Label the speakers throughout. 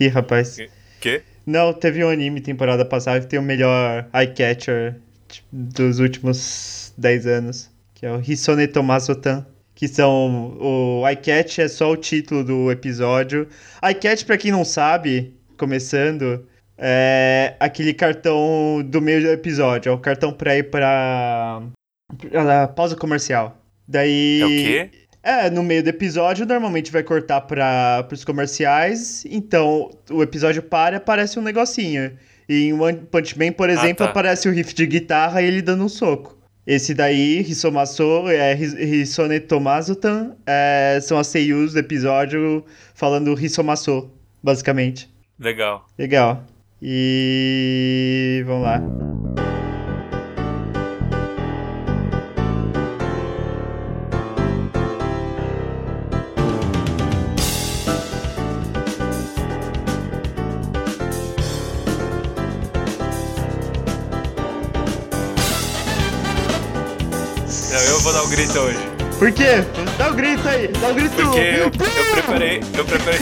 Speaker 1: Ih, rapaz.
Speaker 2: Quê?
Speaker 1: Não, teve um anime temporada passada que tem o melhor eye-catcher tipo, dos últimos 10 anos, que é o Hisone Tomazotan. Que são. O iCatch é só o título do episódio. iCatch, pra quem não sabe, começando, é aquele cartão do meio do episódio. É o cartão pra ir pra. pra pausa comercial. Daí.
Speaker 2: É o quê?
Speaker 1: É, no meio do episódio, normalmente vai cortar para os comerciais, então o episódio para e aparece um negocinho. E em One Punch Man, por exemplo,
Speaker 2: tá.
Speaker 1: aparece o riff de guitarra e ele dando um soco. Esse daí, Hisomaso, é, Hi- Hisone Tomazutan, é, são as seiyus do episódio falando Hisomaso, basicamente.
Speaker 2: Legal.
Speaker 1: Legal. E... vamos lá.
Speaker 2: Não, eu vou dar um grito hoje.
Speaker 1: Por quê? Dá o grito aí, dá o grito!
Speaker 2: Porque eu, eu preparei, eu preparei.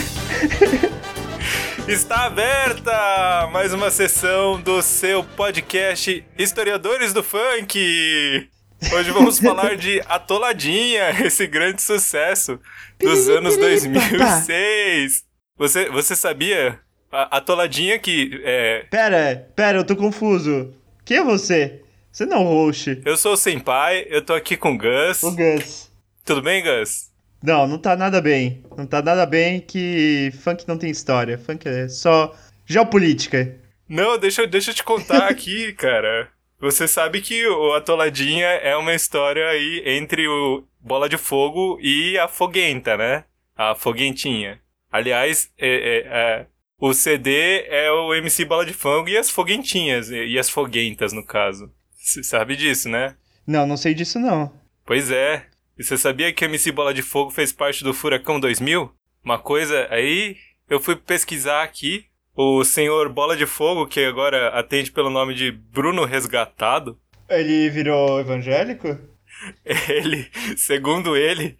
Speaker 2: Está aberta mais uma sessão do seu podcast Historiadores do Funk. Hoje vamos falar de Atoladinha, esse grande sucesso dos anos 2006. Você, você sabia? A Atoladinha que é,
Speaker 1: Pera, pera, eu tô confuso. Quem é você? Você não é o host.
Speaker 2: eu sou o Senpai, eu tô aqui com o Gus.
Speaker 1: O Gus.
Speaker 2: Tudo bem, Gus?
Speaker 1: Não, não tá nada bem. Não tá nada bem que funk não tem história. Funk é só geopolítica.
Speaker 2: Não, deixa, eu- deixa eu te contar aqui, cara. Você sabe que o Atoladinha é uma história aí entre o Bola de Fogo e a Foguenta, né? A Foguentinha. Aliás, é- é- é, o CD é o MC Bola de Fogo e as Foguentinhas, e, e as Foguentas, no caso. Você sabe disso, né?
Speaker 1: Não, não sei disso não.
Speaker 2: Pois é. E você sabia que o MC Bola de Fogo fez parte do Furacão 2000? Uma coisa aí, eu fui pesquisar aqui. O senhor Bola de Fogo, que agora atende pelo nome de Bruno Resgatado,
Speaker 1: Ele virou evangélico?
Speaker 2: ele, segundo ele,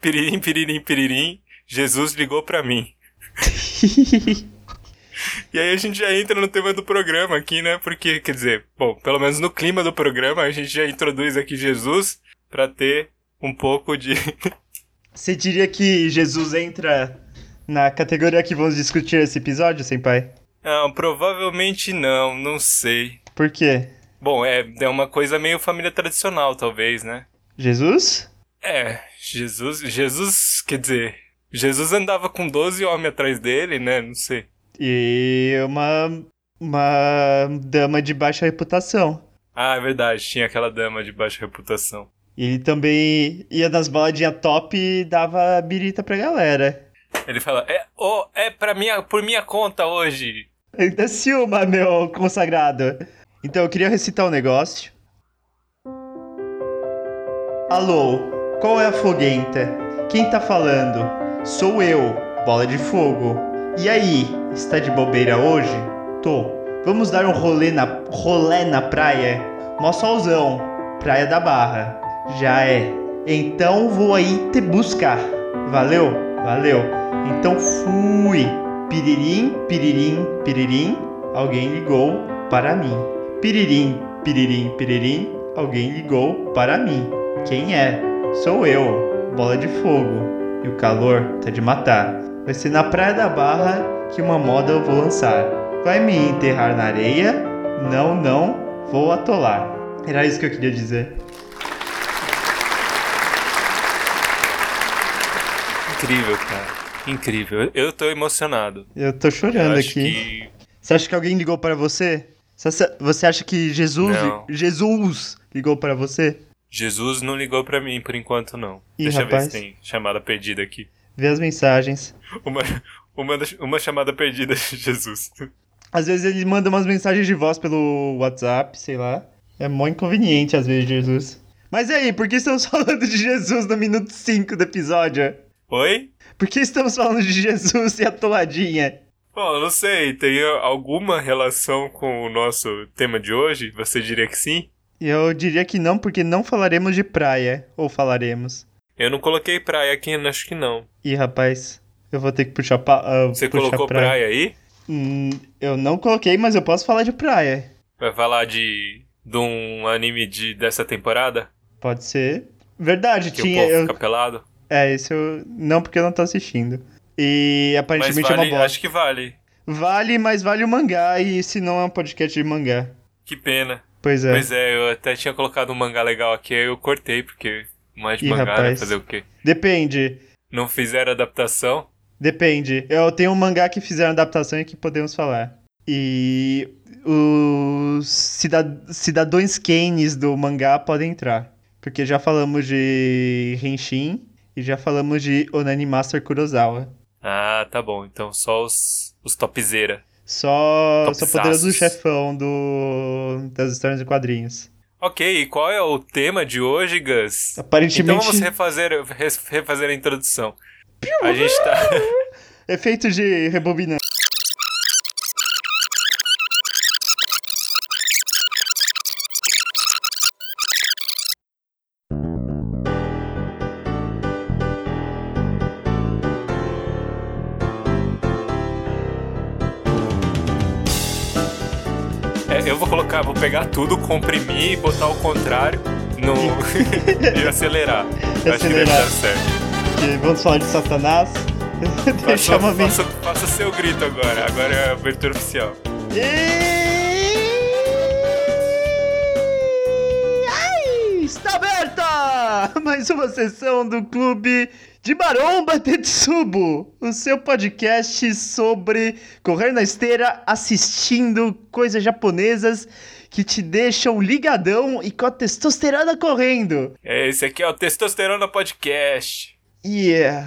Speaker 2: piririm, piririm, piririm, Jesus ligou pra mim. E aí a gente já entra no tema do programa aqui, né? Porque, quer dizer, bom, pelo menos no clima do programa, a gente já introduz aqui Jesus pra ter um pouco de
Speaker 1: Você diria que Jesus entra na categoria que vamos discutir esse episódio, senpai?
Speaker 2: Não, provavelmente não, não sei.
Speaker 1: Por quê?
Speaker 2: Bom, é, é uma coisa meio família tradicional, talvez, né?
Speaker 1: Jesus?
Speaker 2: É, Jesus, Jesus, quer dizer, Jesus andava com 12 homens atrás dele, né? Não sei.
Speaker 1: E uma. Uma dama de baixa reputação.
Speaker 2: Ah, é verdade, tinha aquela dama de baixa reputação.
Speaker 1: Ele também ia nas baladinhas top e dava birita pra galera.
Speaker 2: Ele fala, é, oh, é pra minha, por minha conta hoje.
Speaker 1: Ainda ciúma, meu consagrado. Então eu queria recitar um negócio. Alô, qual é a foguenta? Quem tá falando? Sou eu, bola de fogo. E aí, está de bobeira hoje? Tô. Vamos dar um rolê na, rolê na praia? Mó solzão, praia da barra. Já é. Então vou aí te buscar. Valeu, valeu. Então fui. Piririm, piririm, piririm. Alguém ligou para mim. Piririm, piririm, piririm. Alguém ligou para mim. Quem é? Sou eu, bola de fogo. E o calor tá de matar. Vai ser na Praia da Barra que uma moda eu vou lançar. Vai me enterrar na areia? Não, não, vou atolar. Era isso que eu queria dizer.
Speaker 2: Incrível, cara. Incrível. Eu, eu tô emocionado.
Speaker 1: Eu tô
Speaker 2: Eu
Speaker 1: chorando
Speaker 2: acho
Speaker 1: aqui.
Speaker 2: que.
Speaker 1: Você acha que alguém ligou para você? Você- Você acha que Jesus,
Speaker 2: Não.
Speaker 1: Jesus ligou para você?
Speaker 2: Jesus não ligou pra mim por enquanto, não.
Speaker 1: Ih,
Speaker 2: Deixa eu ver
Speaker 1: rapaz.
Speaker 2: se tem chamada perdida aqui.
Speaker 1: Vê as mensagens.
Speaker 2: Uma, uma, uma chamada perdida, Jesus.
Speaker 1: Às vezes ele manda umas mensagens de voz pelo WhatsApp, sei lá. É mó inconveniente, às vezes, Jesus. Mas e aí, por que estamos falando de Jesus no minuto 5 do episódio?
Speaker 2: Oi?
Speaker 1: Por que estamos falando de Jesus e a toladinha?
Speaker 2: Bom, eu não sei, tem alguma relação com o nosso tema de hoje? Você diria que sim?
Speaker 1: Eu diria que não, porque não falaremos de praia. Ou falaremos.
Speaker 2: Eu não coloquei praia aqui, acho que não.
Speaker 1: Ih, rapaz. Eu vou ter que puxar. Pa... ah,
Speaker 2: Você
Speaker 1: puxar
Speaker 2: colocou praia. aí?
Speaker 1: Hum, eu não coloquei, mas eu posso falar de praia.
Speaker 2: Vai falar de. de um anime de, dessa temporada?
Speaker 1: Pode ser. Verdade,
Speaker 2: Que
Speaker 1: tinha.
Speaker 2: o povo
Speaker 1: eu-
Speaker 2: fica pelado?
Speaker 1: É, esse eu. Não, porque eu não tô assistindo. E
Speaker 2: Mas
Speaker 1: aparentemente é uma
Speaker 2: vale,
Speaker 1: bosta.
Speaker 2: acho que vale.
Speaker 1: Vale, mas vale o mangá, e se não é um podcast de mangá.
Speaker 2: Que pena.
Speaker 1: Pois é.
Speaker 2: Pois é, eu até tinha colocado um mangá legal aqui, aí eu cortei, porque mais de
Speaker 1: Ih,
Speaker 2: mangá, né?
Speaker 1: rapaz.
Speaker 2: Fazer o quê?
Speaker 1: Depende.
Speaker 2: Não fizeram adaptação?
Speaker 1: Depende. Eu tenho um mangá que fizeram adaptação e que podemos falar. E os cida- cidadãos Kanes do mangá podem entrar. Porque já falamos de Henshin e já falamos de Onani Master Kurosawa.
Speaker 2: Ah, tá bom. Então só os, os topzera.
Speaker 1: Só, só
Speaker 2: Topzaços.
Speaker 1: poderoso chefão do, das histórias de quadrinhos.
Speaker 2: Ok, e qual é o tema de hoje, Gus? Então
Speaker 1: Aparentemente,
Speaker 2: vamos refazer, res- refazer a introdução. A gente tá.
Speaker 1: efeito de rebobinar.
Speaker 2: é, eu vou colocar, vou pegar tudo, comprimir e botar ao contrário no... e acelerar. Eu Acho que deve
Speaker 1: Acelerar.
Speaker 2: dar certo.
Speaker 1: que Vamos falar de Satanás. Deixa
Speaker 2: Faça,
Speaker 1: uma mensagem.
Speaker 2: faça, faça seu grito agora. Agora é a abertura oficial.
Speaker 1: E... Ai, está aberta mais uma sessão do Clube de Maromba Tetsubo, o seu podcast sobre correr na esteira assistindo coisas japonesas que te deixam ligadão e com a testosterona correndo.
Speaker 2: É, Esse aqui é o Testosterona Podcast.
Speaker 1: E é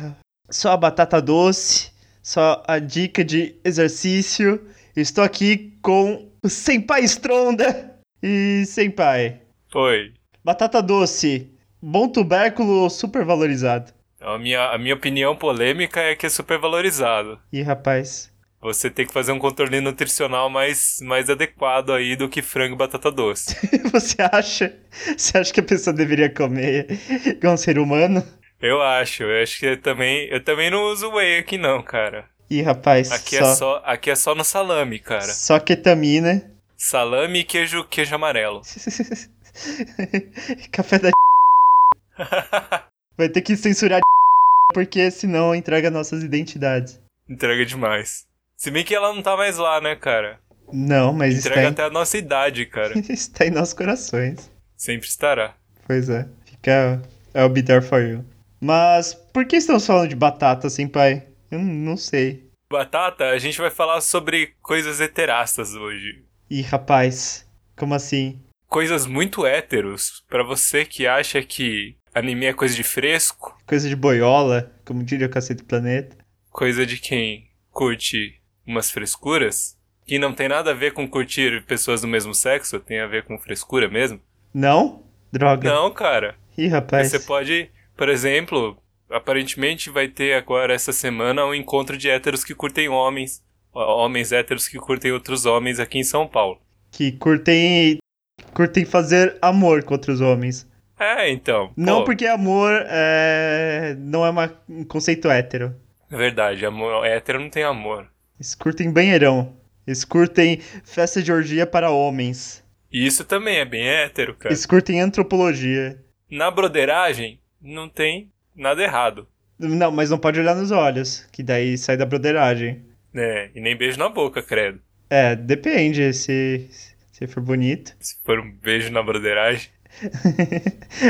Speaker 1: só a batata doce, só a dica de exercício. Estou aqui com o Senpai Stronda e Senpai.
Speaker 2: Oi.
Speaker 1: Batata doce, bom tubérculo super valorizado.
Speaker 2: Então, A minha, a minha opinião polêmica é que é super valorizado.
Speaker 1: Ih, rapaz,
Speaker 2: Você tem que fazer um contorno nutricional mais, mais adequado aí do que frango e batata doce.
Speaker 1: você acha? Você acha que a pessoa deveria comer igual um ser humano?
Speaker 2: Eu acho, eu acho que eu também, eu também não uso whey aqui não, cara.
Speaker 1: Ih, rapaz,
Speaker 2: Aqui
Speaker 1: só,
Speaker 2: é só, aqui é só no salame, cara.
Speaker 1: só ketamina.
Speaker 2: Salame e queijo, queijo amarelo.
Speaker 1: Café da Vai ter que censurar porque senão entrega nossas identidades.
Speaker 2: Entrega demais. Se bem que ela não tá mais lá, né, cara?
Speaker 1: Não, mas está
Speaker 2: Entrega
Speaker 1: em,
Speaker 2: até a nossa idade, cara.
Speaker 1: está em nossos corações.
Speaker 2: Sempre estará.
Speaker 1: Pois é. Fica. I'll be there for you. Mas por que estamos falando de batata, assim, pai? Eu n- não sei.
Speaker 2: Batata, a gente vai falar sobre coisas heterastas hoje.
Speaker 1: Ih, rapaz, como assim?
Speaker 2: coisas muito héteros pra você que acha que anime é coisa de fresco,
Speaker 1: Coisa de boiola, como diria o cacete do planeta.
Speaker 2: coisa de quem curte umas frescuras, que não tem nada a ver com curtir pessoas do mesmo sexo, tem a ver com frescura mesmo.
Speaker 1: Não? Droga.
Speaker 2: Não, cara.
Speaker 1: Ih, rapaz.
Speaker 2: Você pode, por exemplo, aparentemente vai ter agora essa semana um encontro de héteros que curtem homens, ó, homens héteros que curtem outros homens aqui em São Paulo.
Speaker 1: Que curtem. Curtem fazer amor com outros homens.
Speaker 2: É, então.
Speaker 1: Não
Speaker 2: pô,
Speaker 1: porque amor é, não é uma- um conceito hétero.
Speaker 2: é Verdade, amor, hétero não tem amor.
Speaker 1: Eles curtem banheirão. Eles curtem festa de orgia para homens.
Speaker 2: E isso também é bem hétero, cara.
Speaker 1: Eles curtem antropologia.
Speaker 2: Na broderagem, não tem nada errado.
Speaker 1: Não, mas não pode olhar nos olhos, que daí sai da broderagem.
Speaker 2: Né? E nem beijo na boca, credo.
Speaker 1: É, depende se, se for bonito.
Speaker 2: Se for um beijo na broderagem.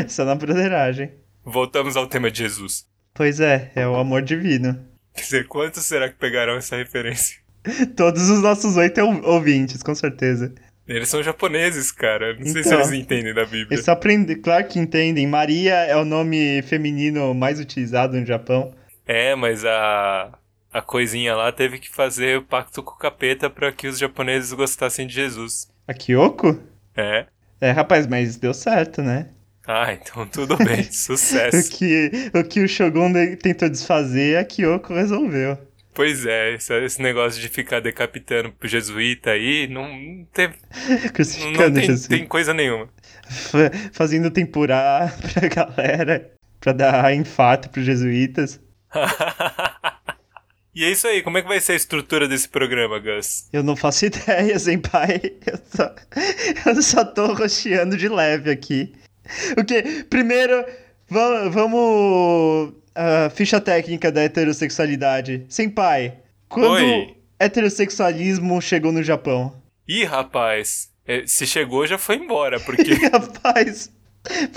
Speaker 1: Só na broderagem.
Speaker 2: Voltamos ao tema de Jesus.
Speaker 1: Pois é, é o amor divino.
Speaker 2: Quer dizer, quantos será que pegarão essa referência?
Speaker 1: Todos os nossos oito ou- ouvintes, com certeza.
Speaker 2: Eles são japoneses, cara. Não sei se
Speaker 1: Então.
Speaker 2: eles entendem da Bíblia.
Speaker 1: Eles só aprendem, claro que entendem. Maria é o nome feminino mais utilizado no Japão.
Speaker 2: É, mas a, a coisinha lá teve que fazer o pacto com o capeta pra que os japoneses gostassem de Jesus.
Speaker 1: A Kyoko?
Speaker 2: É.
Speaker 1: É, rapaz, mas deu certo, né?
Speaker 2: Ah, então tudo bem.
Speaker 1: O
Speaker 2: Sucesso.
Speaker 1: que, o que o Shogun de- tentou desfazer, a Kyoko resolveu.
Speaker 2: Pois é, esse, esse negócio de ficar decapitando pro jesuíta aí não, não teve Não
Speaker 1: Crucificando
Speaker 2: tem,
Speaker 1: Jesus.
Speaker 2: tem coisa nenhuma.
Speaker 1: Fa- Fazendo tempurá pra galera. Pra dar infarto pros jesuítas.
Speaker 2: E é isso aí, como é que vai ser a estrutura desse programa, Gus?
Speaker 1: Eu não faço ideia, Senpai. Eu só, eu só tô rocheando de leve aqui. O que? Primeiro, va- vamos. ah, ficha técnica da heterossexualidade. Senpai, quando
Speaker 2: Oi.
Speaker 1: heterossexualismo chegou no Japão?
Speaker 2: Ih, rapaz, é, se chegou já foi embora, porque,
Speaker 1: Rapaz,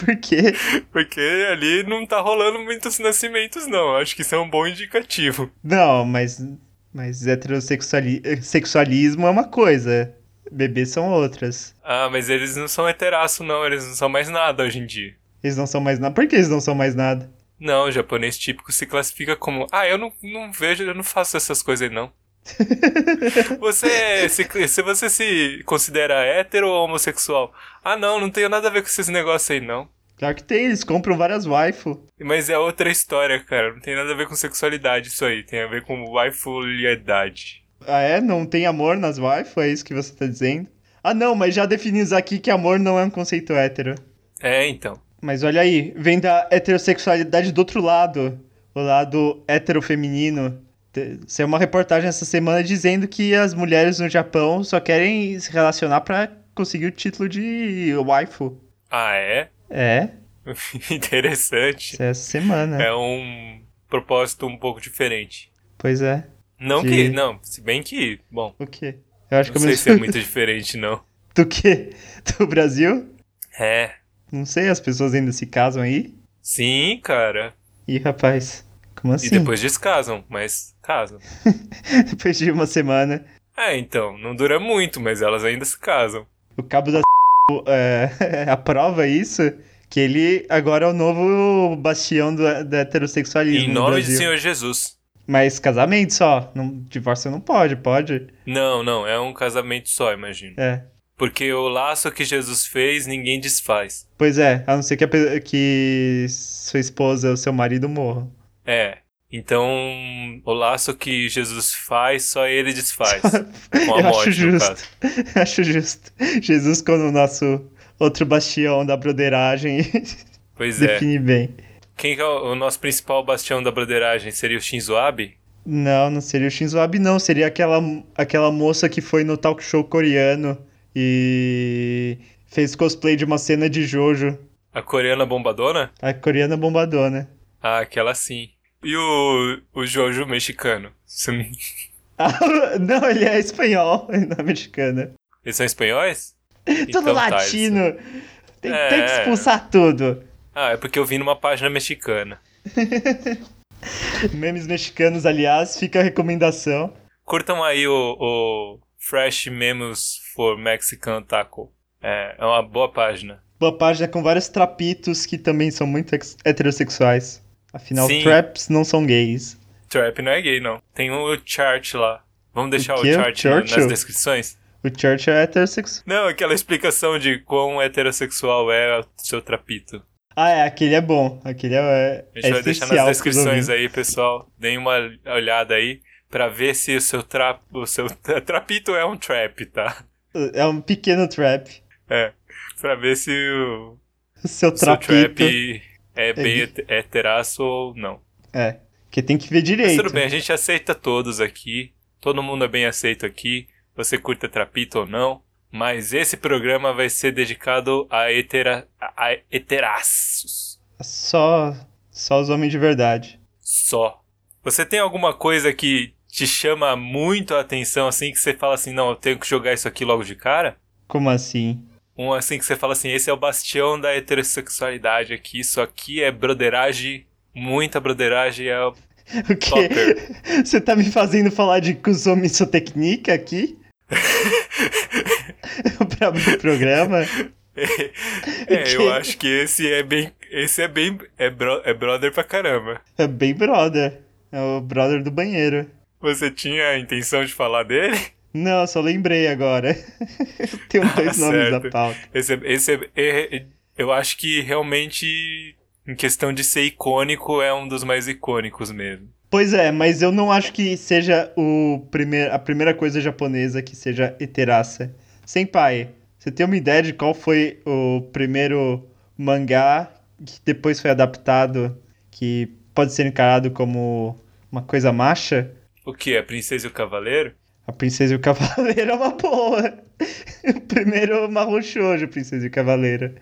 Speaker 1: por quê?
Speaker 2: porque ali não tá rolando muitos nascimentos, não. Acho que isso é um bom indicativo.
Speaker 1: Não, mas, mas heterossexualismo é uma coisa, bebês são outras.
Speaker 2: Ah, mas eles não são heteraço, não. Eles não são mais nada hoje em dia.
Speaker 1: Eles não são mais nada. Por que eles não são mais nada?
Speaker 2: Não, o japonês típico se classifica como. Ah, eu não, não vejo, eu não faço essas coisas aí, não. você se, se você se considera hétero ou homossexual? Ah, não, não tenho nada a ver com esses negócios aí, não.
Speaker 1: Claro que tem, eles compram várias waifu.
Speaker 2: Mas é outra história, cara. Não tem nada a ver com sexualidade isso aí. Tem a ver com waifuliedade.
Speaker 1: Ah, é? Não tem amor nas waifu? É isso que você tá dizendo? Ah, não, mas já definimos aqui que amor não é um conceito hétero.
Speaker 2: É, então.
Speaker 1: Mas olha aí, vem da heterossexualidade do outro lado, o lado heterofeminino. Te- Saiu uma reportagem essa semana dizendo que as mulheres no Japão só querem se relacionar pra conseguir o título de waifu.
Speaker 2: Ah, é?
Speaker 1: É,
Speaker 2: Interessante.
Speaker 1: isso é essa semana.
Speaker 2: É um propósito um pouco diferente.
Speaker 1: Pois é.
Speaker 2: Não
Speaker 1: Que-
Speaker 2: que. Não, se bem que. Bom,
Speaker 1: O quê? Eu acho
Speaker 2: não
Speaker 1: que eu
Speaker 2: sei
Speaker 1: me...
Speaker 2: se é muito diferente, não.
Speaker 1: Do quê? Do Brasil?
Speaker 2: É.
Speaker 1: Não sei, as pessoas ainda se casam aí?
Speaker 2: Sim, cara.
Speaker 1: Ih, rapaz, como assim?
Speaker 2: E depois descasam, mas casam.
Speaker 1: Depois de uma semana,
Speaker 2: É, então, não dura muito, mas elas ainda se casam.
Speaker 1: o cabo da é, aprova isso, que ele agora é o novo bastião do, do heterossexualismo
Speaker 2: em
Speaker 1: no
Speaker 2: nome do
Speaker 1: Brasil.
Speaker 2: Senhor Jesus.
Speaker 1: Mas casamento só, não, divórcio não pode, pode?
Speaker 2: Não, não, é um casamento só, imagino.
Speaker 1: É.
Speaker 2: Porque o laço que Jesus fez, ninguém desfaz.
Speaker 1: Pois é, a não ser que, a pe- que sua esposa ou seu marido morram.
Speaker 2: É. Então, o laço que Jesus faz, só ele desfaz. Com a
Speaker 1: Eu acho
Speaker 2: morte, no
Speaker 1: justo.
Speaker 2: caso.
Speaker 1: acho justo. Jesus, como o nosso outro bastião da broderagem,
Speaker 2: Pois é.
Speaker 1: define bem.
Speaker 2: Quem que é o o nosso principal bastião da broderagem? Seria o Shinzo Abe?
Speaker 1: Não, não seria o Shinzo Abe, não. Seria aquela, aquela moça que foi no talk show coreano e fez cosplay de uma cena de Jojo.
Speaker 2: A coreana bombadona?
Speaker 1: A coreana bombadona.
Speaker 2: Ah, aquela sim. E o, o Jojo mexicano? Você não-
Speaker 1: Ah, não, ele é espanhol, ele não é mexicano.
Speaker 2: Eles são espanhóis?
Speaker 1: tudo
Speaker 2: tá, eles-
Speaker 1: latino. Tem, tem que
Speaker 2: É.
Speaker 1: expulsar tudo.
Speaker 2: Ah, é porque eu vi numa página mexicana.
Speaker 1: Memes mexicanos, aliás, fica a recomendação.
Speaker 2: Curtam aí o, o Fresh Memes for Mexican Taco. É, é uma boa página.
Speaker 1: Uma página com vários trapitos que também são muito ex- heterossexuais. Afinal,
Speaker 2: Sim.
Speaker 1: traps não são gays.
Speaker 2: Trap não é gay, não. Tem o chart lá. Vamos deixar o,
Speaker 1: quê? O
Speaker 2: chart na- nas
Speaker 1: Churchill?
Speaker 2: descrições?
Speaker 1: O Church é heterossexual.
Speaker 2: Não, aquela explicação de quão heterossexual é o seu trapito.
Speaker 1: Ah, é, aquele é bom. Aquele é,
Speaker 2: A gente
Speaker 1: é
Speaker 2: vai deixar nas
Speaker 1: essencial.
Speaker 2: descrições aí, pessoal. Deem uma olhada aí pra ver se o seu trap, o seu tra- trapito é um trap, tá?
Speaker 1: É um pequeno trap.
Speaker 2: É. Pra ver se o
Speaker 1: O seu
Speaker 2: o seu
Speaker 1: trapito.
Speaker 2: trap é bem
Speaker 1: gay.
Speaker 2: het- heteraço ou não.
Speaker 1: É. Que tem que ver
Speaker 2: Mas
Speaker 1: direito.
Speaker 2: tudo bem, a gente aceita todos aqui. Todo mundo é bem aceito aqui. Você curta trapito ou não. Mas esse programa vai ser dedicado a, hetera, a a heteraços.
Speaker 1: Só, só os homens de verdade.
Speaker 2: só. Você tem alguma coisa que te chama muito a atenção, assim, que você fala assim, não, eu tenho que jogar isso aqui logo de cara?
Speaker 1: Como assim?
Speaker 2: Um assim que você fala assim, esse é o bastião da heterossexualidade aqui, isso aqui é broderagem, muita broderagem, é o
Speaker 1: O quê?
Speaker 2: topper.
Speaker 1: Você tá me fazendo falar de cusomissotécnica aqui? pra abrir o programa?
Speaker 2: é, eu acho que esse é bem, esse é bem, é, bro- é brother pra caramba.
Speaker 1: É bem brother. É o brother do banheiro.
Speaker 2: Você tinha a intenção de falar dele?
Speaker 1: Não, eu só lembrei agora. Tem dois
Speaker 2: Ah,
Speaker 1: nomes da
Speaker 2: certo.
Speaker 1: pauta.
Speaker 2: Esse, é- esse é- é- é- eu acho que realmente, em questão de ser icônico, é um dos mais icônicos mesmo.
Speaker 1: Pois é, mas eu não acho que seja o primeir, a primeira coisa japonesa que seja heteraça. Senpai, você tem uma ideia de qual foi o primeiro mangá que depois foi adaptado, que pode ser encarado como uma coisa macha?
Speaker 2: O que? A Princesa e o Cavaleiro?
Speaker 1: A Princesa e o Cavaleiro é uma boa. Primeiro Marrom Shoujo, Princesa e o Cavaleiro.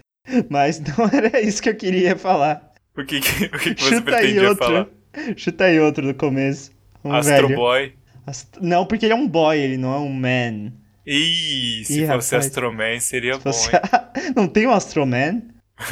Speaker 1: Mas não era isso que eu queria falar.
Speaker 2: O que, que, o que que você
Speaker 1: Chuta aí
Speaker 2: pretendia
Speaker 1: outro.
Speaker 2: falar?
Speaker 1: Chuta aí outro do começo. Um
Speaker 2: Astro
Speaker 1: velho.
Speaker 2: Boy.
Speaker 1: Ast- Não, porque ele é um boy, ele não é um man.
Speaker 2: Ih, se
Speaker 1: Ih, rapaz.
Speaker 2: fosse Astroman seria
Speaker 1: Se
Speaker 2: bom,
Speaker 1: fosse-
Speaker 2: hein?
Speaker 1: não tem um Astroman?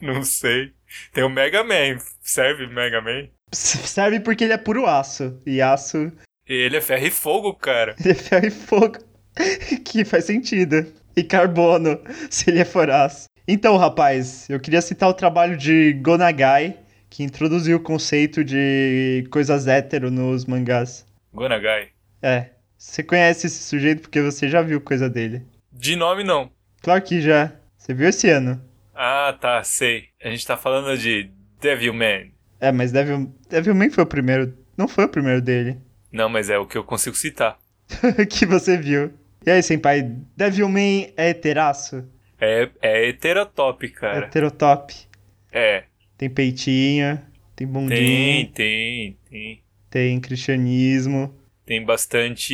Speaker 2: Não sei. Tem o Mega Man. Serve Mega Man?
Speaker 1: S- Serve porque ele é puro aço. E aço
Speaker 2: E ele é ferro e fogo, cara.
Speaker 1: é ferro e fogo. que faz sentido. E carbono, se ele é foraz. Então, rapaz, eu queria citar o trabalho de Gonagai, que introduziu o conceito de coisas hétero nos mangás.
Speaker 2: Gonagai.
Speaker 1: É. Você conhece esse sujeito porque você já viu coisa dele.
Speaker 2: De nome, não.
Speaker 1: Claro que já. Você viu esse ano.
Speaker 2: Ah, tá, sei. A gente tá falando de Devilman.
Speaker 1: É, mas Devil, Devilman foi o primeiro. Não foi o primeiro dele.
Speaker 2: Não, mas é o que eu consigo citar.
Speaker 1: que você viu. E aí, senpai, Devilman é heteraço?
Speaker 2: É, é heterotop, cara.
Speaker 1: Heterotop.
Speaker 2: É.
Speaker 1: Tem peitinho, tem bundinho,
Speaker 2: Tem, tem, tem.
Speaker 1: tem cristianismo.
Speaker 2: Tem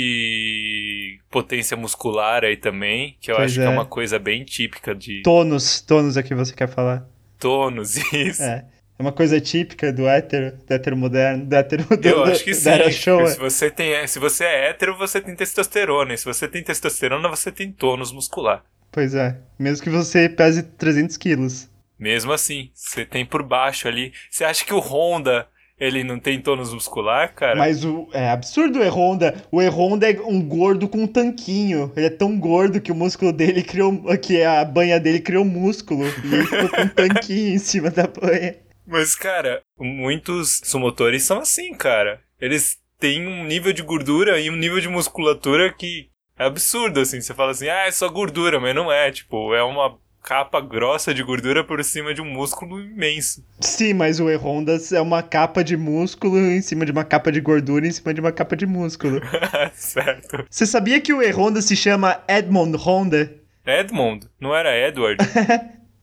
Speaker 2: bastante potência muscular aí também, que eu
Speaker 1: Pois
Speaker 2: acho que
Speaker 1: é.
Speaker 2: é uma coisa bem típica de
Speaker 1: Tônus, tônus é o que você quer falar.
Speaker 2: tônus, isso.
Speaker 1: É. É uma coisa típica do hétero, do hétero moderno, do hétero do,
Speaker 2: Eu
Speaker 1: do-
Speaker 2: acho que
Speaker 1: da
Speaker 2: sim.
Speaker 1: era é.
Speaker 2: porque
Speaker 1: Showa.
Speaker 2: Se você, tem, se você é hétero, você tem testosterona. E se você tem testosterona, você tem tônus muscular.
Speaker 1: Pois é. Mesmo que você pese 300 quilos.
Speaker 2: Mesmo assim, você tem por baixo ali. Você acha que o Honda, ele não tem tônus muscular, cara?
Speaker 1: Mas o é absurdo o E-Honda. O E-Honda é um gordo com um tanquinho. Ele é tão gordo que o músculo dele criou. que a banha dele criou músculo. E ele ficou com um tanquinho em cima da banha.
Speaker 2: Mas, cara, muitos sumotores são assim, cara. Eles têm um nível de gordura e um nível de musculatura que é absurdo, assim. Você fala assim, ah, é só gordura, mas não é. Tipo, é uma capa grossa de gordura por cima de um músculo imenso.
Speaker 1: Sim, mas o E-Honda é uma capa de músculo em cima de uma capa de gordura em cima de uma capa de músculo.
Speaker 2: certo.
Speaker 1: Você sabia que o E-Honda se chama Edmond Honda?
Speaker 2: Edmond, É não era Edward?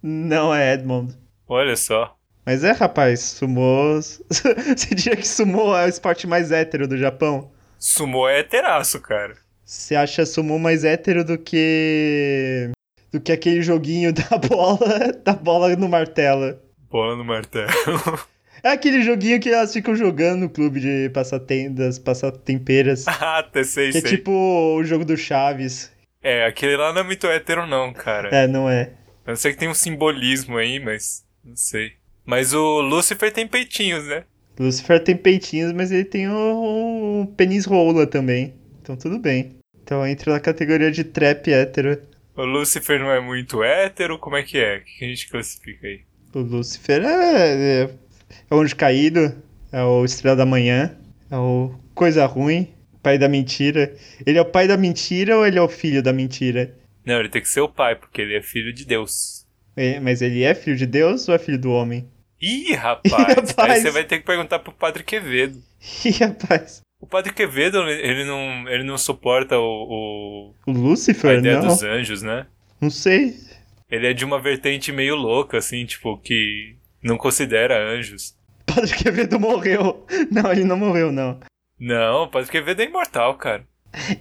Speaker 1: Não é Edmond.
Speaker 2: Olha só.
Speaker 1: Mas é, rapaz, sumô. Você diria que sumô é o esporte mais hétero do Japão?
Speaker 2: Sumô é teraço, cara.
Speaker 1: Você acha sumô mais hétero do que. do que aquele joguinho da bola. da bola no martelo.
Speaker 2: Bola no martelo.
Speaker 1: É aquele joguinho que elas ficam jogando no clube de passatendas, passatemperas.
Speaker 2: ah, tá, sei,
Speaker 1: Que é
Speaker 2: sei.
Speaker 1: tipo o jogo do Chaves.
Speaker 2: É, aquele lá não é muito hétero, não, cara.
Speaker 1: É, não é.
Speaker 2: Eu sei que tem um simbolismo aí, mas não sei. Mas o Lúcifer tem peitinhos, né?
Speaker 1: Lucifer tem peitinhos, mas ele tem um, um pênis rola também. Então tudo bem. Então entra na categoria de trap hétero.
Speaker 2: O Lúcifer não é muito hétero, como é que é? O que a gente classifica aí?
Speaker 1: O Lucifer é, é, é o anjo caído, é o estrela da manhã, é o coisa ruim, pai da mentira. Ele é o pai da mentira ou ele é o filho da mentira?
Speaker 2: Não, ele tem que ser o pai, porque ele é filho de Deus.
Speaker 1: É, mas ele é filho de Deus ou é filho do homem?
Speaker 2: Ih, rapaz!
Speaker 1: rapaz!
Speaker 2: Aí você vai ter que perguntar pro Padre Quevedo.
Speaker 1: Ih, rapaz.
Speaker 2: O Padre Quevedo, ele não, ele não suporta o,
Speaker 1: O
Speaker 2: o- a
Speaker 1: Lucifer,
Speaker 2: ideia
Speaker 1: não?
Speaker 2: dos anjos, né?
Speaker 1: Não sei.
Speaker 2: Ele é de uma vertente meio louca, assim, tipo, que não considera anjos.
Speaker 1: Padre Quevedo morreu. Não, ele não morreu, não.
Speaker 2: Não, o Padre Quevedo é imortal, cara.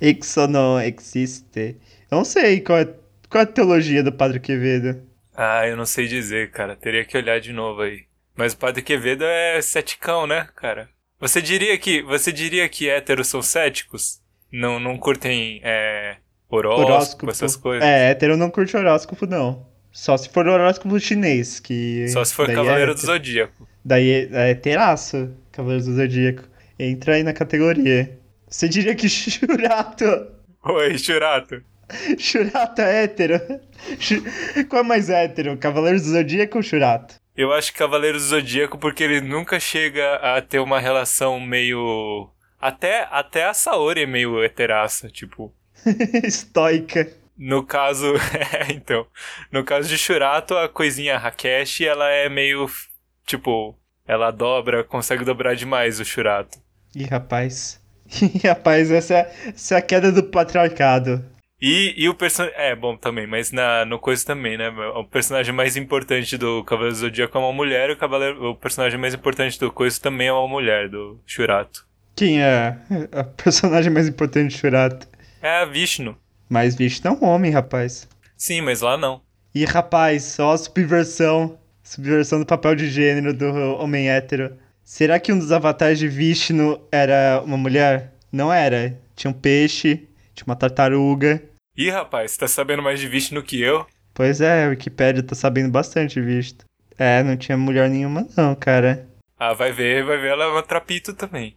Speaker 1: Exo não existe. Eu não sei qual é, qual é a teologia do Padre Quevedo.
Speaker 2: Ah, eu não sei dizer, cara. Teria que olhar de novo aí. Mas o Padre Quevedo é ceticão, né, cara? Você diria que você diria que héteros são céticos? Não, não curtem é, horóscopo, essas coisas?
Speaker 1: É, hétero não curte horóscopo, não. Só se for horóscopo chinês, que...
Speaker 2: Só se for
Speaker 1: daí
Speaker 2: Cavaleiro
Speaker 1: é,
Speaker 2: do Zodíaco.
Speaker 1: Daí é, é teraço, Cavaleiro do Zodíaco. Entra aí na categoria. Você diria que Shurato...
Speaker 2: Oi, Churato.
Speaker 1: Shurato é hétero? Shu- Qual é mais hétero, Cavaleiro do Zodíaco ou Shurato?
Speaker 2: Eu acho que Cavaleiro do Zodíaco porque ele nunca chega a ter uma relação meio até até a Saori é meio heteraça, tipo,
Speaker 1: Estoica.
Speaker 2: No caso, é, então, no caso de Shurato, a coisinha Hakeshi, ela é meio, f- tipo, ela dobra, consegue dobrar demais o Shurato.
Speaker 1: Ih, rapaz. Ih, rapaz, essa é, essa é a queda do patriarcado.
Speaker 2: E, e o personagem, é, bom, também, mas na, no coisa também, né, o personagem mais importante do Cavaleiro do Zodíaco é uma mulher, e o, cavaleiro, o personagem mais importante do coisa também é uma mulher, do Shurato.
Speaker 1: Quem é a personagem mais importante de Shurato?
Speaker 2: É Vishnu.
Speaker 1: Mas Vishnu é um homem, rapaz.
Speaker 2: Sim, mas lá não.
Speaker 1: E rapaz, só a subversão. Subversão do papel de gênero do homem hétero. Será que um dos avatares de Vishnu era uma mulher? Não era. Tinha um peixe, tinha uma tartaruga.
Speaker 2: Ih, rapaz, tá sabendo mais de Vishnu que eu?
Speaker 1: Pois é, a Wikipédia tá sabendo bastante, visto. É, não tinha mulher nenhuma não, cara.
Speaker 2: Ah, vai ver, vai ver, ela é uma trapito também.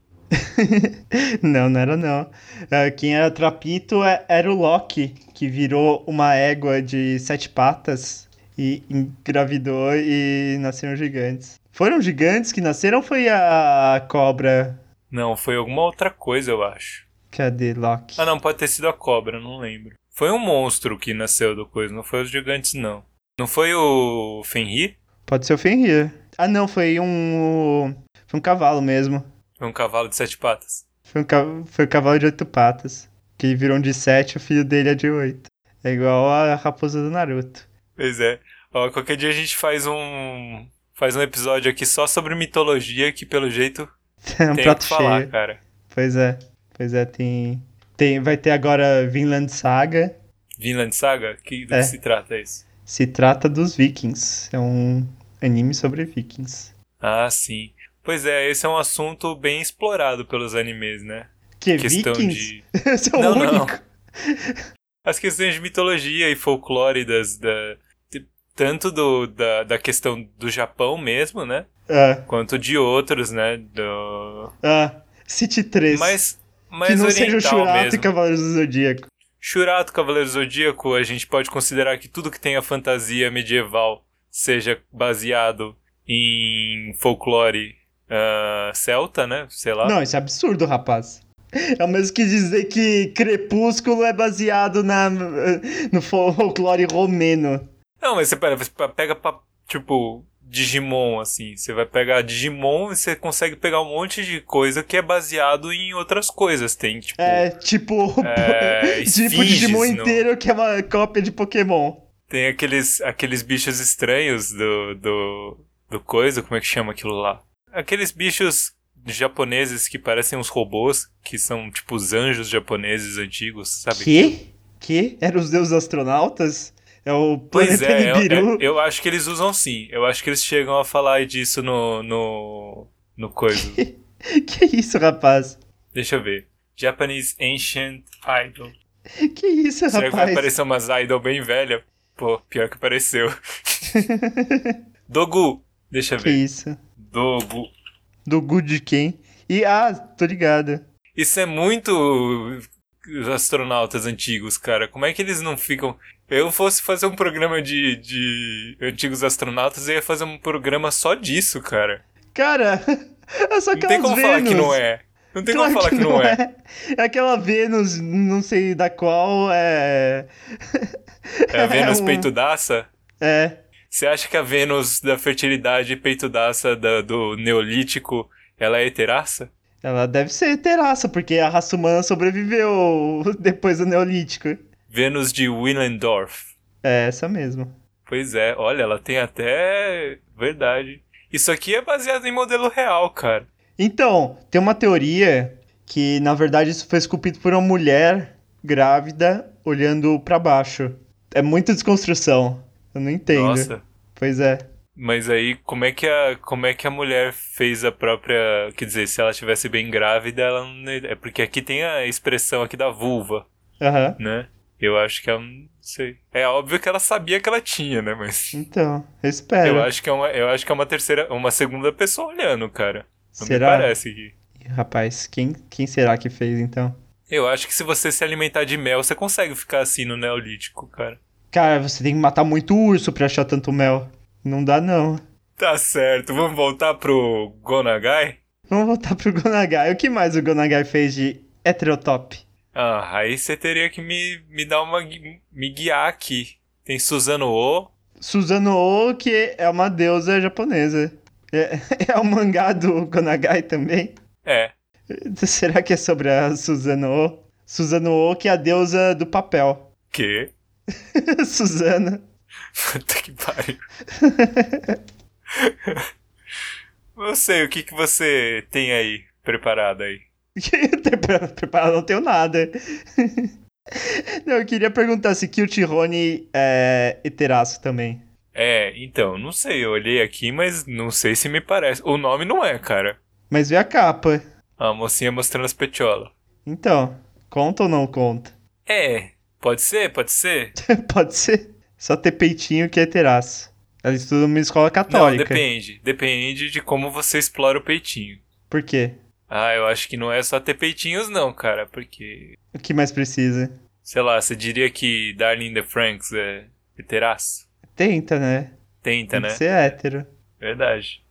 Speaker 1: não, não era não. Ah, Quem era trapito é- era o Loki, que virou uma égua de sete patas e engravidou e nasceram gigantes. Foram gigantes que nasceram ou foi a cobra?
Speaker 2: Não, foi alguma outra coisa, eu acho.
Speaker 1: Cadê Loki?
Speaker 2: Ah, não, pode ter sido a cobra, não lembro. Foi um monstro que nasceu do coisa, não foi os gigantes, não. Não foi o Fenrir?
Speaker 1: Pode ser o Fenrir. Ah não, foi um... Foi um cavalo mesmo.
Speaker 2: Foi um cavalo de sete patas.
Speaker 1: Foi um, ca- foi um cavalo de oito patas. Que virou um de sete, o filho dele é de oito. É igual a raposa do Naruto.
Speaker 2: Pois é. Ó, qualquer dia a gente faz um. Faz um episódio aqui só sobre mitologia, que pelo jeito
Speaker 1: É um
Speaker 2: tem o
Speaker 1: prato
Speaker 2: que falar,
Speaker 1: cheio.
Speaker 2: cara.
Speaker 1: Pois é. Pois é, tem... tem. Vai ter agora Vinland Saga.
Speaker 2: Vinland Saga? Que, do
Speaker 1: É.
Speaker 2: que se trata isso?
Speaker 1: Se trata dos vikings. É um anime sobre vikings.
Speaker 2: Ah, sim. Pois é, esse é um assunto bem explorado pelos animes, né?
Speaker 1: Que
Speaker 2: Questão
Speaker 1: vikings?
Speaker 2: de.
Speaker 1: Esse é o
Speaker 2: Não, não.
Speaker 1: único.
Speaker 2: as questões de mitologia e folclore das, da, de- tanto do, da, da questão do Japão mesmo, né?
Speaker 1: Ah,
Speaker 2: Quanto de outros, né? Do...
Speaker 1: ah, City 3.
Speaker 2: Mas, mas
Speaker 1: que não seja
Speaker 2: oriental
Speaker 1: o Shurato
Speaker 2: mesmo.
Speaker 1: e Cavaleiros do Zodíaco.
Speaker 2: Shurato, Cavaleiro Zodíaco, a gente pode considerar que tudo que tem a fantasia medieval seja baseado em folclore ah, celta, né? Sei lá.
Speaker 1: Não, isso é absurdo, rapaz. É o mesmo que dizer que Crepúsculo é baseado na, no folclore romeno.
Speaker 2: Não, mas você pega, você pega pra, tipo, Digimon, assim. Você vai pegar Digimon e você consegue pegar um monte de coisa que é baseado em outras coisas. Tem, tipo,
Speaker 1: É tipo.
Speaker 2: é,
Speaker 1: tipo o
Speaker 2: esfinges,
Speaker 1: Digimon
Speaker 2: não-
Speaker 1: inteiro que é uma cópia de Pokémon.
Speaker 2: Tem aqueles, aqueles bichos estranhos do, do, do coisa, como é que chama aquilo lá? Aqueles bichos japoneses que parecem uns robôs, que são, tipo, os anjos japoneses antigos, sabe?
Speaker 1: Que? Que? Eram os deuses astronautas? É o
Speaker 2: Pois
Speaker 1: planeta
Speaker 2: é, eu,
Speaker 1: Nibiru?
Speaker 2: eu- eu acho que eles usam sim. Eu acho que eles chegam a falar disso no. no. no coisa. é,
Speaker 1: Que isso, rapaz?
Speaker 2: Deixa eu ver. Japanese Ancient Idol.
Speaker 1: Que isso,
Speaker 2: Será que vai
Speaker 1: rapaz?
Speaker 2: aparecer umas idol bem velha? Pô, pior que apareceu. Dogu. Deixa eu
Speaker 1: que
Speaker 2: ver.
Speaker 1: isso?
Speaker 2: Dogu.
Speaker 1: Do good de quem? E, ah, tô ligado.
Speaker 2: Isso é muito os astronautas antigos, cara. Como é que eles não ficam. Eu fosse fazer um programa de, de antigos astronautas, eu ia fazer um programa só disso, cara.
Speaker 1: Cara, é só
Speaker 2: Não tem como falar que não é. Não tem como falar que, não é.
Speaker 1: é. Aquela Vênus, não sei da qual, é.
Speaker 2: É a Vênus
Speaker 1: É um-
Speaker 2: peitudaça?
Speaker 1: É.
Speaker 2: Você acha que a Vênus da fertilidade peitudaça da- do Neolítico, ela é heteraça?
Speaker 1: Ela deve ser terraça, porque a raça humana sobreviveu depois do Neolítico.
Speaker 2: Vênus de Willendorf.
Speaker 1: É essa mesmo.
Speaker 2: Pois é, olha, ela tem até... Verdade. Isso aqui é baseado em modelo real, cara.
Speaker 1: Então, tem uma teoria que, na verdade, isso foi esculpido por uma mulher grávida olhando pra baixo. É muita desconstrução. Eu não entendo.
Speaker 2: Nossa.
Speaker 1: Pois é.
Speaker 2: Mas aí, como é, que a, como é que a mulher fez a própria... Quer dizer, se ela estivesse bem grávida, ela não... É porque aqui tem a expressão aqui da vulva.
Speaker 1: Aham.
Speaker 2: né? Eu acho que ela não sei. É óbvio que ela sabia que ela tinha, né? Mas
Speaker 1: Então, eu espero.
Speaker 2: eu acho que é uma, eu acho que é uma terceira, uma segunda pessoa olhando, cara. Não me
Speaker 1: será?
Speaker 2: parece que.
Speaker 1: Rapaz, quem, quem será que fez então?
Speaker 2: Eu acho que se você se alimentar de mel, você consegue ficar assim no neolítico, cara.
Speaker 1: Cara, você tem que matar muito urso pra achar tanto mel. Não dá, não.
Speaker 2: Tá certo. Vamos voltar pro Gonagai?
Speaker 1: Vamos voltar pro Gonagai. O que mais o Gonagai fez de heterotop?
Speaker 2: Ah, aí você teria que me, me dar uma gui- me guiar aqui. Tem Suzano O.
Speaker 1: Suzano Oh, que é uma deusa japonesa. É, é um mangá do Gonagai também.
Speaker 2: É.
Speaker 1: Será que é sobre a Suzano Oh? Suzano Oh, que é a deusa do papel.
Speaker 2: Que?
Speaker 1: Suzana.
Speaker 2: Puta que pariu. Não sei, o que, que você tem aí preparado aí?
Speaker 1: Preparado não tenho nada. Não, eu queria perguntar se Cute Rony é heteraço também.
Speaker 2: É, então, não sei, eu olhei aqui, mas não sei se me parece. O nome não é, cara.
Speaker 1: Mas vê a capa.
Speaker 2: A mocinha mostrando as petiolas.
Speaker 1: Então, conta ou não conta?
Speaker 2: É, pode ser, pode ser.
Speaker 1: Pode ser. Só ter peitinho que é heteraço. Ela estuda numa escola
Speaker 2: Não,
Speaker 1: católica.
Speaker 2: depende. Depende de como você explora o peitinho.
Speaker 1: Por quê?
Speaker 2: Ah, eu acho que não é só ter peitinhos, não, cara, porque.
Speaker 1: O que mais precisa?
Speaker 2: Sei lá, você diria que Darling in the Franks é heteraço?
Speaker 1: Tenta, né?
Speaker 2: Tenta,
Speaker 1: Tem
Speaker 2: né?
Speaker 1: que ser hétero.
Speaker 2: Verdade.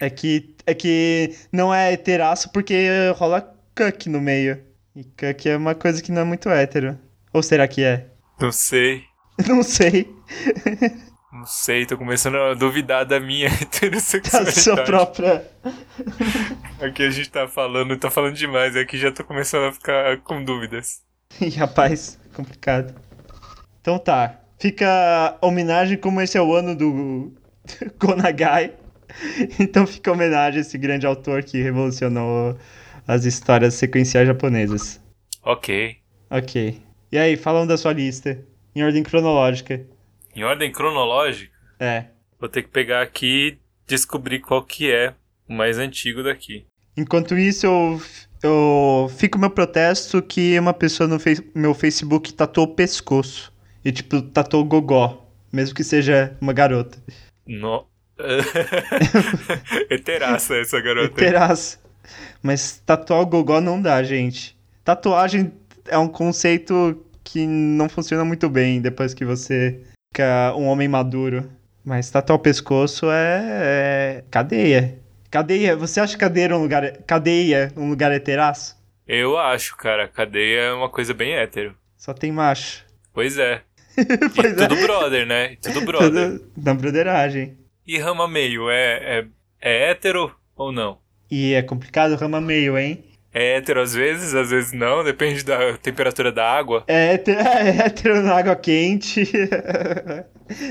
Speaker 1: É que, é que não é heteraço porque rola cuck no meio. E cuck é uma coisa que não é muito hétero. Ou será que é?
Speaker 2: Não sei.
Speaker 1: Não sei.
Speaker 2: Não sei, tô começando a duvidar da minha
Speaker 1: Da
Speaker 2: heterossexualidade.
Speaker 1: sua própria.
Speaker 2: Aqui a gente tá falando, tá falando demais, aqui já tô começando a ficar com dúvidas.
Speaker 1: Ih, rapaz, complicado. Então tá. Fica a homenagem, como esse é o ano do Konagai. Então fica a homenagem a esse grande autor que revolucionou as histórias sequenciais japonesas.
Speaker 2: Ok.
Speaker 1: Ok. E aí, falando da sua lista, em ordem cronológica.
Speaker 2: Em ordem cronológica,
Speaker 1: É.
Speaker 2: vou ter que pegar aqui e descobrir qual que é o mais antigo daqui.
Speaker 1: Enquanto isso, eu, eu fico meu protesto que uma pessoa no face- meu Facebook tatuou o pescoço. E, tipo, tatuou o gogó. Mesmo que seja uma garota.
Speaker 2: No... Heteraça essa garota. aí.
Speaker 1: Terás. Mas tatuar o gogó não dá, gente. Tatuagem é um conceito que não funciona muito bem depois que você fica um homem maduro. Mas tatuar o pescoço é, é cadeia. Cadeia, você acha cadeira um lugar. Cadeia um lugar heteraço?
Speaker 2: Eu acho, cara, cadeia é uma coisa bem hétero.
Speaker 1: Só tem macho.
Speaker 2: Pois é.
Speaker 1: Pois
Speaker 2: e
Speaker 1: é.
Speaker 2: tudo brother, né? E Tudo brother.
Speaker 1: Tudo na broderagem.
Speaker 2: E rama meio, é, é, é hétero ou não?
Speaker 1: E é complicado rama meio, hein?
Speaker 2: É hétero às vezes, às vezes não, depende da temperatura da água.
Speaker 1: É hétero, é hétero na água quente.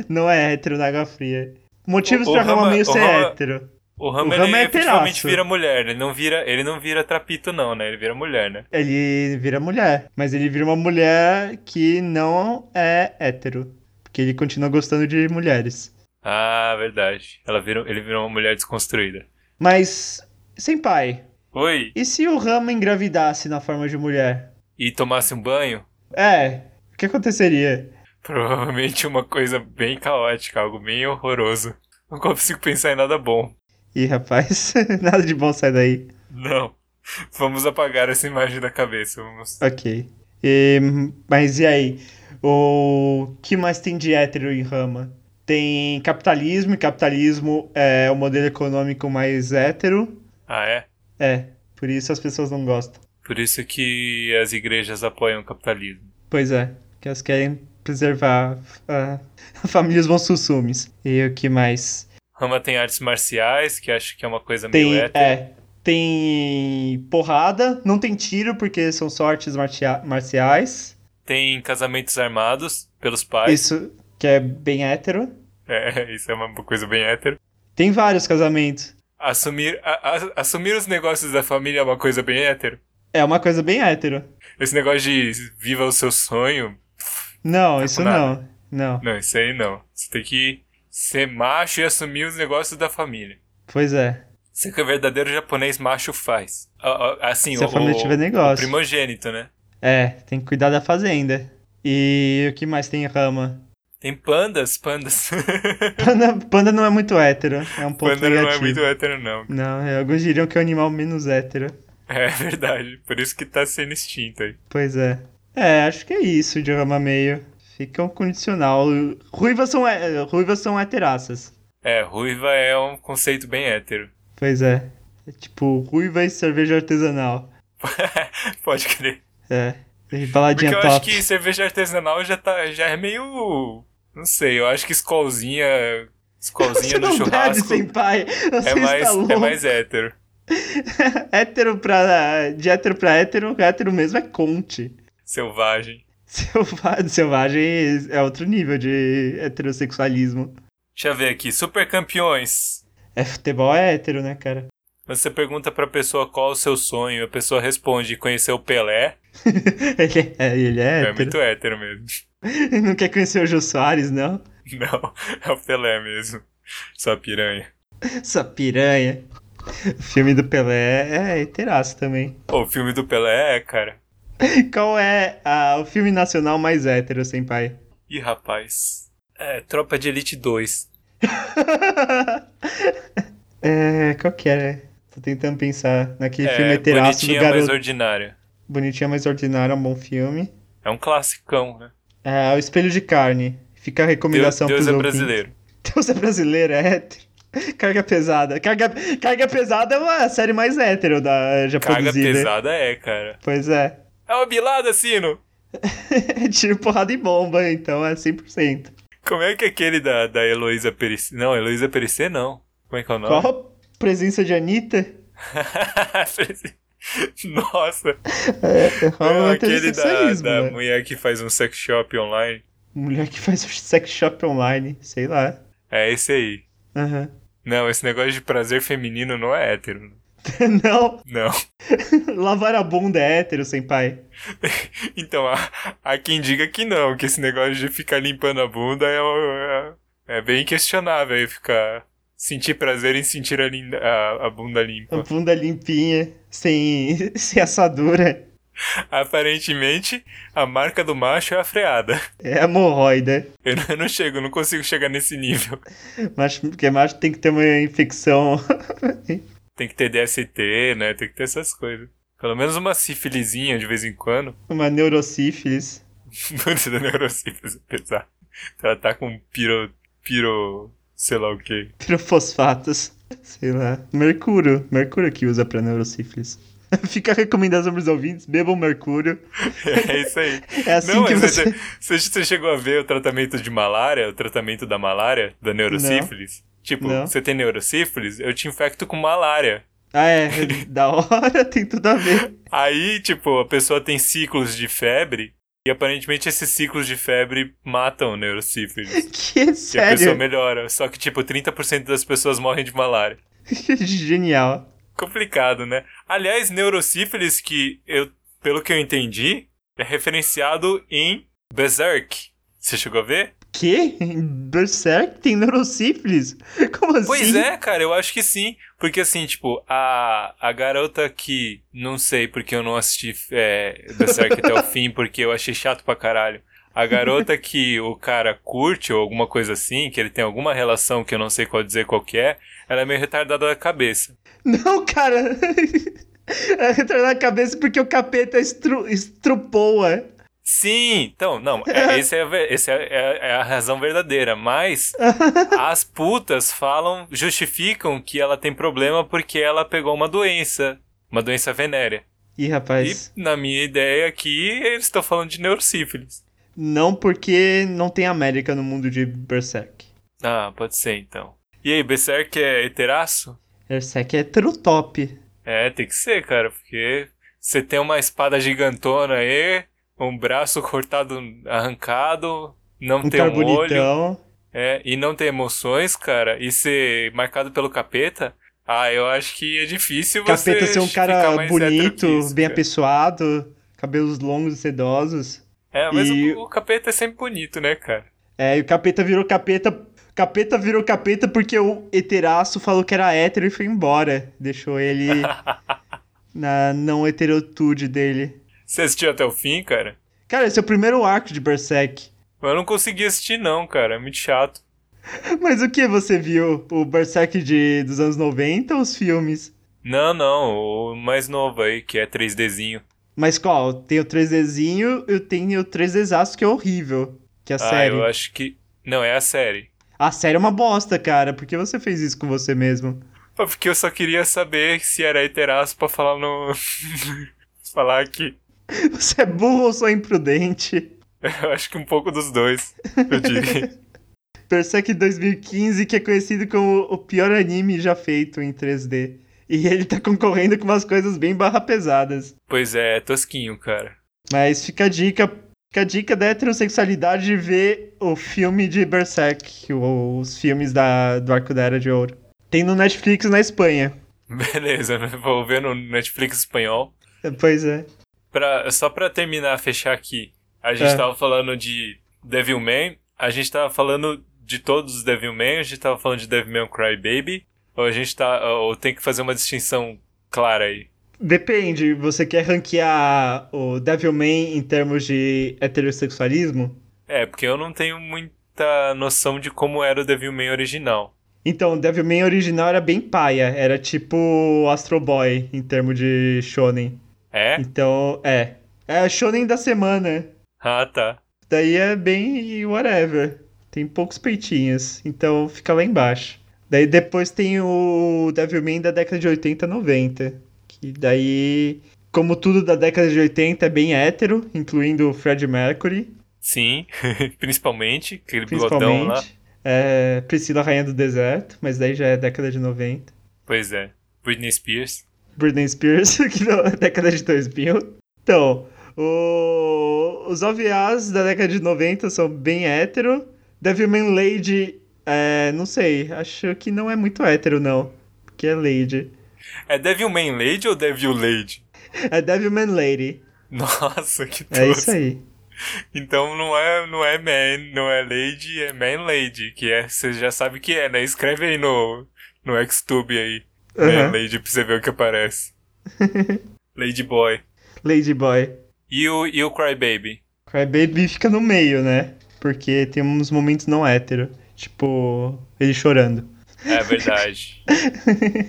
Speaker 1: Não é hétero na água fria. Motivos
Speaker 2: O- o
Speaker 1: pra rama
Speaker 2: Rama-
Speaker 1: meio
Speaker 2: o
Speaker 1: ser
Speaker 2: Rama-
Speaker 1: é hétero.
Speaker 2: O Rama,
Speaker 1: O Rama
Speaker 2: ele
Speaker 1: é
Speaker 2: efetivamente
Speaker 1: heteraço.
Speaker 2: vira mulher, ele não vira, ele não vira trapito não, né? Ele vira mulher, né?
Speaker 1: Ele vira mulher. Mas ele vira uma mulher que não é hétero. Porque ele continua gostando de mulheres.
Speaker 2: Ah, verdade. Ela vira, ele vira uma mulher desconstruída.
Speaker 1: Mas, sem pai,
Speaker 2: Oi,
Speaker 1: e se o rama engravidasse na forma de mulher?
Speaker 2: e tomasse um banho?
Speaker 1: É, o que aconteceria?
Speaker 2: Provavelmente uma coisa bem caótica, algo bem horroroso. Não consigo pensar em nada bom.
Speaker 1: Ih, rapaz, nada de bom sai daí.
Speaker 2: Não. Vamos apagar essa imagem da cabeça. Vamos.
Speaker 1: Ok. E, mas e aí? O que mais tem de hétero em rama? Tem capitalismo, e capitalismo é o modelo econômico mais hétero.
Speaker 2: Ah, é?
Speaker 1: É, por isso as pessoas não gostam.
Speaker 2: Por isso que as igrejas apoiam o capitalismo.
Speaker 1: Pois é, que elas querem preservar a, a família dos bons sussumes. E o que mais?
Speaker 2: Rama tem artes marciais, que acho que é uma coisa
Speaker 1: Tem,
Speaker 2: meio hétero.
Speaker 1: é, tem porrada, não tem tiro porque são só artes marcia- marciais.
Speaker 2: Tem casamentos armados pelos pais.
Speaker 1: Isso que é bem hétero.
Speaker 2: É, isso é uma coisa bem hétero.
Speaker 1: Tem vários casamentos.
Speaker 2: Assumir, a- a- assumir os negócios da família é uma coisa bem hétero.
Speaker 1: É uma coisa bem hétero.
Speaker 2: Esse negócio de viva o seu sonho,
Speaker 1: Não, isso
Speaker 2: nada.
Speaker 1: não. Não.
Speaker 2: não, isso aí não. Você tem que ser macho e assumir os negócios da família.
Speaker 1: Pois é.
Speaker 2: Isso é o que o verdadeiro japonês macho faz. A- a- Assim,
Speaker 1: Se
Speaker 2: o,
Speaker 1: a família
Speaker 2: o-
Speaker 1: tiver
Speaker 2: o
Speaker 1: negócio.
Speaker 2: primogênito, né?
Speaker 1: É, tem que cuidar da fazenda. E o que mais tem em rama?
Speaker 2: Tem pandas, pandas.
Speaker 1: Panda, panda não é muito hétero. É um ponto
Speaker 2: Panda não é
Speaker 1: negativo.
Speaker 2: muito hétero, não.
Speaker 1: Não, é, alguns diriam que é o animal menos hétero.
Speaker 2: É verdade. Por isso que tá sendo extinto aí.
Speaker 1: Pois é. É, acho que é isso de rama meio. Fica um condicional. Ruivas são, hé- ruivas são heteraças.
Speaker 2: É, ruiva é um conceito bem hétero.
Speaker 1: Pois é. É tipo, ruiva e cerveja artesanal.
Speaker 2: Pode crer.
Speaker 1: É. E
Speaker 2: Porque
Speaker 1: baladinha
Speaker 2: eu acho
Speaker 1: top.
Speaker 2: que cerveja artesanal já, tá, já é meio. Não sei, eu acho que escolzinha.
Speaker 1: Você
Speaker 2: Escolzinha no
Speaker 1: não bebe
Speaker 2: churrasco
Speaker 1: sem pai. Você
Speaker 2: é, mais,
Speaker 1: está louco.
Speaker 2: é mais hétero.
Speaker 1: hétero pra. De hétero pra hétero, hétero mesmo é conte.
Speaker 2: Selvagem.
Speaker 1: Selvagem, selvagem é outro nível de heterossexualismo.
Speaker 2: Deixa eu ver aqui. Super campeões.
Speaker 1: É futebol é hétero, né, cara?
Speaker 2: Você pergunta pra pessoa qual o seu sonho, a pessoa responde conhecer o Pelé.
Speaker 1: ele é, ele é,
Speaker 2: É
Speaker 1: hétero.
Speaker 2: muito hétero mesmo.
Speaker 1: Ele não quer conhecer o Jô Soares, não?
Speaker 2: Não, é o Pelé mesmo. Só piranha.
Speaker 1: Essa piranha. O filme do Pelé é heteraço também.
Speaker 2: Pô, o filme do Pelé é, cara.
Speaker 1: Qual é a- o filme nacional mais hétero, sem pai?
Speaker 2: Ih, rapaz. É, Tropa de Elite 2.
Speaker 1: é, qual que era? Tô tentando pensar naquele filme
Speaker 2: É,
Speaker 1: heteraço do
Speaker 2: bonitinha,
Speaker 1: garoto.
Speaker 2: mas ordinária.
Speaker 1: Bonitinha, mas ordinária, é um bom filme.
Speaker 2: É um classicão, né?
Speaker 1: É, o Espelho de Carne. Fica a
Speaker 2: Deus,
Speaker 1: recomendação
Speaker 2: Deus
Speaker 1: pros
Speaker 2: é
Speaker 1: ouvintes.
Speaker 2: brasileiro.
Speaker 1: Deus é brasileiro, é hétero. Carga pesada. Carga, Carga pesada é uma série mais hétero da, já
Speaker 2: Carga
Speaker 1: produzida.
Speaker 2: pesada é, cara.
Speaker 1: Pois é.
Speaker 2: É uma bilada, Sino!
Speaker 1: Tiro, porrada e bomba, então é 100%.
Speaker 2: Como é que é aquele da, da Heloísa Perissé? Não, Heloísa Perissé não. Como é que é o nome?
Speaker 1: Qual a presença de Anitta?
Speaker 2: Nossa,
Speaker 1: É, rola um
Speaker 2: aquele da,
Speaker 1: heterossexualismo,
Speaker 2: da
Speaker 1: né?
Speaker 2: mulher que faz um sex shop online.
Speaker 1: Mulher que faz sex shop online, sei lá.
Speaker 2: É esse aí.
Speaker 1: Aham.
Speaker 2: Não, esse negócio de prazer feminino não é hétero.
Speaker 1: Não,
Speaker 2: Não.
Speaker 1: lavar a bunda é hétero, sem pai.
Speaker 2: Então, há, há quem diga que não, que esse negócio de ficar limpando a bunda é, o- é, é bem questionável aí ficar. Sentir prazer em sentir a, linda- a- a bunda
Speaker 1: A
Speaker 2: limpa.
Speaker 1: bunda limpinha, sem, sem assadura.
Speaker 2: Aparentemente, a marca do macho é a freada.
Speaker 1: É hemorroida.
Speaker 2: Eu não, eu não chego, eu não consigo chegar nesse nível.
Speaker 1: Macho, porque macho tem que ter uma infecção.
Speaker 2: Tem que ter DST, né? Tem que ter essas coisas. Pelo menos uma sífilizinha de vez em quando.
Speaker 1: Uma neurosífilis.
Speaker 2: Putz, da neurocífase, pesar. Tratar tá com piro. piro. sei lá o quê.
Speaker 1: Pirofosfatos. Sei lá. Mercúrio. Mercúrio que usa pra neurosífilis. Fica a recomendação pros ouvintes: bebam mercúrio.
Speaker 2: É isso aí.
Speaker 1: É assim
Speaker 2: não,
Speaker 1: que
Speaker 2: mas
Speaker 1: você.
Speaker 2: você... você- você chegou a ver o tratamento de malária, o tratamento da malária, da neurocífilis? Tipo,
Speaker 1: Não.
Speaker 2: você tem neurocífilis, eu te infecto com malária.
Speaker 1: Ah, é. da hora, tem tudo a ver.
Speaker 2: Aí, tipo, a pessoa tem ciclos de febre, e aparentemente esses ciclos de febre matam o neurocífilis.
Speaker 1: Que
Speaker 2: Que a pessoa
Speaker 1: sério.
Speaker 2: melhora. Só que, tipo, 30% das pessoas morrem de malária.
Speaker 1: Genial.
Speaker 2: Complicado, né? Aliás, neurocífilis, que eu, pelo que eu entendi, é referenciado em Berserk. Você chegou a ver?
Speaker 1: Que? Berserk tem neurosífilis? Como assim?
Speaker 2: Pois é, cara, eu acho que sim. Porque assim, tipo, a, a garota que. Não sei porque eu não assisti é, Berserk até o fim, porque eu achei chato pra caralho. A garota que o cara curte, ou alguma coisa assim, que ele tem alguma relação que eu não sei qual dizer qual que é, ela é meio retardada da cabeça.
Speaker 1: Não, cara. É retornar a cabeça porque o capeta estru... estrupou-a.
Speaker 2: Sim, então, não, é, esse é, a ver- esse é, é- é a razão verdadeira, mas as putas falam, justificam que ela tem problema porque ela pegou uma doença, uma doença venérea.
Speaker 1: Ih,
Speaker 2: E
Speaker 1: rapaz.
Speaker 2: na minha ideia aqui, eles estão falando de neurocífilis.
Speaker 1: Não porque não tem América no mundo de Berserk.
Speaker 2: Ah, pode ser então. E aí, Berserk é heteraço?
Speaker 1: Berserk é trutop.
Speaker 2: É, tem que ser, cara, porque você tem uma espada gigantona aí, um braço cortado, arrancado, não
Speaker 1: Um
Speaker 2: tem um olho.
Speaker 1: carbonitão.
Speaker 2: É, e não ter emoções, cara, e ser marcado pelo capeta, ah, eu acho que é difícil você
Speaker 1: Capeta ser um
Speaker 2: ficar
Speaker 1: cara
Speaker 2: mais hétero que
Speaker 1: bonito,
Speaker 2: isso,
Speaker 1: bem
Speaker 2: cara.
Speaker 1: apessoado, cabelos longos e sedosos.
Speaker 2: É, mas
Speaker 1: e-
Speaker 2: o, o capeta é sempre bonito, né, cara?
Speaker 1: É, e o capeta virou capeta. Capeta virou capeta porque o heteraço falou que era hétero e foi embora. Deixou ele na não heterotude dele.
Speaker 2: Você assistiu até o fim, cara?
Speaker 1: Cara, esse é o primeiro arco de Berserk.
Speaker 2: Eu não consegui assistir não, cara, é muito chato.
Speaker 1: Mas o que você viu? O Berserk de, dos anos 90 ou os filmes?
Speaker 2: Não, não, o mais novo aí, que é 3Dzinho.
Speaker 1: Mas qual? Tem o 3Dzinho eu tenho o 3Dzaço que é horrível. Que é a
Speaker 2: Ah,
Speaker 1: série.
Speaker 2: eu acho que... Não, é a série.
Speaker 1: A série é uma bosta, cara. Por que você fez isso com você mesmo?
Speaker 2: Pô, Porque eu só queria saber se era heteraço pra falar no... falar aqui.
Speaker 1: Você é burro ou só imprudente?
Speaker 2: Eu acho que um pouco dos dois, eu diria.
Speaker 1: Berserk 2015, que é conhecido como o pior anime já feito em 3D. E ele tá concorrendo com umas coisas bem barra pesadas.
Speaker 2: Pois é, é tosquinho, cara.
Speaker 1: Mas fica a dica, fica a dica da heterossexualidade de ver o filme de Berserk, o- os filmes da, do Arco da Era de Ouro. Tem no Netflix na Espanha.
Speaker 2: Beleza, né? vou ver no Netflix espanhol.
Speaker 1: Pois é.
Speaker 2: Pra, só pra terminar, fechar aqui. A gente
Speaker 1: É.
Speaker 2: tava falando de Devilman, a gente tava falando de todos os Devilman, a gente tava falando de Devilman Crybaby, ou a gente tá. Ou tem que fazer uma distinção clara aí.
Speaker 1: Depende, você quer ranquear o Devilman em termos de heterossexualismo?
Speaker 2: É, porque eu não tenho muita noção de como era o Devilman original.
Speaker 1: Então, o Devilman original era bem paia, era tipo Astro Boy em termos de shonen.
Speaker 2: É?
Speaker 1: Então, é. É shonen da semana.
Speaker 2: Ah, tá.
Speaker 1: Daí é bem whatever. Tem poucos peitinhos, então fica lá embaixo. Daí depois tem o Devilman da década de 80, 90. Que daí, como tudo da década de 80 é bem hétero, incluindo o Fred Mercury,
Speaker 2: Sim, principalmente, aquele bigodão lá.
Speaker 1: principalmente. É, Priscila Rainha do Deserto, mas daí já é década de 90.
Speaker 2: Pois é. Britney Spears.
Speaker 1: Britney Spears, que não, é década de 2000. Então, o- os OVAs da década de 90 são bem hétero. Devilman Lady, é, não sei, acho que não é muito hétero, não. Porque é Lady.
Speaker 2: É Devilman Lady ou Devil Lady?
Speaker 1: É Devilman Lady.
Speaker 2: Nossa, que
Speaker 1: É
Speaker 2: tosco.
Speaker 1: isso aí.
Speaker 2: Então não é, não é man, não é lady, é man lady, que é, você já sabe que é, né? Escreve aí no, no Xtube aí, man
Speaker 1: Uhum.
Speaker 2: É, lady, pra você ver o que aparece. lady boy.
Speaker 1: Lady Boy.
Speaker 2: E o, e o Crybaby?
Speaker 1: Crybaby fica no meio, né? Porque tem uns momentos não hétero. Tipo, ele chorando.
Speaker 2: É verdade.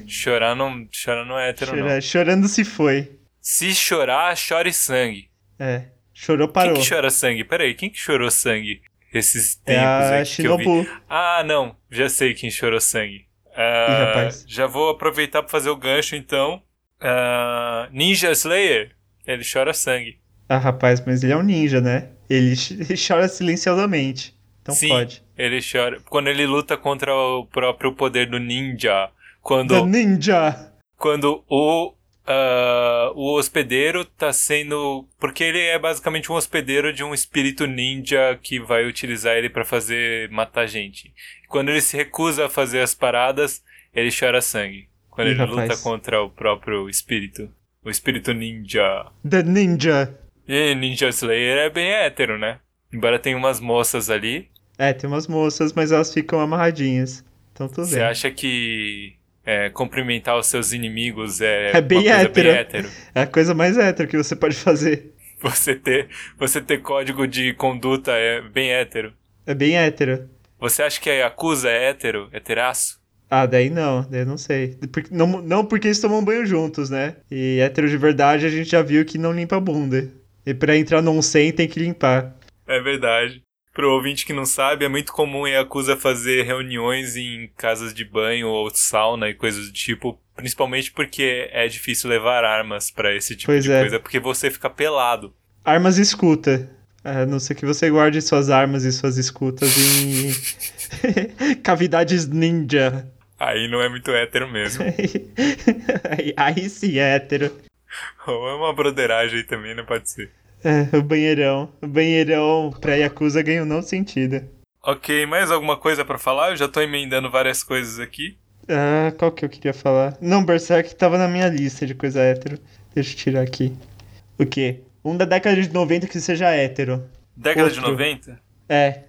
Speaker 2: chorar, não, chorar não é hétero, não.
Speaker 1: Chora- Chorando se foi.
Speaker 2: Se chorar, chore sangue.
Speaker 1: É. Chorou, parou.
Speaker 2: Quem que chora sangue? Peraí, quem que chorou sangue esses tempos
Speaker 1: é a
Speaker 2: aí que eu vi?
Speaker 1: Shinobu.
Speaker 2: Ah, não. Já sei quem chorou sangue.
Speaker 1: Ih,
Speaker 2: Ah,
Speaker 1: rapaz.
Speaker 2: Já vou aproveitar pra fazer o gancho, então. Ah, Ninja Slayer, ele chora sangue.
Speaker 1: Ah, rapaz, mas ele é um ninja, né? Ele ch- ele chora silenciosamente. Então
Speaker 2: Sim.
Speaker 1: pode.
Speaker 2: Ele chora quando ele luta contra o próprio poder do ninja.
Speaker 1: The
Speaker 2: Quando,
Speaker 1: ninja!
Speaker 2: quando o, ah, o hospedeiro tá sendo... Porque ele é basicamente um hospedeiro de um espírito ninja que vai utilizar ele pra fazer... matar gente. Quando ele se recusa a fazer as paradas, ele chora sangue. Quando
Speaker 1: Ih,
Speaker 2: ele luta
Speaker 1: rapaz.
Speaker 2: contra o próprio espírito. O espírito ninja.
Speaker 1: The ninja!
Speaker 2: E Ninja Slayer é bem hétero, né? Embora tenha umas moças ali,
Speaker 1: É, tem umas moças, mas elas ficam amarradinhas. Então tudo
Speaker 2: você
Speaker 1: bem.
Speaker 2: acha que é, cumprimentar os seus inimigos é,
Speaker 1: É bem
Speaker 2: uma coisa
Speaker 1: hétero.
Speaker 2: bem hétero?
Speaker 1: É a coisa mais hétero que você pode fazer.
Speaker 2: Você ter, você ter código de conduta é bem hétero.
Speaker 1: É bem hétero.
Speaker 2: Você acha que a Yakuza é hétero? É teraço?
Speaker 1: Ah, daí não, daí eu não sei. Por- não, não porque eles tomam banho juntos, né? E hétero de verdade a gente já viu que não limpa a bunda. E pra entrar num 100 tem que limpar.
Speaker 2: É verdade. Pro ouvinte que não sabe, é muito comum a Yakuza fazer reuniões em casas de banho ou sauna e coisas do tipo, principalmente porque é difícil levar armas pra esse tipo
Speaker 1: Pois
Speaker 2: de
Speaker 1: é.
Speaker 2: coisa, porque você fica pelado.
Speaker 1: Armas e escuta. A não ser que você guarde suas armas e suas escutas em cavidades ninja.
Speaker 2: Aí não é muito hétero mesmo.
Speaker 1: aí, aí sim é hétero.
Speaker 2: Ou é uma broderagem aí também, né? Pode ser.
Speaker 1: É, o banheirão. O banheirão pra Yakuza ganhou não sentido.
Speaker 2: Ok, mais alguma coisa pra falar? Eu já tô emendando várias coisas aqui.
Speaker 1: Ah, qual que eu queria falar? Não, Berserk tava na minha lista de coisa hétero. Deixa eu tirar aqui. O quê? Um da década de 90 que seja hétero.
Speaker 2: Década de
Speaker 1: Outro.
Speaker 2: 90?
Speaker 1: É.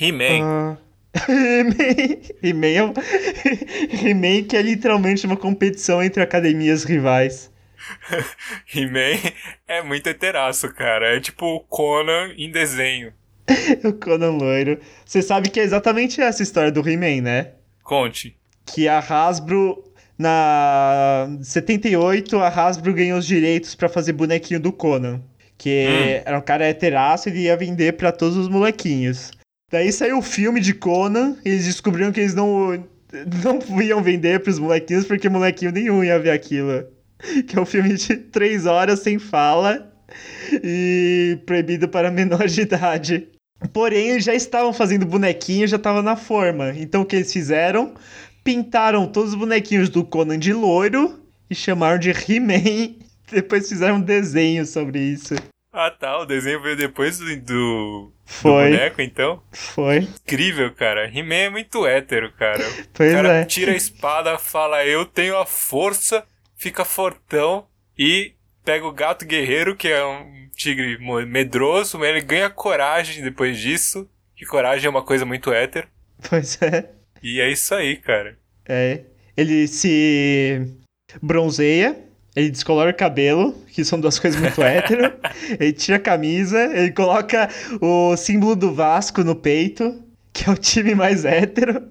Speaker 2: He-Man.
Speaker 1: Ah. He-Man. He-Man é um- He-Man que é literalmente uma competição entre academias rivais.
Speaker 2: He-Man é muito heteraço, cara. É tipo o Conan em desenho.
Speaker 1: O Conan Loiro. Você sabe que é exatamente essa a história do He-Man, né?
Speaker 2: Conte.
Speaker 1: que a Hasbro na 78 a Hasbro ganhou os direitos pra fazer bonequinho do Conan, que
Speaker 2: Hum.
Speaker 1: era um cara heteraço e ele ia vender pra todos os molequinhos. Daí saiu o filme de Conan, e eles descobriram que eles não não iam vender pros molequinhos porque molequinho nenhum ia ver aquilo. Que é um filme de três horas sem fala e proibido para menor de idade. Porém, eles já estavam fazendo bonequinho, já tava na forma. Então o que eles fizeram? Pintaram todos os bonequinhos do Conan de loiro e chamaram de He-Man. Depois fizeram um desenho sobre isso.
Speaker 2: Ah tá, o desenho veio depois do, do, do
Speaker 1: Foi,
Speaker 2: boneco, então.
Speaker 1: foi.
Speaker 2: Incrível, cara. He-Man é muito hétero, cara.
Speaker 1: Pois
Speaker 2: o cara
Speaker 1: é.
Speaker 2: tira a espada, fala eu tenho a força, fica fortão e pega o gato guerreiro, que é um tigre mo- medroso, mas ele ganha coragem depois disso. Que coragem é uma coisa muito hétero.
Speaker 1: Pois é.
Speaker 2: E é isso aí, cara.
Speaker 1: É. Ele se bronzeia, ele descolora o cabelo, que são duas coisas muito hétero. Ele tira a camisa, ele coloca o símbolo do Vasco no peito, que é o time mais hétero.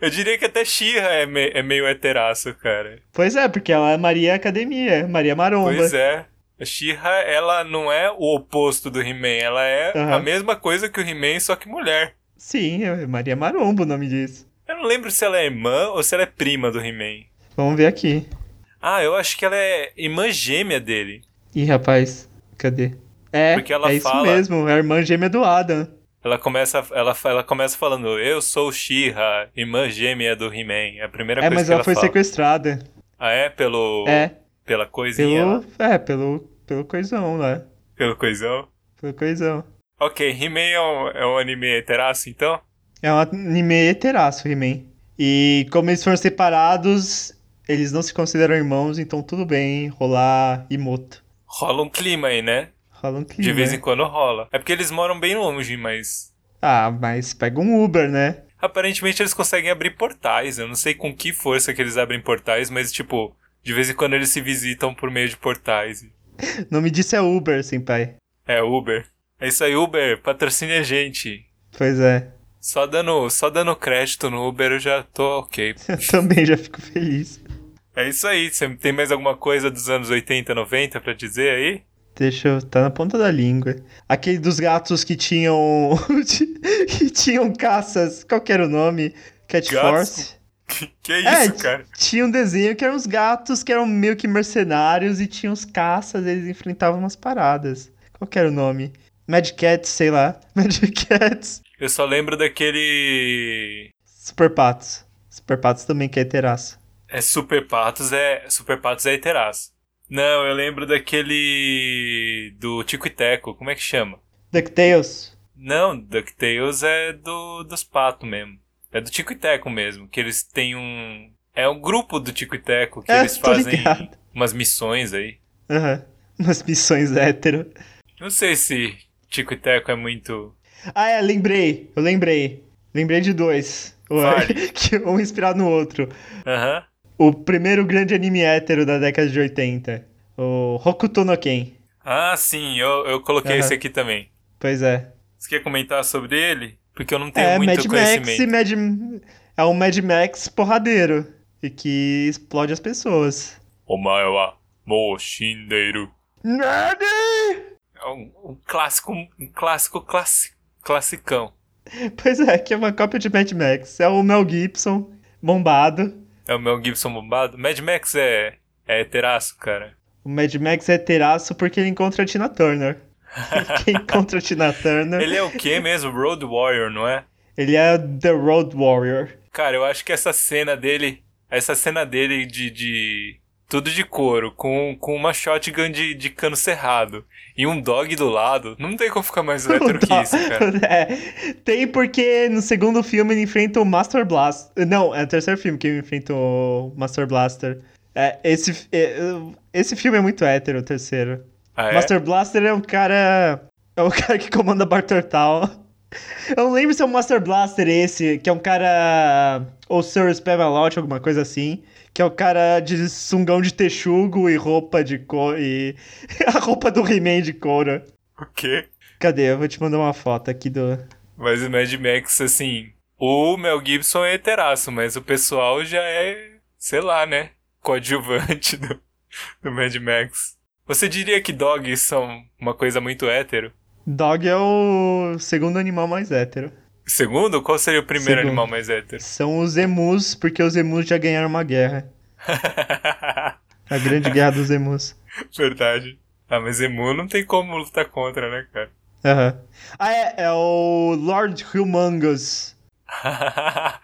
Speaker 2: Eu diria que até Xirra é, me- é meio heteraço, cara.
Speaker 1: Pois é, porque ela é Maria Academia, Maria Maromba.
Speaker 2: Pois é. A Xirra, ela não é o oposto do He-Man, ela é
Speaker 1: Aham.
Speaker 2: a mesma coisa que o He-Man, só que mulher.
Speaker 1: Sim, é Maria Maromba o nome disso.
Speaker 2: Eu não lembro se ela é irmã ou se ela é prima do He-Man.
Speaker 1: Vamos ver aqui.
Speaker 2: Ah, eu acho que ela é irmã gêmea dele.
Speaker 1: Ih, rapaz, cadê? É,
Speaker 2: Porque ela
Speaker 1: é isso
Speaker 2: fala-
Speaker 1: mesmo, é a irmã gêmea do Adam.
Speaker 2: Ela começa, ela, fa- ela começa falando, eu sou Xirra, irmã gêmea do He-Man. É a primeira
Speaker 1: É,
Speaker 2: coisa
Speaker 1: mas
Speaker 2: que
Speaker 1: ela
Speaker 2: ela,
Speaker 1: foi
Speaker 2: fala.
Speaker 1: sequestrada.
Speaker 2: Ah, é? Pelo,
Speaker 1: É,
Speaker 2: Pela coisinha lá?
Speaker 1: pelo, é pelo, pelo coisão lá.
Speaker 2: Pelo coisão?
Speaker 1: Pelo coisão.
Speaker 2: Ok, He-Man é um, é um anime heteraço, então?
Speaker 1: É um anime heteraço, He-Man. E como eles foram separados, eles não se consideram irmãos, então tudo bem rolar imoto.
Speaker 2: Rola um clima aí, né?
Speaker 1: Rola um clima.
Speaker 2: De vez
Speaker 1: né?
Speaker 2: em quando rola. É porque eles moram bem longe, mas...
Speaker 1: Ah, mas pega um Uber, né?
Speaker 2: Aparentemente eles conseguem abrir portais. Eu não sei com que força que eles abrem portais, mas tipo... De vez em quando eles se visitam por meio de portais.
Speaker 1: O nome disso é Uber, senpai.
Speaker 2: É, Uber. É isso aí, Uber. Patrocine a gente.
Speaker 1: Pois é.
Speaker 2: Só dando, só dando crédito no Uber eu já tô ok.
Speaker 1: Eu também já fico feliz.
Speaker 2: É isso aí. Você tem mais alguma coisa dos anos 80, 90 pra dizer aí?
Speaker 1: Deixa eu. Tá na ponta da língua. Aquele dos gatos que tinham. que tinham caças. Qual que era o nome? Cat
Speaker 2: Gatos
Speaker 1: Force?
Speaker 2: Que isso,
Speaker 1: É,
Speaker 2: cara?
Speaker 1: Tinha um desenho que eram os gatos que eram meio que mercenários e tinha os caças, eles enfrentavam umas paradas. Qual que era o nome? Mad Cats, sei lá. Mad Cats.
Speaker 2: Eu só lembro daquele.
Speaker 1: Super Patos. Super Patos também que é teraço.
Speaker 2: É Super Patos, é. Super Patos é Iteraz. Não, eu lembro daquele. Do Tico e Teco, como é que chama?
Speaker 1: DuckTales.
Speaker 2: Não, DuckTales é do, dos patos mesmo. É do Tico e Teco mesmo, que eles têm um. É um grupo do Tico e Teco que
Speaker 1: É,
Speaker 2: eles
Speaker 1: tô
Speaker 2: fazem
Speaker 1: ligado.
Speaker 2: umas missões aí.
Speaker 1: Aham. Umas missões hétero.
Speaker 2: Não sei se Tico e Teco é muito.
Speaker 1: Ah, é, lembrei. Eu lembrei. Lembrei de dois. O-
Speaker 2: Fale.
Speaker 1: que um inspirado no outro.
Speaker 2: Aham.
Speaker 1: O primeiro grande anime hétero da década de 80. O Hokuto no Ken.
Speaker 2: Ah, sim, eu, eu coloquei
Speaker 1: Aham.
Speaker 2: esse aqui também.
Speaker 1: Pois é.
Speaker 2: Você quer comentar sobre ele? Porque eu não tenho
Speaker 1: é,
Speaker 2: muito
Speaker 1: Mad Max
Speaker 2: conhecimento.
Speaker 1: e Mad... É um Mad Max porradeiro. E que explode as pessoas.
Speaker 2: O Maiwa Moshindeiro.
Speaker 1: Nerd!
Speaker 2: É um, um clássico, um clássico classi, classicão.
Speaker 1: Pois é, que é uma cópia de Mad Max. É o Mel Gibson, bombado.
Speaker 2: É o Mel Gibson bombado. Mad Max é, é heteraço, cara.
Speaker 1: O Mad Max é teraço porque ele encontra a Tina Turner. Quem encontra a Tina Turner, ele...
Speaker 2: Ele é o que mesmo? Road Warrior, não é?
Speaker 1: é The Road Warrior.
Speaker 2: Cara, eu acho que essa cena dele. Essa cena dele de. de- tudo de couro, com, com uma shotgun de, de cano cerrado e um dog do lado. Não tem como ficar mais hétero que isso, cara.
Speaker 1: É, tem porque no segundo filme ele enfrenta o Master Blaster. Não, é o terceiro filme que ele enfrenta o Master Blaster. É, esse, é, esse filme é muito hétero, o terceiro.
Speaker 2: Ah, é?
Speaker 1: Master Blaster é um cara. É o cara que comanda Bartortal. Eu não lembro se é o Master Blaster esse, que é um cara. Ou Sir Spamalot, alguma coisa assim. Que é o cara de sungão de texugo e roupa de couro. E a roupa do He-Man de couro.
Speaker 2: O quê?
Speaker 1: Cadê? Eu vou te mandar uma foto aqui do.
Speaker 2: Mas o Mad Max, assim. O Mel Gibson é heteraço, mas o pessoal já é. sei lá, né? Coadjuvante do, do Mad Max. Você diria que dogs são uma coisa muito hétero?
Speaker 1: Dog é o segundo animal mais hétero.
Speaker 2: Segundo? Qual seria o primeiro
Speaker 1: Segundo.
Speaker 2: animal mais hétero?
Speaker 1: São os emus, porque os emus já ganharam uma guerra. A grande guerra dos emus.
Speaker 2: Verdade. Ah, mas Emu não tem como lutar contra, né,
Speaker 1: Aham. Ah, é, é o Lord Humongous.
Speaker 2: cara?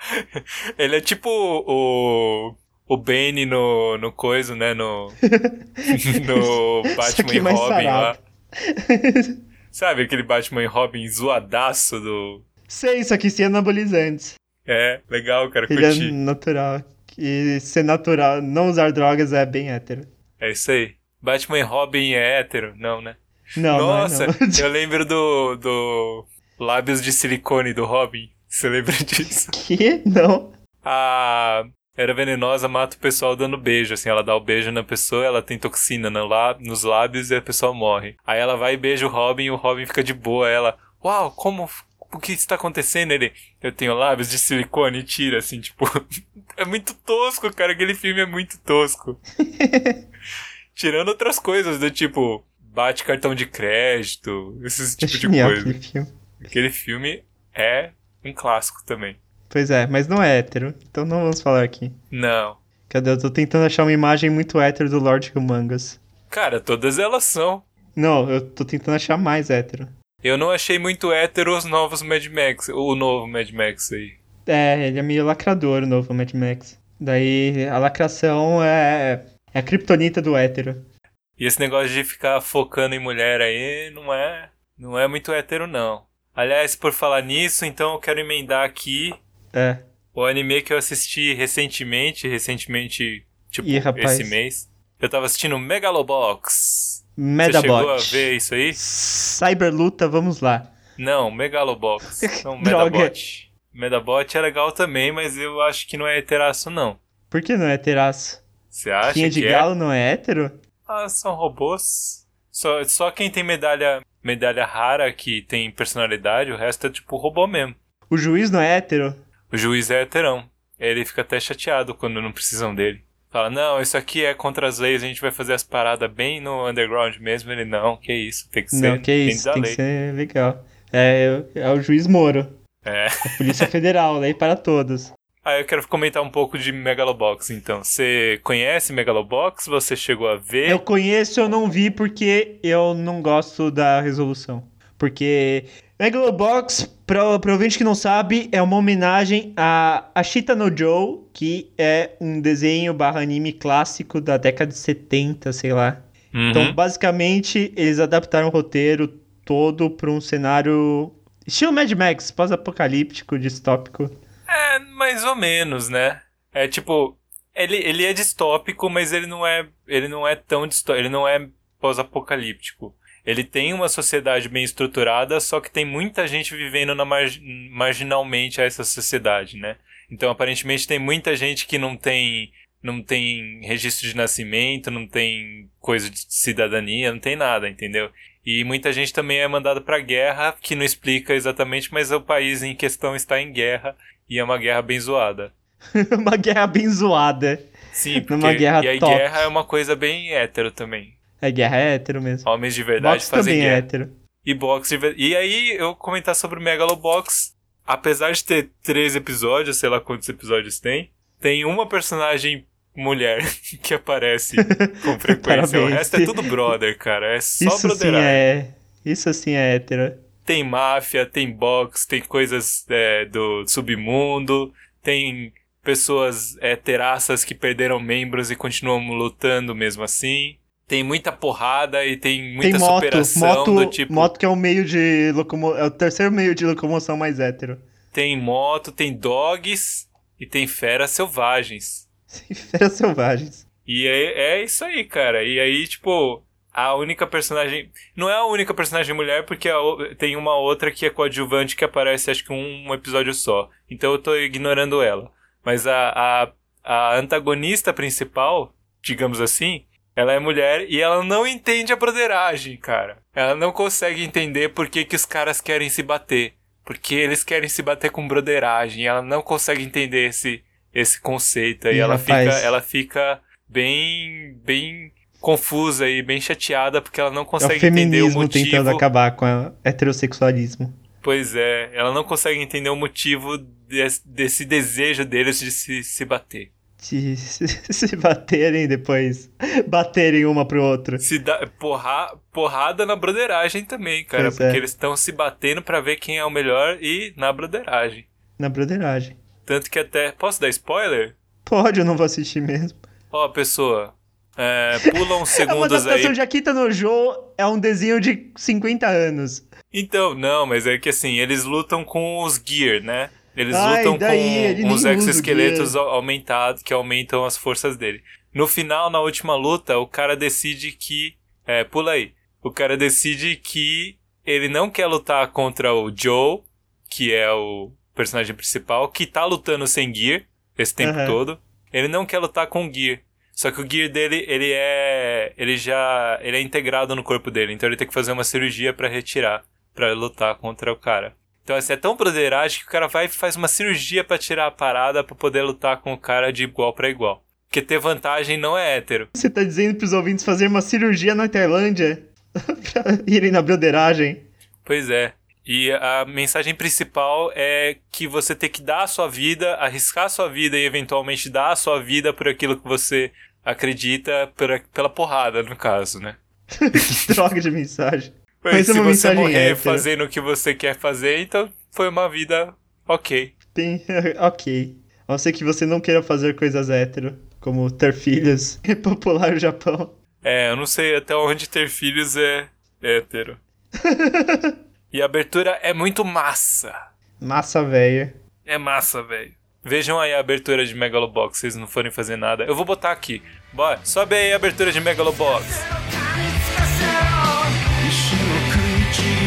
Speaker 2: Ele é tipo o. o Bane no, no coisa, né? No, no
Speaker 1: Só
Speaker 2: Batman
Speaker 1: que
Speaker 2: e
Speaker 1: mais
Speaker 2: Robin lá.
Speaker 1: sarado.
Speaker 2: Sabe aquele Batman e Robin zoadaço do...
Speaker 1: Sei, só que sem anabolizantes.
Speaker 2: É, legal, cara,
Speaker 1: Ele é
Speaker 2: curti.
Speaker 1: natural. E ser natural, não usar drogas é bem hétero.
Speaker 2: É isso aí. Batman e Robin é hétero? Não, né?
Speaker 1: Não,
Speaker 2: Nossa,
Speaker 1: não é, não.
Speaker 2: eu lembro do, do lábios de silicone do Robin. Você lembra disso?
Speaker 1: Que? Não.
Speaker 2: A era venenosa mata o pessoal dando beijo, assim, ela dá o beijo na pessoa, ela tem toxina no lá- nos lábios e a pessoa morre. Aí ela vai e beija o Robin e o Robin fica de boa, ela, uau, como o que está acontecendo? Ele, eu tenho lábios de silicone e tira, assim, tipo. é muito tosco, cara. Aquele filme é muito tosco. Tirando outras coisas, do tipo, bate cartão de crédito, esse
Speaker 1: É
Speaker 2: tipo de
Speaker 1: genial
Speaker 2: coisa.
Speaker 1: aquele filme.
Speaker 2: Aquele filme é um clássico também.
Speaker 1: Pois é, mas não é hétero. Então não vamos falar aqui.
Speaker 2: Não.
Speaker 1: Cadê? Eu tô tentando achar uma imagem muito hétero do Lord Humongous.
Speaker 2: Cara, todas elas são.
Speaker 1: Não, eu tô tentando achar mais hétero.
Speaker 2: Eu não achei muito hétero os novos Mad Max, o novo Mad Max aí.
Speaker 1: É, ele é meio lacrador, o novo Mad Max. Daí a lacração é, é a kriptonita do hétero.
Speaker 2: E esse negócio de ficar focando em mulher aí não é, não é muito hétero não. Aliás, por falar nisso, então eu quero emendar aqui
Speaker 1: É.
Speaker 2: o anime que eu assisti recentemente, recentemente, tipo,
Speaker 1: Ih, rapaz.
Speaker 2: esse mês. Eu tava assistindo Megalobox. Você chegou a
Speaker 1: Medabot.
Speaker 2: ver isso aí?
Speaker 1: Cyberluta, vamos lá.
Speaker 2: Não, Megalobox. Não,
Speaker 1: Droga.
Speaker 2: Medabot. Medabot é legal também, mas eu acho que não é heteraço não.
Speaker 1: Por que não é heteraço?
Speaker 2: Você acha
Speaker 1: Quinha de
Speaker 2: que é?
Speaker 1: galo não é hétero?
Speaker 2: Ah, são robôs. Só, só quem tem medalha medalha rara que tem personalidade, o resto é tipo robô mesmo.
Speaker 1: O juiz não é hétero?
Speaker 2: O juiz é heterão. Ele fica até chateado quando não precisam dele. Fala, não, isso aqui é contra as leis, a gente vai fazer as paradas bem no underground mesmo. Ele, não, que isso, tem que ser
Speaker 1: não, que
Speaker 2: dentro
Speaker 1: isso,
Speaker 2: da
Speaker 1: tem
Speaker 2: lei.
Speaker 1: que ser legal. É, é o juiz Moro.
Speaker 2: É.
Speaker 1: A Polícia Federal, lei para todos.
Speaker 2: Ah, eu quero comentar um pouco de Megalobox, então. Você conhece Megalobox? Você chegou a ver?
Speaker 1: Eu conheço, eu não vi porque eu não gosto da resolução. Porque Megalobox, pra, pra ouvinte que não sabe, é uma homenagem a Ashita no Joe, que é um desenho barra anime clássico da década de 70, sei lá.
Speaker 2: Uhum.
Speaker 1: Então, basicamente, eles adaptaram o roteiro todo pra um cenário estilo Mad Max, pós-apocalíptico, distópico.
Speaker 2: É, mais ou menos, né? É tipo, ele, ele é distópico, mas ele não é, ele não é tão distópico, ele não é pós-apocalíptico. Ele tem uma sociedade bem estruturada, só que tem muita gente vivendo na marg- marginalmente a essa sociedade, né? Então, aparentemente, tem muita gente que não tem, não tem registro de nascimento, não tem coisa de cidadania, não tem nada, entendeu? E muita gente também é mandada pra guerra, que não explica exatamente, mas o país em questão está em guerra. E é uma guerra bem zoada.
Speaker 1: uma guerra bem zoada.
Speaker 2: Sim, porque
Speaker 1: Numa É guerra
Speaker 2: e a
Speaker 1: top.
Speaker 2: guerra é uma coisa bem hétero também.
Speaker 1: É guerra é hétero mesmo.
Speaker 2: Homens de verdade
Speaker 1: Box
Speaker 2: fazem
Speaker 1: também é
Speaker 2: guerra.
Speaker 1: hétero.
Speaker 2: E boxe de ver- E aí eu comentar sobre o Megalobox, apesar de ter três episódios, sei lá quantos episódios tem, tem uma personagem mulher que aparece com frequência. o
Speaker 1: Parabéns.
Speaker 2: resto é tudo brother, cara. É só
Speaker 1: Isso sim
Speaker 2: brotheragem.
Speaker 1: é. Isso sim é hétero.
Speaker 2: tem máfia, tem boxe, tem coisas é, do submundo, tem pessoas é, teraças que perderam membros e continuam lutando mesmo assim. Tem muita porrada e tem
Speaker 1: Tem
Speaker 2: muita
Speaker 1: moto,
Speaker 2: superação do
Speaker 1: moto,
Speaker 2: tipo.
Speaker 1: moto que é o meio de locomo... é o terceiro meio de locomoção mais hétero.
Speaker 2: Tem moto, tem dogs e tem feras selvagens.
Speaker 1: Sem feras selvagens.
Speaker 2: E é, é isso aí, cara. E aí, tipo, a única personagem. Não é a única personagem mulher, porque a o- tem uma outra que é coadjuvante que aparece, acho que um episódio só. Então eu tô ignorando ela. Mas a, a, a antagonista principal, digamos assim, ela é mulher e ela não entende a broderagem, cara. Ela não consegue entender por que, que os caras querem se bater. Porque eles querem se bater com broderagem. Ela não consegue entender esse, esse conceito. E
Speaker 1: Ih,
Speaker 2: ela fica,
Speaker 1: rapaz.
Speaker 2: ela fica bem, bem confusa e bem chateada porque ela não
Speaker 1: É o
Speaker 2: consegue entender o
Speaker 1: feminismo tentando
Speaker 2: motivo.
Speaker 1: acabar com o heterossexualismo.
Speaker 2: Pois é, ela não consegue entender o motivo des- desse desejo deles de se, se bater.
Speaker 1: De se se baterem depois. Baterem uma pro outro.
Speaker 2: Se dá porra, porrada na broderagem também, cara.
Speaker 1: Pois é.
Speaker 2: porque eles estão se batendo pra ver quem é o melhor e na broderagem.
Speaker 1: Na broderagem.
Speaker 2: Tanto que até. Posso dar spoiler?
Speaker 1: Pode, eu não vou assistir mesmo.
Speaker 2: Ó, pessoa, é, pula uns
Speaker 1: É uma
Speaker 2: segundos aí.
Speaker 1: adaptação de Akita no Joe, é um desenho de 50 anos.
Speaker 2: Então, não, mas é que assim, eles lutam com os gear, né? Eles
Speaker 1: Ai,
Speaker 2: lutam
Speaker 1: daí, ele
Speaker 2: com
Speaker 1: nem
Speaker 2: os
Speaker 1: usa o
Speaker 2: exoesqueletos au- aumentados, que aumentam as forças dele. No final, na última luta, o cara decide que. É, pula aí. O cara decide que ele não quer lutar contra o Joe, que é o personagem principal, que tá lutando sem gear esse tempo
Speaker 1: Aham.
Speaker 2: todo. Ele não quer lutar com o gear. Só que o gear dele, ele é. Ele já. Ele é integrado no corpo dele. Então ele tem que fazer uma cirurgia pra retirar. pra lutar contra o cara. Então, assim, é tão broderagem que o cara vai e faz uma cirurgia pra tirar a parada pra poder lutar com o cara de igual pra igual. Porque ter vantagem não é hétero.
Speaker 1: Você tá dizendo pros ouvintes fazer uma cirurgia na Tailândia pra irem na broderagem?
Speaker 2: Pois é. E a mensagem principal é que você tem que dar a sua vida, arriscar a sua vida e eventualmente dar a sua vida por aquilo que você acredita, pela, pela porrada, no caso, né?
Speaker 1: que droga de mensagem.
Speaker 2: Mas,
Speaker 1: Mas é
Speaker 2: se
Speaker 1: uma
Speaker 2: você
Speaker 1: mensagem
Speaker 2: morrer
Speaker 1: hétero.
Speaker 2: fazendo o que você quer fazer, então foi uma vida ok.
Speaker 1: Tem. ok. A não ser que você não queira fazer coisas hétero, como ter filhos, é popular no Japão.
Speaker 2: É, eu não sei até onde ter filhos é hétero. e a abertura é muito massa.
Speaker 1: Massa velha.
Speaker 2: É massa, velho. Vejam aí a abertura de Megalobox, se vocês não forem fazer nada. Eu vou botar aqui. Bora, sobe aí a abertura de Megalobox.
Speaker 3: 「石を食い散る」「噛みつかせろ噛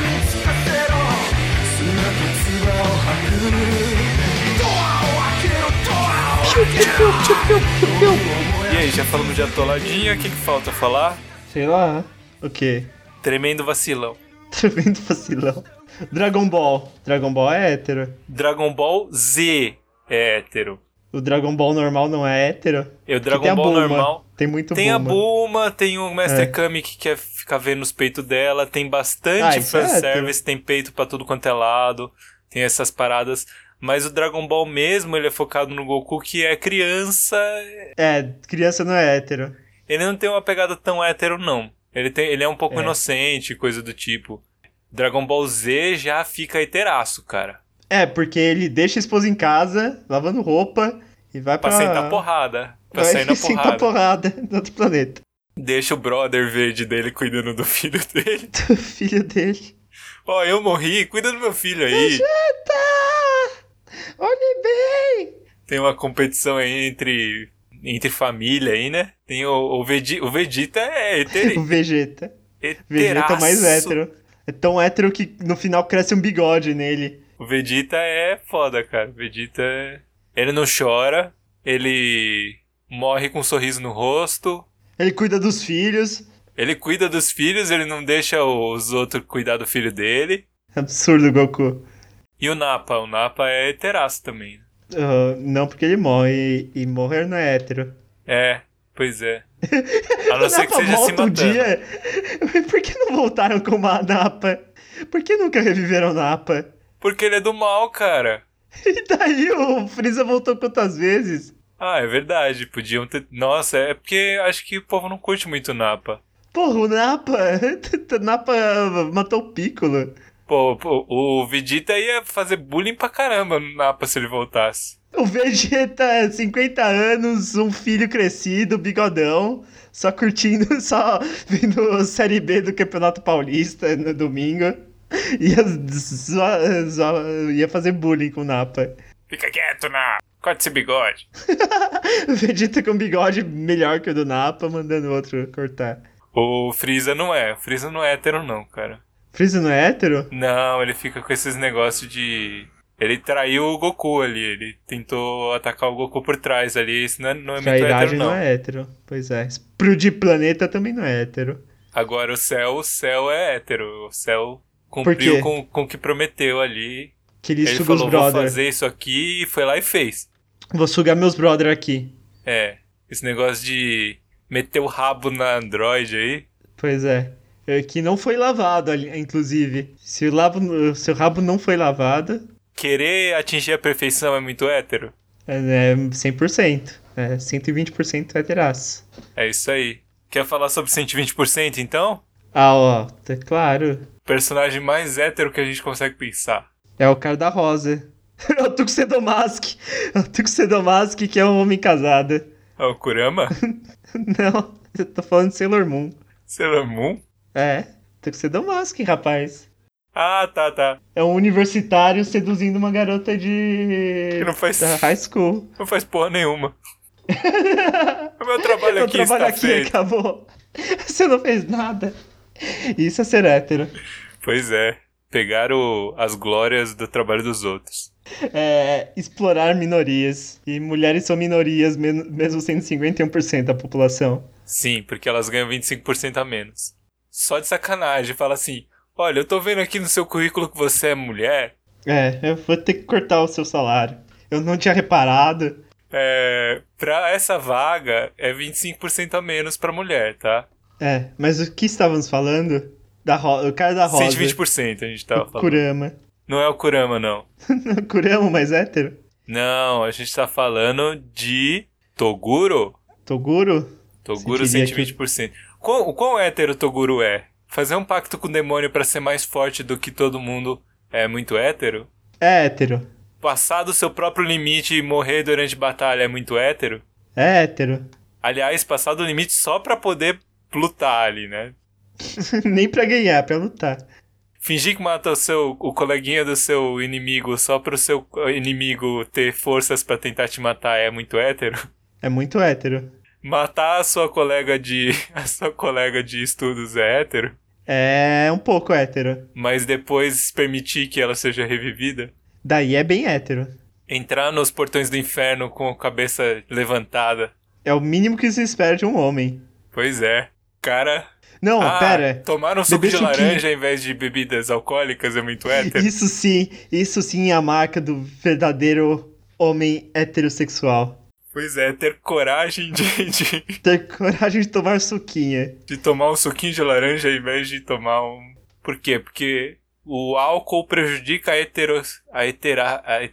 Speaker 3: みつかせろ」「砂と唾を吐く」「ドアを開けろドアを開けろ」
Speaker 2: E aí, já falamos de atoladinha, o que, que falta falar?
Speaker 1: Sei lá. né? O quê?
Speaker 2: Tremendo vacilão.
Speaker 1: Tremendo vacilão. Dragon Ball. Dragon Ball é hétero.
Speaker 2: Dragon Ball Z é hétero.
Speaker 1: O Dragon Ball normal não é hétero.
Speaker 2: E
Speaker 1: Porque tem
Speaker 2: o Dragon
Speaker 1: a
Speaker 2: Ball
Speaker 1: Bulma.
Speaker 2: normal
Speaker 1: Tem muito
Speaker 2: Tem
Speaker 1: Bulma.
Speaker 2: a Bulma, tem o Master
Speaker 1: É.
Speaker 2: Kami que quer ficar vendo os peitos dela, tem
Speaker 1: Ah,
Speaker 2: bastante
Speaker 1: isso é
Speaker 2: fanservice, tem peito pra tudo quanto é lado, tem essas paradas. Mas o Dragon Ball mesmo, ele é focado no Goku, que é criança.
Speaker 1: É, criança não é hétero.
Speaker 2: Ele não tem uma pegada tão hétero, não. Ele, tem, ele é um pouco
Speaker 1: É.
Speaker 2: inocente, coisa do tipo. Dragon Ball Z já fica heteraço, cara.
Speaker 1: É, porque ele deixa a esposa em casa, lavando roupa, e vai
Speaker 2: Pra
Speaker 1: pra...
Speaker 2: sentar porrada. Pra
Speaker 1: Ah. vai
Speaker 2: sair na
Speaker 1: sentar
Speaker 2: porrada.
Speaker 1: porrada do outro planeta.
Speaker 2: Deixa o brother verde dele cuidando do filho dele.
Speaker 1: Do filho dele.
Speaker 2: Ó, eu morri, cuida do meu filho aí.
Speaker 1: Eita! Olhe bem!
Speaker 2: tem uma competição aí entre, entre família aí, né? Tem o, o, Vegeta, o Vegeta é
Speaker 1: O
Speaker 2: heter,
Speaker 1: Vegeta. Vegeta é
Speaker 2: heteraço.
Speaker 1: o mais hétero. É tão hétero que no final cresce um bigode nele.
Speaker 2: O Vegeta é foda, cara. O Vegeta é... Ele não chora, ele morre com um sorriso no rosto,
Speaker 1: Ele cuida dos filhos.
Speaker 2: ele cuida dos filhos, ele não deixa os outros cuidar do filho dele.
Speaker 1: Absurdo, Goku.
Speaker 2: E o Napa, o Napa é heteraço também.
Speaker 1: Ah, não, porque ele morre. E morrer não é hétero.
Speaker 2: É, pois é. A não ser que
Speaker 1: Napa
Speaker 2: seja se
Speaker 1: volta um
Speaker 2: matando.
Speaker 1: dia. Por que não voltaram com uma Napa? Por que nunca reviveram Napa?
Speaker 2: Porque ele é do mal, cara.
Speaker 1: E daí o Freeza voltou quantas vezes?
Speaker 2: Ah, é verdade. Podiam ter. Nossa, é porque acho que o povo não curte muito o Napa.
Speaker 1: Porra, o Napa. o Napa matou o Piccolo.
Speaker 2: Pô, pô, o Vegeta ia fazer bullying pra caramba no Napa se ele voltasse.
Speaker 1: O Vegeta, 50 anos, um filho crescido, bigodão, só curtindo, só vendo a Série B do Campeonato Paulista no domingo. Ia, zoar- zoar- ia fazer bullying com o Napa.
Speaker 2: Fica quieto, Napa. Corta esse bigode.
Speaker 1: O Vegeta com um bigode melhor que o do Napa, mandando o outro cortar.
Speaker 2: O Freeza não é. O Freeza não é hétero, não, cara.
Speaker 1: Freeza não é hétero?
Speaker 2: Não, ele fica com esses negócios de. Ele traiu o Goku ali. Ele tentou atacar o Goku por trás ali. Isso não é, não é muito hétero,
Speaker 1: Trairagem
Speaker 2: não.
Speaker 1: não é hétero. Pois é. Explodir planeta também não é hétero.
Speaker 2: Agora o céu, o céu é hétero. O céu
Speaker 1: quê?
Speaker 2: cumpriu com, com o que prometeu ali.
Speaker 1: Que ele,
Speaker 2: Ele
Speaker 1: suga
Speaker 2: falou,
Speaker 1: os
Speaker 2: vou
Speaker 1: brother.
Speaker 2: fazer isso aqui e foi lá e fez.
Speaker 1: Vou sugar meus brother aqui.
Speaker 2: É, esse negócio de meter o rabo na Android aí.
Speaker 1: Pois é. É, Que não foi lavado, ali- inclusive. Se o, lavo, se o rabo não foi lavado,
Speaker 2: Querer atingir a perfeição é muito hétero.
Speaker 1: é é 100%. É 120% é terás.
Speaker 2: É isso aí. Quer falar sobre 120% então?
Speaker 1: Ah, ó. Tá claro.
Speaker 2: Personagem mais hétero que a gente consegue pensar.
Speaker 1: É o cara da rosa. É o Tuxedomask. É o Tuxedomask que é um homem casado.
Speaker 2: Ah, o Kurama?
Speaker 1: Não, eu tô falando de Sailor Moon.
Speaker 2: Sailor Moon?
Speaker 1: É, Tuxedomask, rapaz.
Speaker 2: Ah, tá, tá.
Speaker 1: É um universitário seduzindo uma garota de.
Speaker 2: Que não faz-
Speaker 1: da high school.
Speaker 2: Não faz porra nenhuma. o meu trabalho
Speaker 1: Eu
Speaker 2: aqui
Speaker 1: trabalho
Speaker 2: está
Speaker 1: aqui,
Speaker 2: feito.
Speaker 1: acabou. Você não fez nada. Isso é ser hétero.
Speaker 2: Pois é. Pegaram o- as glórias do trabalho dos outros.
Speaker 1: É explorar minorias. E mulheres são minorias, men- mesmo sendo 51% da população.
Speaker 2: Sim, porque elas ganham 25% a menos. Só de sacanagem, fala assim: olha, eu tô vendo aqui no seu currículo que você é mulher.
Speaker 1: É, eu vou ter que cortar o seu salário. Eu não tinha reparado.
Speaker 2: É, pra essa vaga é 25% a menos pra mulher, tá?
Speaker 1: É, mas o que estávamos falando? Da ro... O cara da rosa.
Speaker 2: 120% a gente tava
Speaker 1: o
Speaker 2: falando.
Speaker 1: Kurama.
Speaker 2: Não é o Kurama, não.
Speaker 1: Não, Kurama, mas é hétero?
Speaker 2: Não, a gente tá falando de Toguro.
Speaker 1: Toguro?
Speaker 2: Toguro
Speaker 1: Você diria
Speaker 2: 120%. Quão, o quão hétero Toguro é? Fazer um pacto com o demônio pra ser mais forte do que todo mundo é muito hétero?
Speaker 1: É hétero.
Speaker 2: Passar do seu próprio limite e morrer durante batalha é muito hétero?
Speaker 1: É hétero.
Speaker 2: Aliás, passar do limite só pra poder lutar ali, né?
Speaker 1: Nem pra ganhar, pra lutar.
Speaker 2: Fingir que mata o seu o coleguinha do seu inimigo só pro seu inimigo ter forças pra tentar te matar é muito hétero?
Speaker 1: É muito hétero.
Speaker 2: Matar a sua colega de a sua colega de estudos é hétero?
Speaker 1: É um pouco hétero.
Speaker 2: mas depois permitir que ela seja revivida.
Speaker 1: Daí é bem hétero.
Speaker 2: Entrar nos portões do inferno com a cabeça levantada.
Speaker 1: É o mínimo que se espera de um homem.
Speaker 2: Pois é. Cara.
Speaker 1: Não,
Speaker 2: ah,
Speaker 1: pera.
Speaker 2: Tomar um suco de
Speaker 1: Bebê suquinho.
Speaker 2: laranja em vez de bebidas alcoólicas é muito hétero.
Speaker 1: Isso sim, isso sim é a marca do verdadeiro homem heterossexual.
Speaker 2: Pois é, ter coragem de, de,
Speaker 1: Ter coragem de tomar suquinha.
Speaker 2: de tomar um suquinho de laranja em vez de tomar um. Por quê? Porque o álcool prejudica a heteros. a hetera. a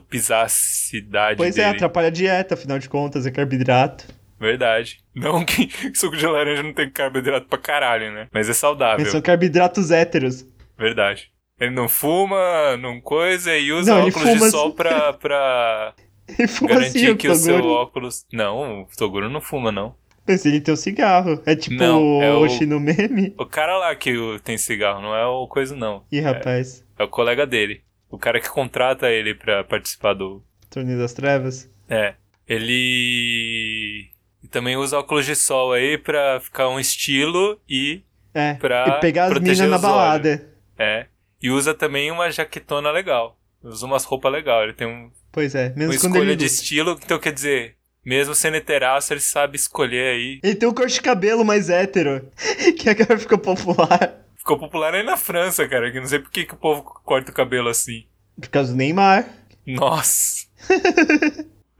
Speaker 2: heterestopizacidade
Speaker 1: Pois é,
Speaker 2: dele. Tá
Speaker 1: atrapalha a dieta, afinal de contas, é carboidrato.
Speaker 2: Verdade. Não que suco de laranja não tem carboidrato pra caralho, né? Mas é saudável.
Speaker 1: Mas são carboidratos héteros.
Speaker 2: Verdade. Ele não fuma, não coisa e usa
Speaker 1: Não, ele
Speaker 2: óculos de
Speaker 1: fuma
Speaker 2: sol
Speaker 1: assim.
Speaker 2: pra, pra
Speaker 1: E fuma
Speaker 2: garantir
Speaker 1: assim, o
Speaker 2: que o seu
Speaker 1: Toguro.
Speaker 2: óculos. Não, o Toguro não fuma, não.
Speaker 1: Mas ele tem um cigarro. É tipo
Speaker 2: Não, é
Speaker 1: o
Speaker 2: o-
Speaker 1: Oshi no meme.
Speaker 2: O cara lá que o- tem cigarro não é o coisa, não.
Speaker 1: Ih, rapaz,
Speaker 2: É o colega dele. O cara que contrata ele pra participar do.
Speaker 1: Torneio das Trevas.
Speaker 2: É. Ele. e Também usa óculos de sol aí pra ficar um estilo e.
Speaker 1: É,
Speaker 2: Pra
Speaker 1: e pegar as
Speaker 2: Ah, proteger
Speaker 1: minas na
Speaker 2: os olhos.
Speaker 1: balada.
Speaker 2: É. E usa também uma jaquetona legal. Usa umas roupas legais. Ele tem um,
Speaker 1: Pois é,
Speaker 2: uma
Speaker 1: menos quando
Speaker 2: escolha
Speaker 1: ele...
Speaker 2: de estilo, então quer dizer, mesmo sendo heteraço, ele sabe escolher aí.
Speaker 1: Ele tem um corte de cabelo mais hétero, que agora ficou popular.
Speaker 2: Ficou popular aí na França, cara, que eu não sei por que, que o povo corta o cabelo assim.
Speaker 1: Por causa do Neymar.
Speaker 2: Nossa!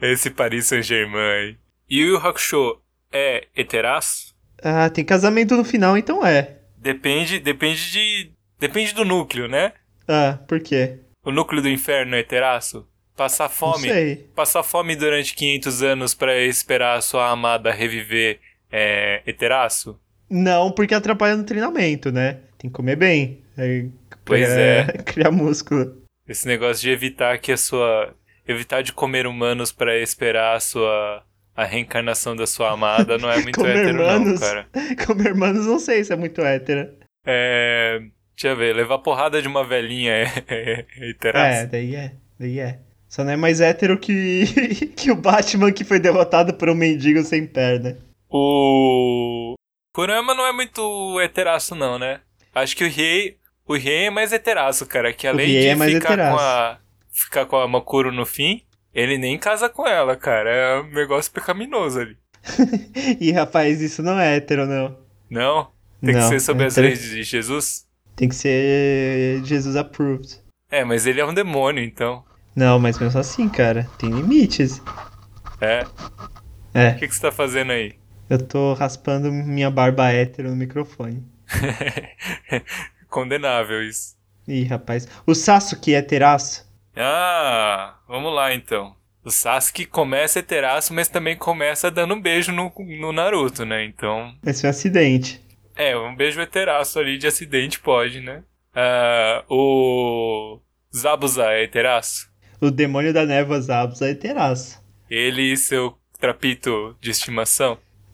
Speaker 2: Esse Paris Saint-Germain aí. E o Yu Hakusho é heteraço?
Speaker 1: Ah, tem casamento no final, então é.
Speaker 2: Depende, depende de... Depende do núcleo, né?
Speaker 1: Ah, por quê?
Speaker 2: O núcleo do inferno é heteraço? Passar fome?
Speaker 1: Não sei.
Speaker 2: Passar fome durante 500 anos pra esperar a sua amada reviver é heteraço?
Speaker 1: Não, porque atrapalha no treinamento, né? Tem que comer bem. É,
Speaker 2: Pois
Speaker 1: pra-
Speaker 2: é.
Speaker 1: Criar músculo.
Speaker 2: Esse negócio de evitar que a sua. Evitar de comer humanos pra esperar a sua. A reencarnação da sua amada não é muito
Speaker 1: Comer
Speaker 2: hétero,
Speaker 1: humanos?
Speaker 2: não, cara.
Speaker 1: Comer manos, não sei se é muito hétero.
Speaker 2: É. Deixa eu ver, levar porrada de uma velhinha é. é, é
Speaker 1: É,
Speaker 2: heteraço.
Speaker 1: daí é. Daí é. Só não é mais hétero que, que o Batman que foi derrotado por um mendigo sem perna.
Speaker 2: O. Kurama não é muito heteraço, não, né? Acho que o Riei. O Riei é mais heteraço, cara. Que além
Speaker 1: Riei
Speaker 2: de
Speaker 1: é mais
Speaker 2: ficar com
Speaker 1: heteraço.
Speaker 2: a. Ficar com a Makuro no fim, ele nem casa com ela, cara. É um negócio pecaminoso ali.
Speaker 1: Ih, rapaz, isso não é hétero, não.
Speaker 2: Não? Tem que
Speaker 1: Não,
Speaker 2: ser sob
Speaker 1: é
Speaker 2: as
Speaker 1: hétero.
Speaker 2: leis de Jesus?
Speaker 1: Tem que ser Jesus approved.
Speaker 2: É, mas ele é um demônio, então.
Speaker 1: Não, mas mesmo assim, cara, tem limites.
Speaker 2: É. O
Speaker 1: É,
Speaker 2: que, que você tá fazendo aí?
Speaker 1: eu tô raspando minha barba hétero no microfone.
Speaker 2: Condenável isso.
Speaker 1: Ih, rapaz. O Sasuke é teraço?
Speaker 2: Ah, vamos lá então. O Sasuke começa heteraço, mas também começa dando um beijo no, no Naruto, né? Então.
Speaker 1: Esse foi um acidente.
Speaker 2: É, um beijo heteraço ali de acidente pode, né? Ah, o. Zabuzai Teraço.
Speaker 1: O demônio da névoa Zabos é terás.
Speaker 2: Ele e seu trapito de estimação.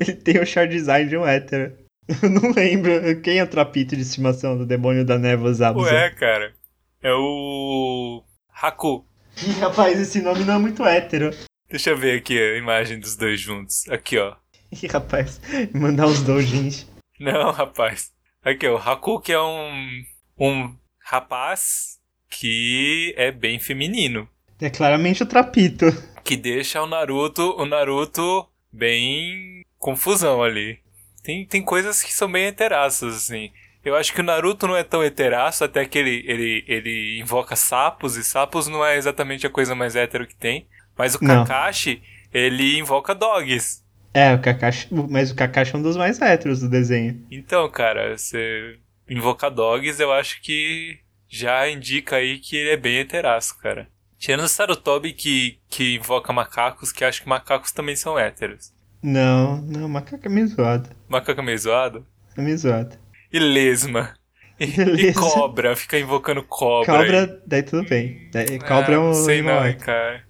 Speaker 1: Ele tem o char design de um hétero. Eu não lembro quem é o trapito de estimação do demônio da névoa Zabos.
Speaker 2: Ué, cara. É o. Haku.
Speaker 1: Ih, rapaz, esse nome não é muito hétero.
Speaker 2: Deixa eu ver aqui a imagem dos dois juntos. Aqui, ó.
Speaker 1: Ih, rapaz, mandar os doujins.
Speaker 2: Não, rapaz. Aqui, ó. O Haku, que é um. Um rapaz que é bem feminino.
Speaker 1: É claramente o trapito.
Speaker 2: Que deixa o Naruto. O Naruto bem. confusão ali. Tem, tem coisas que são bem heteraças, assim. Eu acho que o Naruto não é tão heteraço, até que ele, ele, ele invoca sapos, e sapos não é exatamente a coisa mais hétero que tem. Mas o
Speaker 1: Não.
Speaker 2: Kakashi, ele invoca dogs.
Speaker 1: É, o Kakashi. Mas o Kakashi é um dos mais héteros do desenho.
Speaker 2: Então, cara, você invocar dogs, eu acho que já indica aí que ele é bem heteraço, cara. Tirando o Sarutobi que, que invoca macacos, que acho que macacos também são héteros.
Speaker 1: Não, não, macaco é meio zoado.
Speaker 2: Macaco é meio zoado.
Speaker 1: É meio zoado.
Speaker 2: E lesma. E, e
Speaker 1: Lesma.
Speaker 2: cobra, fica invocando cobra.
Speaker 1: Cobra, daí tudo bem. Daí, cobra é um.
Speaker 2: não sei
Speaker 1: animal
Speaker 2: não, hein,
Speaker 1: hétero.
Speaker 2: cara.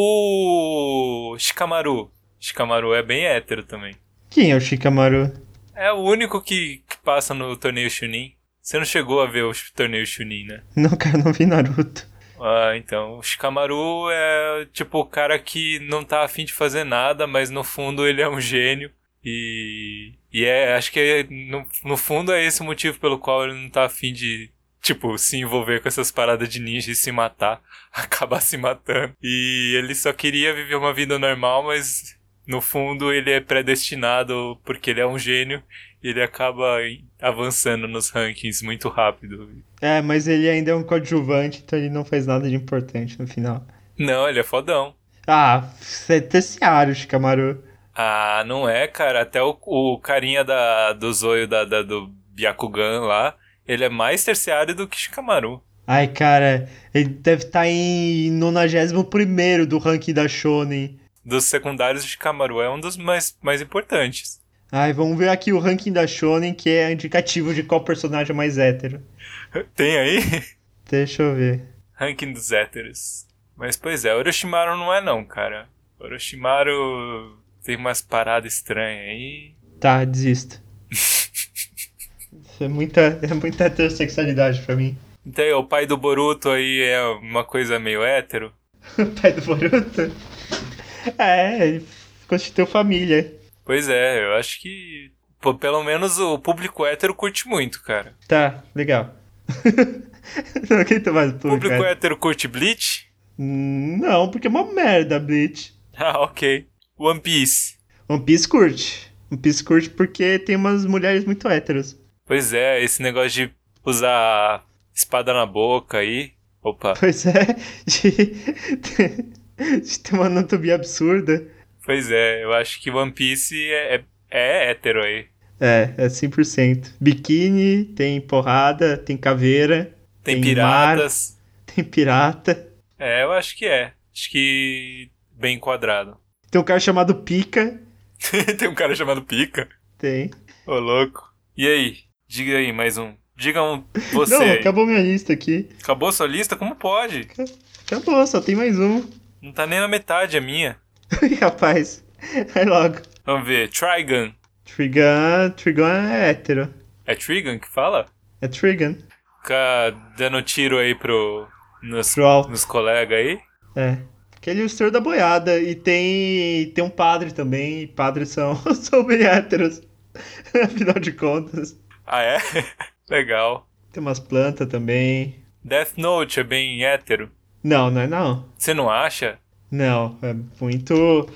Speaker 2: o Shikamaru. Shikamaru é bem hétero também.
Speaker 1: Quem é o Shikamaru?
Speaker 2: É o único que, que passa no torneio Chunin. Você não chegou a ver o torneio Chunin, né?
Speaker 1: Não, cara, não vi Naruto.
Speaker 2: Ah, então. O Shikamaru é tipo o cara que não tá afim de fazer nada, mas no fundo ele é um gênio. E. E é, acho que é- no, no fundo é esse o motivo pelo qual ele não tá afim de, tipo, se envolver com essas paradas de ninja e se matar, acabar se matando. E ele só queria viver uma vida normal, mas no fundo ele é predestinado porque ele é um gênio e ele acaba avançando nos rankings muito rápido.
Speaker 1: É, mas ele ainda é um coadjuvante, então ele não faz nada de importante no final.
Speaker 2: Não, ele é fodão.
Speaker 1: Ah, você é terciário, Shikamaru.
Speaker 2: Ah, não é, cara. Até o, o carinha da, do Zoio da, da- do Byakugan lá, ele é mais terciário do que Shikamaru.
Speaker 1: Ai, cara, ele deve estar em 91 do ranking da Shonen.
Speaker 2: Dos secundários, Shikamaru é um dos mais, mais importantes.
Speaker 1: Ai, vamos ver aqui o ranking da Shonen, que é indicativo de qual personagem é mais hétero.
Speaker 2: Tem aí?
Speaker 1: Deixa eu ver.
Speaker 2: Ranking dos héteros. Mas, pois é, Orochimaru não é não, cara. Orochimaru tem umas paradas estranhas aí.
Speaker 1: Tá, desisto. Isso é muita, é muita heterossexualidade pra mim.
Speaker 2: Então, o pai do Boruto aí é uma coisa meio hétero.
Speaker 1: O pai do Boruto? É, ele constituiu família.
Speaker 2: Pois é, eu acho que... pô, pelo menos o público hétero curte muito, cara.
Speaker 1: Tá, legal. não, quem tá mais
Speaker 2: O
Speaker 1: público?
Speaker 2: público
Speaker 1: é?
Speaker 2: hétero curte Bleach?
Speaker 1: Hum, Não, porque é uma merda, Bleach.
Speaker 2: Ah, ok. One Piece.
Speaker 1: One Piece curte. One Piece curte porque tem umas mulheres muito héteros.
Speaker 2: Pois é, esse negócio de usar espada na boca aí. Opa.
Speaker 1: Pois é, de, de ter uma anatomia absurda.
Speaker 2: Pois é, eu acho que One Piece é, é, é hétero aí.
Speaker 1: É, é 100%. Biquíni, tem porrada, tem caveira,
Speaker 2: Tem,
Speaker 1: Tem
Speaker 2: piratas.
Speaker 1: tem pirata.
Speaker 2: É, eu acho que é. Acho que bem enquadrado.
Speaker 1: Tem um cara chamado Pica.
Speaker 2: Tem um cara chamado Pica.
Speaker 1: Tem.
Speaker 2: Ô, louco. E aí? Diga aí mais um. Diga um você.
Speaker 1: Não,
Speaker 2: aí.
Speaker 1: acabou minha lista aqui.
Speaker 2: Acabou sua lista? Como pode?
Speaker 1: Acabou, só tem mais um.
Speaker 2: Não tá nem na metade a minha.
Speaker 1: Ih, Rapaz, vai logo.
Speaker 2: Vamos ver. Trigun.
Speaker 1: Trigun, Trigun é hétero.
Speaker 2: É Trigun que fala?
Speaker 1: É Trigun.
Speaker 2: ficar dando tiro aí pro. Nos,
Speaker 1: Pro alto.
Speaker 2: nos colegas aí.
Speaker 1: É. Que ele é o senhor da boiada. E tem, tem um padre também. E padres são, são bem héteros. Afinal de contas.
Speaker 2: Ah, é? Legal.
Speaker 1: Tem umas plantas também.
Speaker 2: Death Note é bem hétero.
Speaker 1: Não, não é não.
Speaker 2: Você não acha?
Speaker 1: Não, é muito.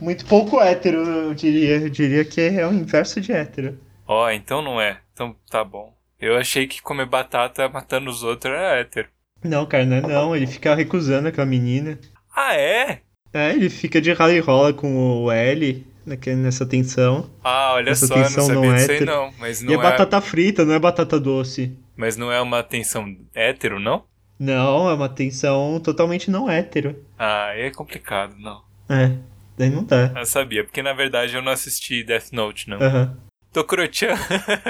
Speaker 1: Muito pouco hétero, eu diria. Eu diria que é o inverso de hétero.
Speaker 2: Ó, então não é. Então tá bom. Eu achei que comer batata matando os outros era hétero.
Speaker 1: Não, cara, não é não. Ele fica recusando aquela menina.
Speaker 2: Ah, é?
Speaker 1: É, ele fica de rala e rola com o L naque- nessa tensão.
Speaker 2: Ah, olha
Speaker 1: Essa
Speaker 2: só, eu não
Speaker 1: tensão não é
Speaker 2: sabia disso aí
Speaker 1: hétero.
Speaker 2: não. Mas
Speaker 1: e
Speaker 2: não,
Speaker 1: é
Speaker 2: é
Speaker 1: batata frita, não é batata doce.
Speaker 2: mas não é uma tensão hétero, não?
Speaker 1: Não, é uma tensão totalmente não hétero.
Speaker 2: Ah, aí é complicado, não.
Speaker 1: É, daí não dá.
Speaker 2: Eu sabia, porque na verdade eu não assisti Death Note, não.
Speaker 1: Aham.
Speaker 2: Tokuro-chan.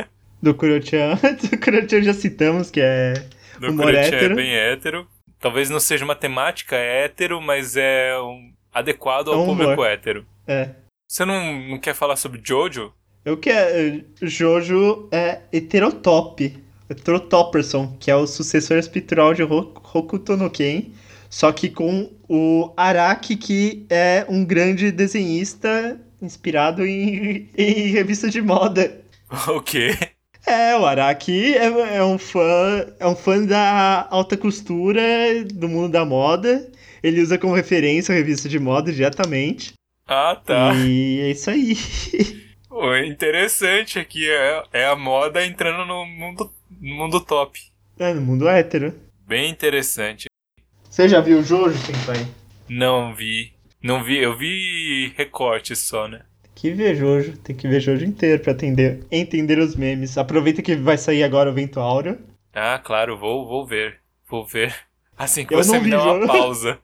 Speaker 1: Do Kurochan, do Kurochan já citamos que é
Speaker 2: No
Speaker 1: Humor
Speaker 2: Crute é
Speaker 1: hétero.
Speaker 2: bem hétero. Talvez não seja uma temática hétero, mas é um- adequado ao
Speaker 1: É um humor.
Speaker 2: público hétero.
Speaker 1: É.
Speaker 2: Você não, não quer falar sobre Jojo?
Speaker 1: Eu quero. é, eh, Jojo é heterotop. Heterotoperson, que é o sucessor espiritual de Ho- Hokuto no Ken. Só que com o Araki, que é um grande desenhista inspirado em, em revista de moda.
Speaker 2: O quê?
Speaker 1: É, o Araki é, é um fã, é um fã da alta costura do mundo da moda. Ele usa como referência a revista de moda diretamente.
Speaker 2: Ah, tá.
Speaker 1: E é isso aí.
Speaker 2: O interessante aqui é, é a moda entrando no mundo, no mundo top.
Speaker 1: É, no mundo hétero.
Speaker 2: Bem interessante.
Speaker 1: Você já viu o Jojo, Senpai?
Speaker 2: Não vi. Não vi, eu vi recortes só, né?
Speaker 1: Que ver Jojo, tem que ver Jojo inteiro pra entender, entender os memes. Aproveita que vai sair agora o Vento Áureo.
Speaker 2: Ah, claro, vou, vou ver. Vou ver. Assim que
Speaker 1: Eu
Speaker 2: você
Speaker 1: não
Speaker 2: me
Speaker 1: vi,
Speaker 2: der uma
Speaker 1: João.
Speaker 2: pausa.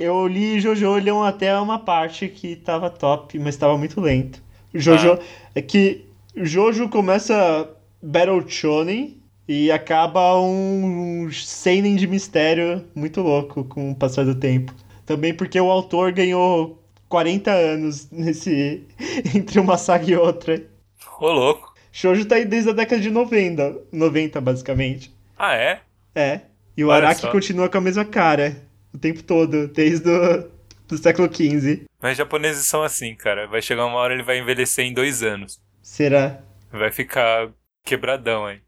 Speaker 1: Eu li Jojo Leon até uma parte que tava top, mas tava muito lento. Jojo. É que Jojo começa Battle Shonen e acaba um, um seinen de mistério muito louco com o passar do tempo. Também porque o autor ganhou 40 anos nesse entre uma saga e outra.
Speaker 2: Ô, louco.
Speaker 1: Shoujo tá aí desde a década de 90, 90 basicamente.
Speaker 2: Ah, é?
Speaker 1: É. E o
Speaker 2: Olha
Speaker 1: Araki
Speaker 2: só.
Speaker 1: continua com a mesma cara o tempo todo, desde o do século XV.
Speaker 2: Mas japoneses são assim, cara. Vai chegar uma hora ele vai envelhecer em dois anos.
Speaker 1: Será?
Speaker 2: Vai ficar quebradão aí.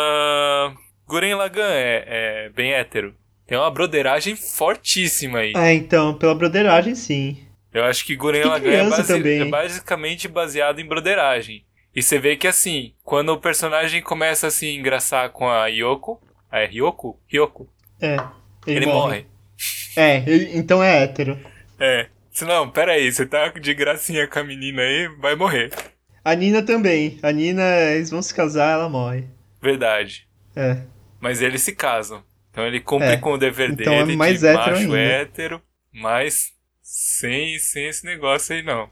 Speaker 2: Ahn. Guren Lagan é, é bem hétero. Tem uma broderagem fortíssima aí.
Speaker 1: Ah, então, pela broderagem, sim.
Speaker 2: Eu acho que Guren
Speaker 1: Tem
Speaker 2: Lagan é,
Speaker 1: criança
Speaker 2: base-
Speaker 1: também.
Speaker 2: é basicamente baseado em broderagem. E você vê que assim, quando o personagem começa a se engraçar com a Yoko. Ah, é Ryoko? Ryoko.
Speaker 1: É.
Speaker 2: Ele, morre.
Speaker 1: É, ele- então é hétero.
Speaker 2: É. Se não, pera aí, você tá de gracinha com a menina aí, vai morrer.
Speaker 1: A Nina também. A Nina, eles vão se casar, ela morre.
Speaker 2: Verdade.
Speaker 1: É.
Speaker 2: Mas eles se casam. Então ele cumpre
Speaker 1: É.
Speaker 2: com o dever
Speaker 1: Então é
Speaker 2: dele
Speaker 1: mais
Speaker 2: de
Speaker 1: hétero
Speaker 2: macho
Speaker 1: ainda.
Speaker 2: hétero, mas sem, sem esse negócio aí não.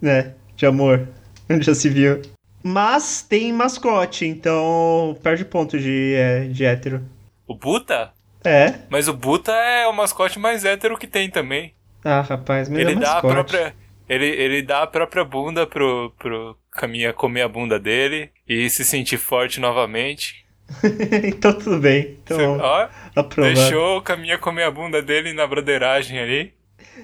Speaker 1: Né? De amor. Já se viu. Mas tem mascote, então perde ponto de, é, de hétero.
Speaker 2: O Buta?
Speaker 1: É.
Speaker 2: Mas o Buta é o mascote mais hétero que tem também.
Speaker 1: Ah, rapaz, mas
Speaker 2: ele
Speaker 1: é
Speaker 2: dá a
Speaker 1: mascote.
Speaker 2: própria. Ele, ele dá a própria bunda pro, pro Caminha comer a bunda dele e se sentir forte novamente.
Speaker 1: então tudo bem. Então,
Speaker 2: Ó,
Speaker 1: aprovado.
Speaker 2: deixou o Caminha comer a bunda dele na broderagem ali.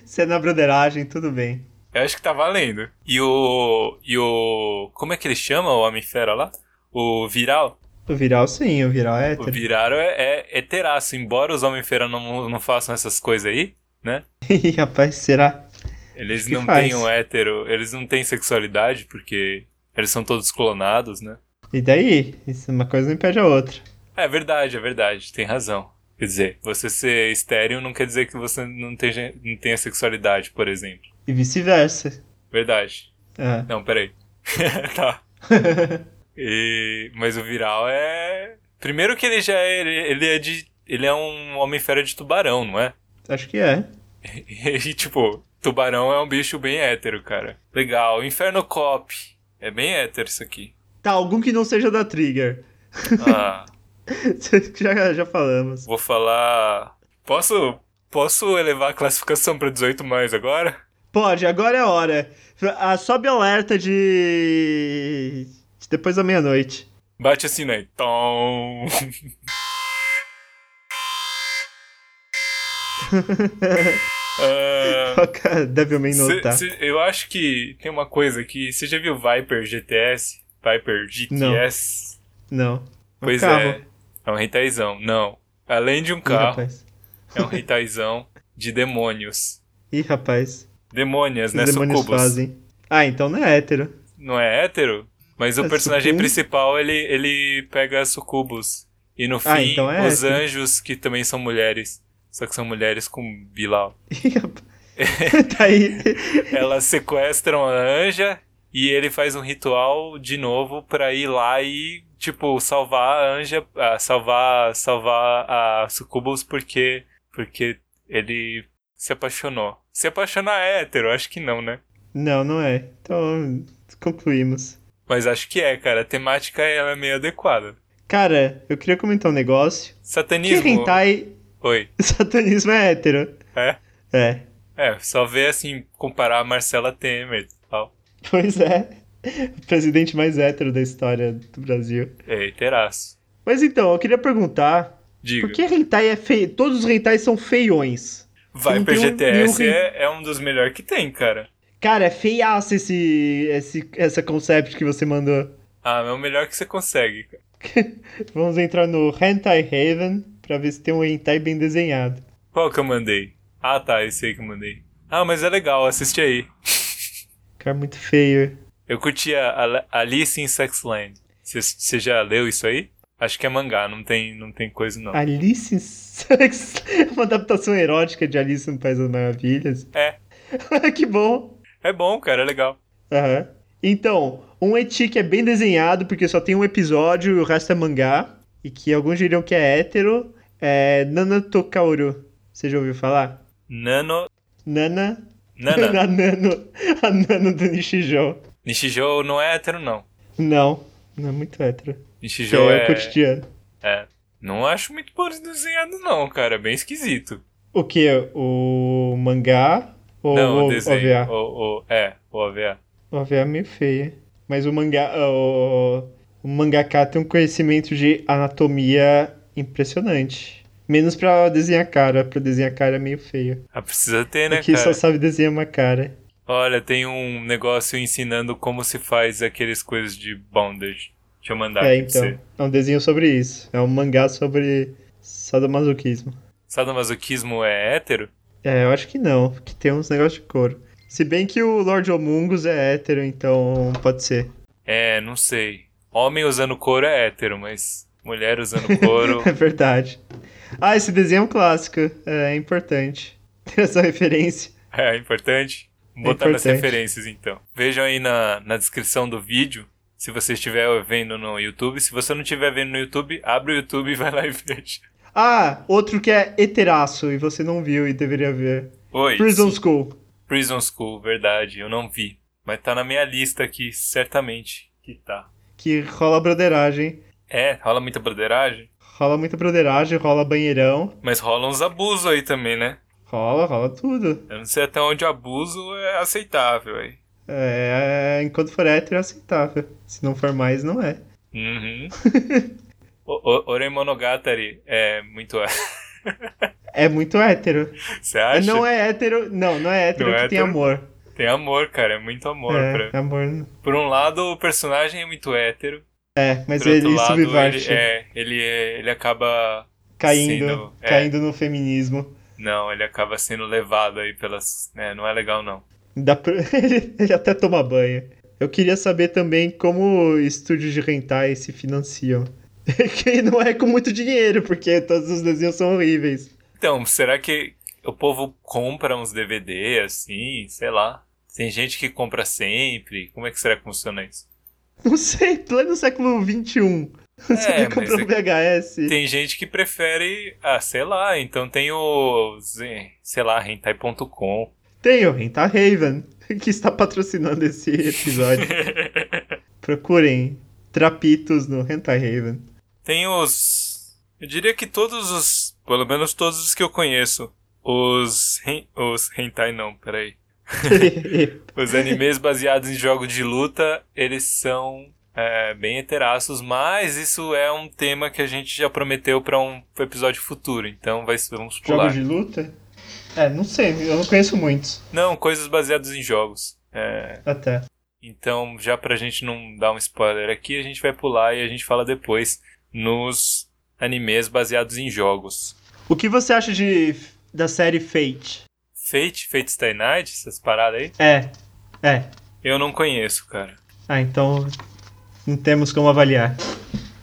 Speaker 1: Se é na broderagem, tudo bem.
Speaker 2: Eu acho que tá valendo. E o. E o. Como é que ele chama o Homem-Fera lá? O Viral?
Speaker 1: O viral sim, o viral é
Speaker 2: O
Speaker 1: hétero.
Speaker 2: Viral é, é, é teraço. Embora os Homem-Fera não, não façam essas coisas aí, né?
Speaker 1: Ih, Rapaz, será?
Speaker 2: Eles
Speaker 1: Que
Speaker 2: não
Speaker 1: faz?
Speaker 2: têm um hétero. Eles não têm sexualidade, porque eles são todos clonados, né?
Speaker 1: E daí? Isso, uma coisa não impede a outra.
Speaker 2: É verdade, é verdade. Tem razão. Quer dizer, você ser estéreo não quer dizer que você não tenha, não tenha sexualidade, por exemplo.
Speaker 1: E vice-versa.
Speaker 2: Verdade.
Speaker 1: É.
Speaker 2: Não, peraí. tá. E- mas o Viral é. Primeiro que ele já é. Ele, ele é de. Ele é um Homem-Fera de tubarão, não é?
Speaker 1: Acho que é.
Speaker 2: E, tipo, tubarão é um bicho bem hétero, cara. Legal. Inferno Cop. É bem hétero isso aqui.
Speaker 1: Tá, algum que não seja da Trigger.
Speaker 2: Ah,
Speaker 1: já, já falamos.
Speaker 2: vou falar. Posso. Posso elevar a classificação pra 18 mais agora?
Speaker 1: Pode, agora é a hora. Ah, sobe alerta de. de depois da meia-noite.
Speaker 2: Bate assim, né? Tom. Ah,
Speaker 1: Toca Devilman
Speaker 2: cê-
Speaker 1: notar.
Speaker 2: cê- eu acho que tem uma coisa aqui. Você já viu Viper GTS? Viper GTS?
Speaker 1: Não. Um
Speaker 2: Pois
Speaker 1: carro.
Speaker 2: é. É um retaizão. Não. Além de um
Speaker 1: Ih,
Speaker 2: carro,
Speaker 1: rapaz.
Speaker 2: é um retaizão de demônios.
Speaker 1: Ih, rapaz.
Speaker 2: Demônias,
Speaker 1: Os
Speaker 2: né?
Speaker 1: demônios
Speaker 2: Sucubos.
Speaker 1: fazem. Ah, então não é hétero.
Speaker 2: Não é hétero? Mas o
Speaker 1: É
Speaker 2: personagem
Speaker 1: sucubo.
Speaker 2: principal, ele, ele pega sucubos. E no fim,
Speaker 1: Ah, então é
Speaker 2: os
Speaker 1: hétero.
Speaker 2: anjos, que também são mulheres. Só que são mulheres com Bilal.
Speaker 1: Ih, rapaz. tá aí.
Speaker 2: Elas sequestram a anja e ele faz um ritual de novo pra ir lá e, tipo, salvar a anja, ah, salvar, salvar a Sucubus porque, porque ele se apaixonou. Se apaixonar é hétero, acho que não, né?
Speaker 1: Não, não é. Então, concluímos.
Speaker 2: Mas acho que é, cara. A temática ela é meio adequada.
Speaker 1: Cara, eu queria comentar um negócio. Que
Speaker 2: Satanismo.
Speaker 1: hentai,
Speaker 2: Oi.
Speaker 1: satanismo é hétero.
Speaker 2: É?
Speaker 1: É,
Speaker 2: É, só ver assim, comparar a Marcela Temer e tal.
Speaker 1: pois é. O presidente mais hétero da história do Brasil.
Speaker 2: É, teraço.
Speaker 1: Mas então, eu queria perguntar,
Speaker 2: Diga.
Speaker 1: por que hentai é feio? Todos os hentais são feiões.
Speaker 2: Vai
Speaker 1: Não
Speaker 2: pra
Speaker 1: tem um-
Speaker 2: GTS
Speaker 1: nenhum re-
Speaker 2: é, é um dos melhores que tem, cara.
Speaker 1: Cara, é feiaço esse, esse, essa concept que você mandou.
Speaker 2: Ah, é o melhor que você consegue. cara.
Speaker 1: Vamos entrar no Hentai Haven pra ver se tem um hentai bem desenhado.
Speaker 2: Qual que eu mandei? Ah, tá, esse aí que eu mandei. Ah, mas é legal, assiste aí.
Speaker 1: Cara, muito feio.
Speaker 2: Eu curti a, a- Alice in Sexland. Você- Você já leu isso aí? Acho que é mangá, não tem, não tem coisa não.
Speaker 1: É. Alice in Sex. Uma adaptação erótica de Alice no País das Maravilhas.
Speaker 2: É.
Speaker 1: que bom.
Speaker 2: É bom, cara, é legal.
Speaker 1: Aham. Então, um eti que é bem desenhado, porque só tem um episódio e o resto é mangá. E que alguns diriam que é hétero. É Nanatokaoru. Você já ouviu falar?
Speaker 2: Nano.
Speaker 1: Nana.
Speaker 2: Nana.
Speaker 1: A Nano. A Nano do Nishijou.
Speaker 2: Nishijou não é hétero, não.
Speaker 1: Não. Não é muito hétero. Então,
Speaker 2: Nishijou é.
Speaker 1: cotidiano.
Speaker 2: é. Não acho muito bom desenhado, não, cara. É bem esquisito.
Speaker 1: O que? O mangá? Ou
Speaker 2: não,
Speaker 1: o
Speaker 2: o desenho.
Speaker 1: OVA?
Speaker 2: O, o, é, o OVA.
Speaker 1: O OVA é meio feio. Mas o mangá. O, o mangaká tem um conhecimento de anatomia impressionante. Menos pra desenhar cara. Pra desenhar cara é meio feio.
Speaker 2: Ah, precisa ter, né,
Speaker 1: Porque é só
Speaker 2: cara?
Speaker 1: sabe desenhar uma cara.
Speaker 2: Olha, tem um negócio ensinando como se faz aqueles coisas de bondage. Deixa eu mandar
Speaker 1: é,
Speaker 2: aqui pra
Speaker 1: então.
Speaker 2: você.
Speaker 1: É um desenho sobre isso. É um mangá sobre sadomasoquismo.
Speaker 2: Sadomasoquismo é hétero?
Speaker 1: É, eu acho que não. Porque tem uns negócios de couro. Se bem que o Lord Omungus é hétero, então pode ser.
Speaker 2: É, não sei. Homem usando couro é hétero, mas mulher usando couro.
Speaker 1: É verdade. Ah, esse desenho é um clássico. É, é importante ter essa referência.
Speaker 2: É importante botar nas
Speaker 1: É importante.
Speaker 2: referências, então. Vejam aí na, na descrição do vídeo, se você estiver vendo no YouTube. Se você não estiver vendo no YouTube, abre o YouTube e vai lá e veja.
Speaker 1: Ah, outro que é heteraço e você não viu e deveria ver.
Speaker 2: Oi.
Speaker 1: Prison School.
Speaker 2: Prison School, verdade, eu não vi. Mas tá na minha lista aqui, certamente que tá.
Speaker 1: Que rola broderagem.
Speaker 2: É, rola muita broderagem,
Speaker 1: Rola muita broderagem, rola banheirão.
Speaker 2: mas rola uns abusos aí também, né?
Speaker 1: Rola, rola tudo.
Speaker 2: Eu não sei até onde o abuso é aceitável aí.
Speaker 1: É, enquanto for hétero é aceitável. Se não for mais, não é.
Speaker 2: Uhum. O- o- Orei Monogatari é muito.
Speaker 1: É muito hétero.
Speaker 2: Você acha?
Speaker 1: Não é hétero. Não, não é hétero
Speaker 2: Não é
Speaker 1: que tem
Speaker 2: hétero.
Speaker 1: amor.
Speaker 2: Tem amor, cara, é muito amor.
Speaker 1: é,
Speaker 2: pra-
Speaker 1: amor.
Speaker 2: Por um lado, o personagem é muito hétero.
Speaker 1: É, mas
Speaker 2: por outro
Speaker 1: ele
Speaker 2: lado,
Speaker 1: subverte.
Speaker 2: ele, é, ele, é- ele acaba.
Speaker 1: caindo,
Speaker 2: sendo- é.
Speaker 1: caindo no feminismo.
Speaker 2: Não, ele acaba sendo levado aí pelas. né, não é legal, não.
Speaker 1: Dá pra... Ele até toma banho. Eu queria saber também como estúdios de hentai se financiam. que não é com muito dinheiro, porque todos os desenhos são horríveis.
Speaker 2: Então, será que o povo compra uns DVD assim? Sei lá. Tem gente que compra sempre. Como é que será que funciona isso?
Speaker 1: Não sei, pleno século XXI. Você
Speaker 2: É,
Speaker 1: é,
Speaker 2: mas
Speaker 1: comprou
Speaker 2: é-
Speaker 1: um VHS.
Speaker 2: Tem gente que prefere. Ah, sei lá. Então tem o. Zé, Sei lá, hentai.com.
Speaker 1: Tem o Hentai Raven, que está patrocinando esse episódio. Procurem trapitos no Hentai Raven.
Speaker 2: Tem os. Eu diria que todos os. Pelo menos todos os que eu conheço. Os. hen- Os hentai não, peraí. Os animes baseados em jogos de luta, eles são é, bem heteraços, mas isso é um tema que a gente já prometeu pra um episódio futuro, então vai, vamos pular.
Speaker 1: Jogos de luta? É, não sei, eu não conheço muitos.
Speaker 2: Não, coisas baseadas em jogos. É,
Speaker 1: Até.
Speaker 2: então, já pra gente não dar um spoiler aqui, a gente vai pular e a gente fala depois nos animes baseados em jogos.
Speaker 1: O que você acha de da série Fate?
Speaker 2: Fate, Fate Stay Night, essas paradas aí?
Speaker 1: É, é.
Speaker 2: Eu não conheço, cara.
Speaker 1: Ah, então não temos como avaliar.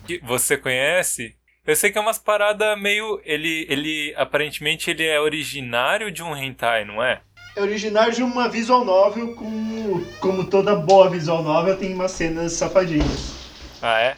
Speaker 2: que você conhece, eu sei que é umas paradas meio. Ele, ele. Aparentemente ele é originário de um hentai, não é?
Speaker 1: É originário de uma visual novel, com, como toda boa visual novel, tem umas cenas safadinhas.
Speaker 2: Ah, é?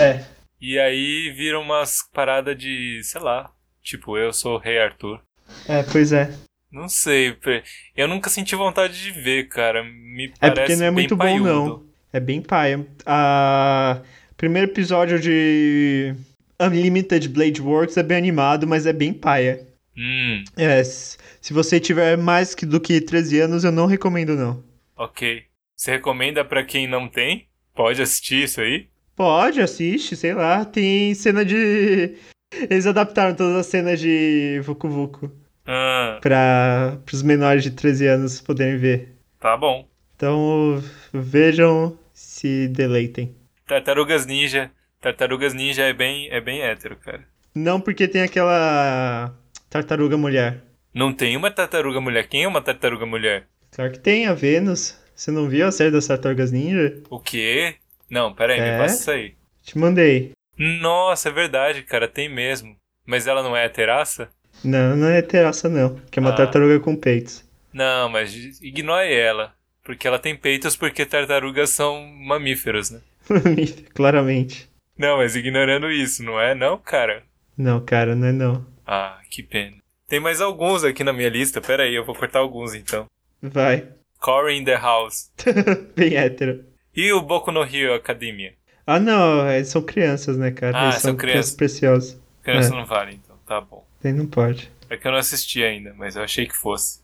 Speaker 1: É,
Speaker 2: E aí vira umas paradas de. sei lá. Tipo, eu sou o Rei Arthur.
Speaker 1: é, pois é.
Speaker 2: Não sei. pre- Eu nunca senti vontade de ver, cara. Me
Speaker 1: É
Speaker 2: parece
Speaker 1: porque não é
Speaker 2: bem
Speaker 1: muito bom,
Speaker 2: paiudo.
Speaker 1: não. É bem paia. A Primeiro episódio de Unlimited Blade Works é bem animado, mas é bem paia.
Speaker 2: Hum,
Speaker 1: É, s- se você tiver mais que- do que 13 anos, eu não recomendo não.
Speaker 2: ok. Você recomenda pra quem não tem? Pode assistir isso aí?
Speaker 1: Pode, assiste, sei lá, tem cena de... Eles adaptaram todas as cenas de Vucu Vucu
Speaker 2: Ah,
Speaker 1: para os menores de 13 anos poderem ver.
Speaker 2: tá bom.
Speaker 1: Então vejam, se deleitem.
Speaker 2: Tartarugas Ninja. Tartarugas Ninja é bem, é bem hétero, cara.
Speaker 1: Não porque tem aquela tartaruga mulher.
Speaker 2: Não tem uma tartaruga mulher. Quem é uma tartaruga mulher?
Speaker 1: Claro que tem, a Vênus. Você não viu a série das Tartarugas Ninja?
Speaker 2: O quê? Não, peraí,
Speaker 1: É?
Speaker 2: me passa isso aí.
Speaker 1: Te mandei.
Speaker 2: Nossa, é verdade, cara, tem mesmo. Mas ela não é heteraça?
Speaker 1: Não, não é terraça não, que é uma
Speaker 2: Ah.
Speaker 1: tartaruga com peitos.
Speaker 2: Não, mas ignore ela. Porque ela tem peitos porque tartarugas são mamíferos, né?
Speaker 1: Claramente.
Speaker 2: Não, mas ignorando isso, não é não, cara?
Speaker 1: Não, cara, não é não.
Speaker 2: Ah, que pena. Tem mais alguns aqui na minha lista, peraí, eu vou cortar alguns então.
Speaker 1: Vai.
Speaker 2: Corey in the House.
Speaker 1: Bem hétero.
Speaker 2: E o Boku no Hero Academia?
Speaker 1: Ah não, eles são crianças, né, cara?
Speaker 2: Ah,
Speaker 1: eles
Speaker 2: são crianças.
Speaker 1: preciosas.
Speaker 2: Criança
Speaker 1: É.
Speaker 2: não vale, então, tá bom.
Speaker 1: Aí não pode.
Speaker 2: É que eu não assisti ainda, mas eu achei que fosse.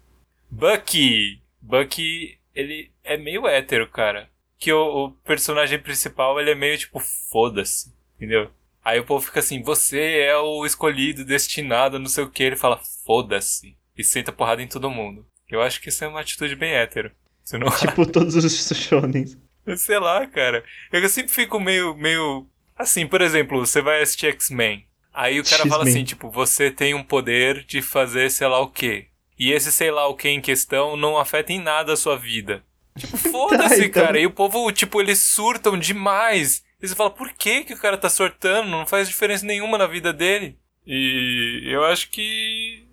Speaker 2: Bucky! Bucky, ele é meio hétero, cara. Que o, o personagem principal, ele é meio tipo, foda-se, entendeu? Aí o povo fica assim, você é o escolhido, destinado, não sei o que. Ele fala, foda-se. E senta porrada em todo mundo. Eu acho que isso é uma atitude bem hétero. Você não
Speaker 1: tipo todos os shonens.
Speaker 2: Sei lá, cara. Eu sempre fico meio, meio. Assim, por exemplo, você vai assistir X-Men. Aí o cara fala
Speaker 1: X-Men.
Speaker 2: assim, tipo, você tem um poder de fazer sei lá o quê. E esse sei lá o quê em questão não afeta em nada a sua vida. Tipo, foda-se,
Speaker 1: então-
Speaker 2: cara. E o povo, tipo, eles surtam demais. E você fala, por que que o cara tá surtando? Não faz diferença nenhuma na vida dele. E eu acho que.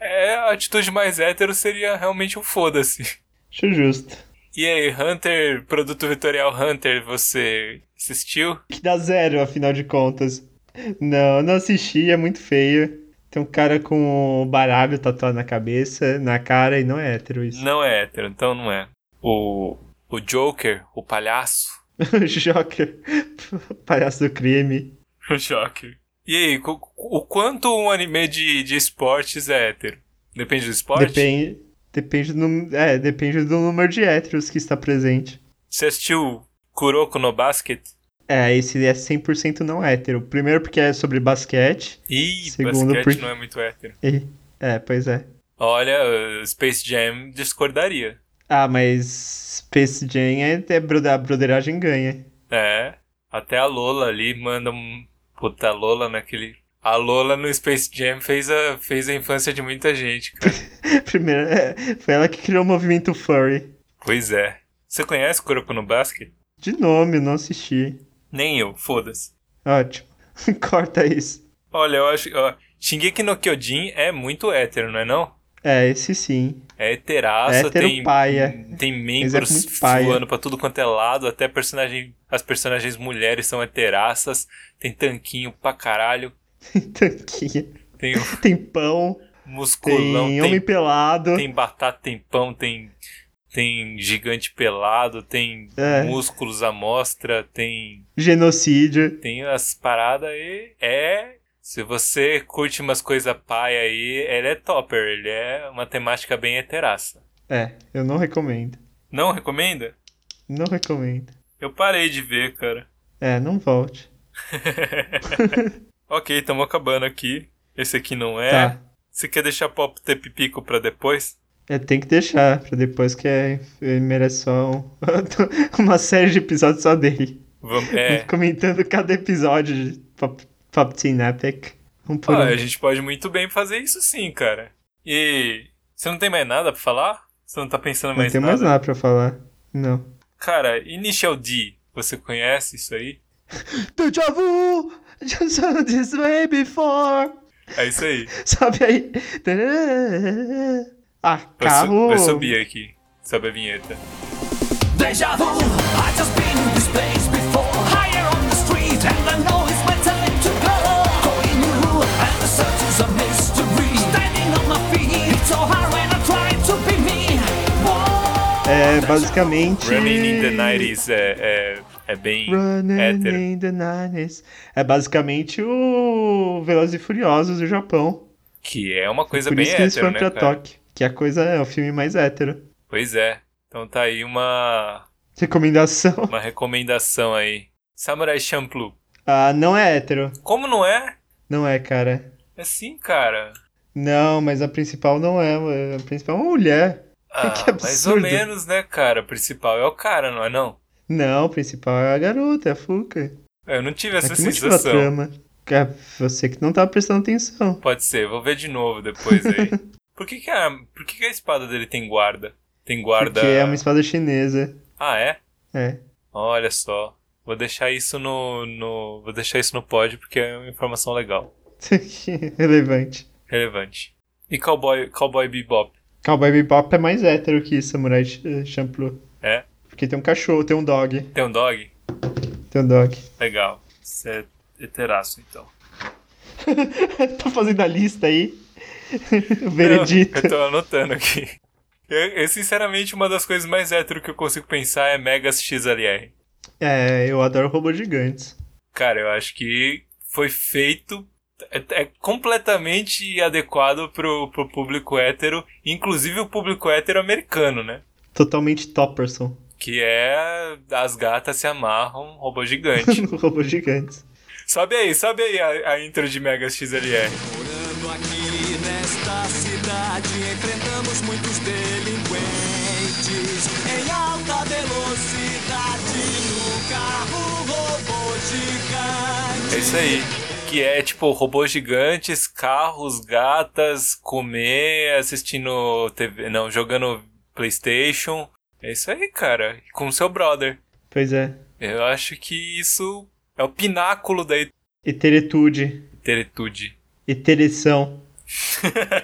Speaker 2: É, é, a atitude mais hétero seria realmente um foda-se.
Speaker 1: Acho justo.
Speaker 2: E aí, Hunter, produto vetorial Hunter, você assistiu?
Speaker 1: Que dá zero, afinal de contas. Não, eu não assisti, é muito feio. Tem um cara com o baralho tatuado na cabeça, na cara, e não é hétero isso.
Speaker 2: Não é hétero, então não é. O, o Joker, o palhaço,
Speaker 1: Joker, palhaço do crime.
Speaker 2: o Joker. E aí, co- o quanto um anime de, de esportes é hétero? Depende do esporte?
Speaker 1: Depende, depende, do, é, depende do número de héteros que está presente.
Speaker 2: Você assistiu Kuroko no Basket?
Speaker 1: É, esse é 100% não hétero. Primeiro porque é sobre basquete.
Speaker 2: Ih,
Speaker 1: Segundo,
Speaker 2: basquete
Speaker 1: porque-
Speaker 2: não é muito hétero.
Speaker 1: E, é, pois é.
Speaker 2: Olha, uh, Space Jam discordaria.
Speaker 1: Ah, mas Space Jam é, é brode- a broderagem ganha.
Speaker 2: É, até a Lola ali manda um. Puta, a Lola naquele. A Lola no Space Jam fez a, fez a infância de muita gente, cara.
Speaker 1: Primeiro, é, foi ela que criou o movimento furry.
Speaker 2: pois é. Você conhece Kuroko no Basket?
Speaker 1: De nome, eu não assisti.
Speaker 2: Nem eu, foda-se.
Speaker 1: Ótimo. Corta isso.
Speaker 2: Olha, eu acho. Ó, Shingeki no Kyojin é muito hétero, não é não?
Speaker 1: É, esse sim.
Speaker 2: É heteraço,
Speaker 1: Hétero
Speaker 2: tem.
Speaker 1: paia.
Speaker 2: Tem
Speaker 1: Mas é
Speaker 2: membros
Speaker 1: muito paia.
Speaker 2: voando pra tudo quanto é lado, até personagem. As personagens mulheres são heteraças, tem tanquinho pra caralho,
Speaker 1: Tanquinha.
Speaker 2: tem o
Speaker 1: Tem pão,
Speaker 2: musculão,
Speaker 1: tem
Speaker 2: tem,
Speaker 1: homem pelado.
Speaker 2: tem batata, tem pão, tem, tem gigante pelado, tem
Speaker 1: É.
Speaker 2: músculos à mostra, tem,
Speaker 1: Genocídio.
Speaker 2: tem as paradas aí. É. Se você curte umas coisas paia aí, ele é topper, ele é uma temática bem heteraça.
Speaker 1: É, eu não recomendo.
Speaker 2: Não recomenda?
Speaker 1: Não recomendo.
Speaker 2: Eu parei de ver, cara.
Speaker 1: É, não volte.
Speaker 2: Ok, estamos acabando aqui. Esse aqui não é.
Speaker 1: Tá.
Speaker 2: Você quer deixar pop ter pipico pra depois?
Speaker 1: É, tem que deixar pra depois que é, ele merece só um- uma série de episódios só dele.
Speaker 2: Vamos, é.
Speaker 1: Comentando cada episódio de Pop, Pop Teen Epic. Um por
Speaker 2: Ah,
Speaker 1: um.
Speaker 2: a gente pode muito bem fazer isso sim, cara. E você não tem mais nada pra falar? Você não tá pensando
Speaker 1: Não
Speaker 2: mais
Speaker 1: tem
Speaker 2: nada?
Speaker 1: mais nada pra falar. Não.
Speaker 2: Cara, Initial D, você conhece isso aí?
Speaker 1: Deja vu! Just saw this way before!
Speaker 2: É isso aí.
Speaker 1: Sobe aí! Ah,
Speaker 2: Vai, su-
Speaker 1: carro!
Speaker 2: vai subir aqui. Sobe a vinheta.
Speaker 3: Deja vu, I've just been in this place before. Higher on the street, and I know it's my time to go. Going new, and the search is a mystery. Standing on my feet, it's so hard when I try to be me. Whoa.
Speaker 1: É, É basicamente.
Speaker 2: Running in the 90s é, é, é bem
Speaker 1: Running
Speaker 2: hétero.
Speaker 1: in the 90s. É basicamente o Velozes e Furiosos do Japão.
Speaker 2: Que é uma coisa
Speaker 1: Por
Speaker 2: bem
Speaker 1: isso que eles
Speaker 2: hétero,
Speaker 1: foram
Speaker 2: né,
Speaker 1: pra
Speaker 2: cara?
Speaker 1: Tóquio. Que a coisa é o filme mais hétero.
Speaker 2: Pois é. Então tá aí uma,
Speaker 1: Recomendação.
Speaker 2: uma recomendação aí. Samurai Champloo.
Speaker 1: Ah, não é hétero.
Speaker 2: Como não é?
Speaker 1: Não é, cara.
Speaker 2: É sim, cara.
Speaker 1: Não, mas a principal não é. A principal é uma mulher.
Speaker 2: Ah,
Speaker 1: Que
Speaker 2: mais ou
Speaker 1: absurdo.
Speaker 2: menos, né, cara? O principal é o cara, não é não?
Speaker 1: Não, a principal é a garota, é a Fuca.
Speaker 2: Eu não tive
Speaker 1: É
Speaker 2: essa
Speaker 1: que motiva a
Speaker 2: sensação.
Speaker 1: trama. É, Você que não tá prestando atenção.
Speaker 2: Pode ser, vou ver de novo depois aí. por que que a, por que que a espada dele tem guarda? Tem guarda...
Speaker 1: Porque é uma espada chinesa.
Speaker 2: Ah, é?
Speaker 1: É.
Speaker 2: Olha só. Vou deixar isso no, no. Vou deixar isso no pod porque é uma informação legal.
Speaker 1: Relevante.
Speaker 2: Relevante. E Cowboy, Cowboy Bebop.
Speaker 1: Cowboy Bebop é mais hétero que Samurai Ch- eh, Champloo.
Speaker 2: É?
Speaker 1: Porque tem um cachorro, tem um dog.
Speaker 2: Tem um dog?
Speaker 1: Tem um dog.
Speaker 2: Legal. Isso é heteraço, então.
Speaker 1: tá fazendo a lista aí. o
Speaker 2: Eu,
Speaker 1: veredito.
Speaker 2: eu tô anotando aqui. Eu, eu, sinceramente, uma das coisas mais hétero que eu consigo pensar é Megas XLR.
Speaker 1: É, eu adoro robôs gigantes.
Speaker 2: Cara, eu acho que foi feito. É, é completamente adequado pro, pro público hétero, inclusive o público hétero americano, né?
Speaker 1: Totalmente Topperson.
Speaker 2: Que é as gatas se amarram, robô gigante.
Speaker 1: robôs gigantes.
Speaker 2: sobe aí, sobe aí a, a intro de Mega XLR.
Speaker 4: Morando aqui nesta cidade, enfrentamos muitos delinquentes em alta velocidade no carro robô
Speaker 2: É
Speaker 4: gigante.
Speaker 2: isso aí. Que é tipo robôs gigantes, carros, gatas, comer, assistindo TV. Não, jogando PlayStation. É isso aí, cara. Com seu brother.
Speaker 1: Pois é.
Speaker 2: Eu acho que isso é o pináculo da
Speaker 1: Eteretude.
Speaker 2: heteretude.
Speaker 1: Etereção.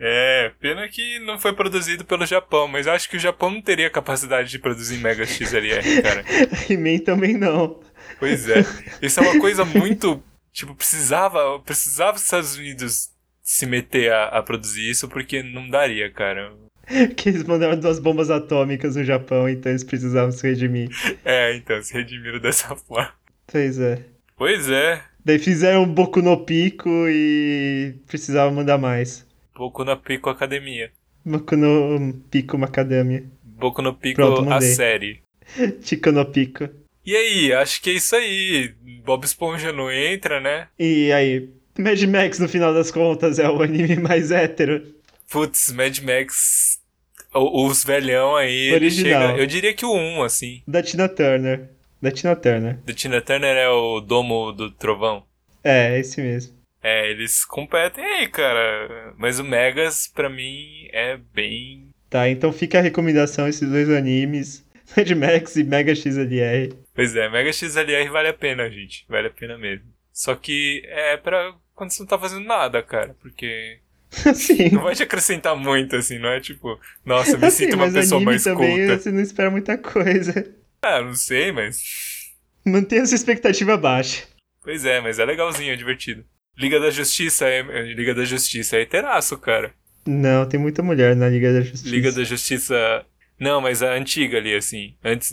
Speaker 2: É, pena que não foi produzido pelo Japão, mas eu acho que o Japão não teria capacidade de produzir Mega XLR, cara.
Speaker 1: He-Man também não.
Speaker 2: Pois é. Isso é uma coisa muito. Tipo, precisava. Precisava os Estados Unidos se meter a, a produzir isso, porque não daria, cara.
Speaker 1: Porque eles mandaram duas bombas atômicas no Japão, então eles precisavam se redimir.
Speaker 2: É, então, se redimiram dessa forma.
Speaker 1: Pois é.
Speaker 2: Pois é.
Speaker 1: Daí fizeram um Boku no Pico e precisavam mandar mais.
Speaker 2: Boku no Pico Academia.
Speaker 1: Boku no Pico Macadamia.
Speaker 2: Boku no Pico
Speaker 1: Pronto,
Speaker 2: a
Speaker 1: mandei.
Speaker 2: série.
Speaker 1: Chico no Pico.
Speaker 2: E aí, acho que é isso aí. Bob Esponja não entra, né?
Speaker 1: E aí, Mad Max, no final das contas, é o anime mais hétero.
Speaker 2: Putz, Mad Max. o- Os velhão aí. ele
Speaker 1: Original.
Speaker 2: chega- eu diria que o 1, assim.
Speaker 1: Da Tina Turner. Da Tina Turner.
Speaker 2: Do Tina Turner é o domo do trovão.
Speaker 1: É, é esse mesmo.
Speaker 2: É, eles competem aí, cara. Mas o Megas, pra mim, é bem.
Speaker 1: Tá, então fica a recomendação esses dois animes. Mad Max e Mega XLR.
Speaker 2: Pois é, Mega XLR vale a pena, gente. Vale a pena mesmo. Só que é pra quando você não tá fazendo nada, cara. Porque
Speaker 1: Assim,
Speaker 2: não vai te acrescentar muito, assim, não é tipo, nossa, eu me
Speaker 1: assim
Speaker 2: sinto uma
Speaker 1: mas
Speaker 2: pessoa
Speaker 1: anime
Speaker 2: mais
Speaker 1: também é
Speaker 2: culta.
Speaker 1: você não espera muita coisa.
Speaker 2: Ah, não sei, mas.
Speaker 1: Mantenha sua expectativa baixa.
Speaker 2: Pois é, mas é legalzinho, é divertido. Liga da Justiça é. é, Liga da Justiça é teraço, cara.
Speaker 1: Não, tem muita mulher na Liga da Justiça.
Speaker 2: Liga da Justiça. Não, mas a antiga ali, assim. Antes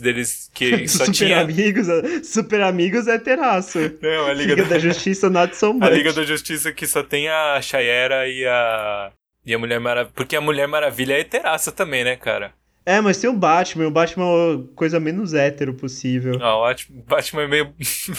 Speaker 2: deles que só
Speaker 1: Super
Speaker 2: tinha.
Speaker 1: Amigos, a- Super Amigos é terraço.
Speaker 2: Não, a Liga,
Speaker 1: Liga,
Speaker 2: da...
Speaker 1: da Justiça, not so much.
Speaker 2: a Liga da Justiça que só tem a Chayera e a. E a Mulher Maravilha. Porque a Mulher Maravilha é teraça também, né, cara?
Speaker 1: É, mas tem o Batman. O Batman é a coisa menos hétero possível.
Speaker 2: Ah, ótimo. Batman é meio.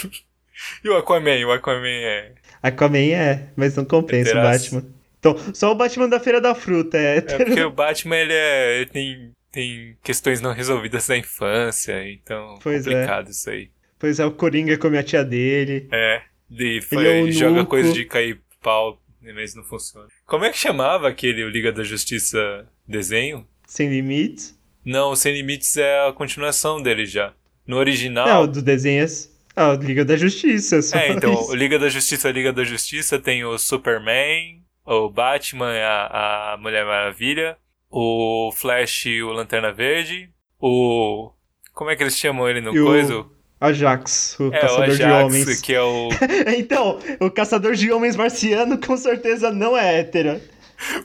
Speaker 2: e o Aquaman? O Aquaman é.
Speaker 1: Aquaman é, mas não compensa o
Speaker 2: Heteraço.
Speaker 1: Batman. Então, só o Batman da Feira da Fruta é
Speaker 2: É
Speaker 1: hétero.
Speaker 2: porque o Batman, ele é. Ele tem. Tem questões não resolvidas da infância, então.
Speaker 1: Pois é.
Speaker 2: complicado isso aí.
Speaker 1: Pois é, o Coringa come a tia dele.
Speaker 2: É, de
Speaker 1: Ele é
Speaker 2: foi,
Speaker 1: o
Speaker 2: joga
Speaker 1: Nuco.
Speaker 2: coisa de cair pau, mas não funciona. Como é que chamava aquele o Liga da Justiça desenho?
Speaker 1: Sem limites.
Speaker 2: Não, o Sem Limites é a continuação dele já. No
Speaker 1: Não,
Speaker 2: original.
Speaker 1: do desenho é... Ah, Liga da Justiça. Só
Speaker 2: é, então,
Speaker 1: isso.
Speaker 2: o Liga da Justiça, Liga da Justiça tem o Superman, o Batman, a, a Mulher Maravilha, o Flash e o Lanterna Verde, o. Como é que eles chamam ele no
Speaker 1: E o
Speaker 2: coisa?
Speaker 1: Ajax, o
Speaker 2: É, o
Speaker 1: caçador de homens.
Speaker 2: Ajax, que é o
Speaker 1: Então, o caçador de homens marciano com certeza não é hétero.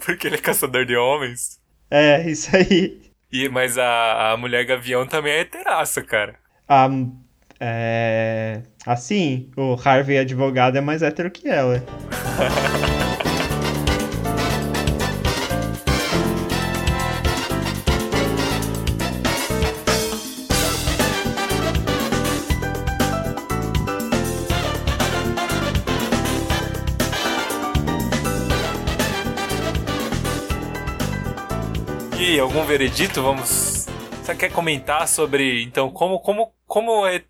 Speaker 2: porque ele é caçador de homens.
Speaker 1: É, isso aí.
Speaker 2: E, mas a, a mulher gavião também é heteraça, cara.
Speaker 1: A, é, assim, o Harvey advogado é mais hétero que ela.
Speaker 2: E aí, algum veredito? Vamos. Você quer comentar sobre, então, como, como, como a het-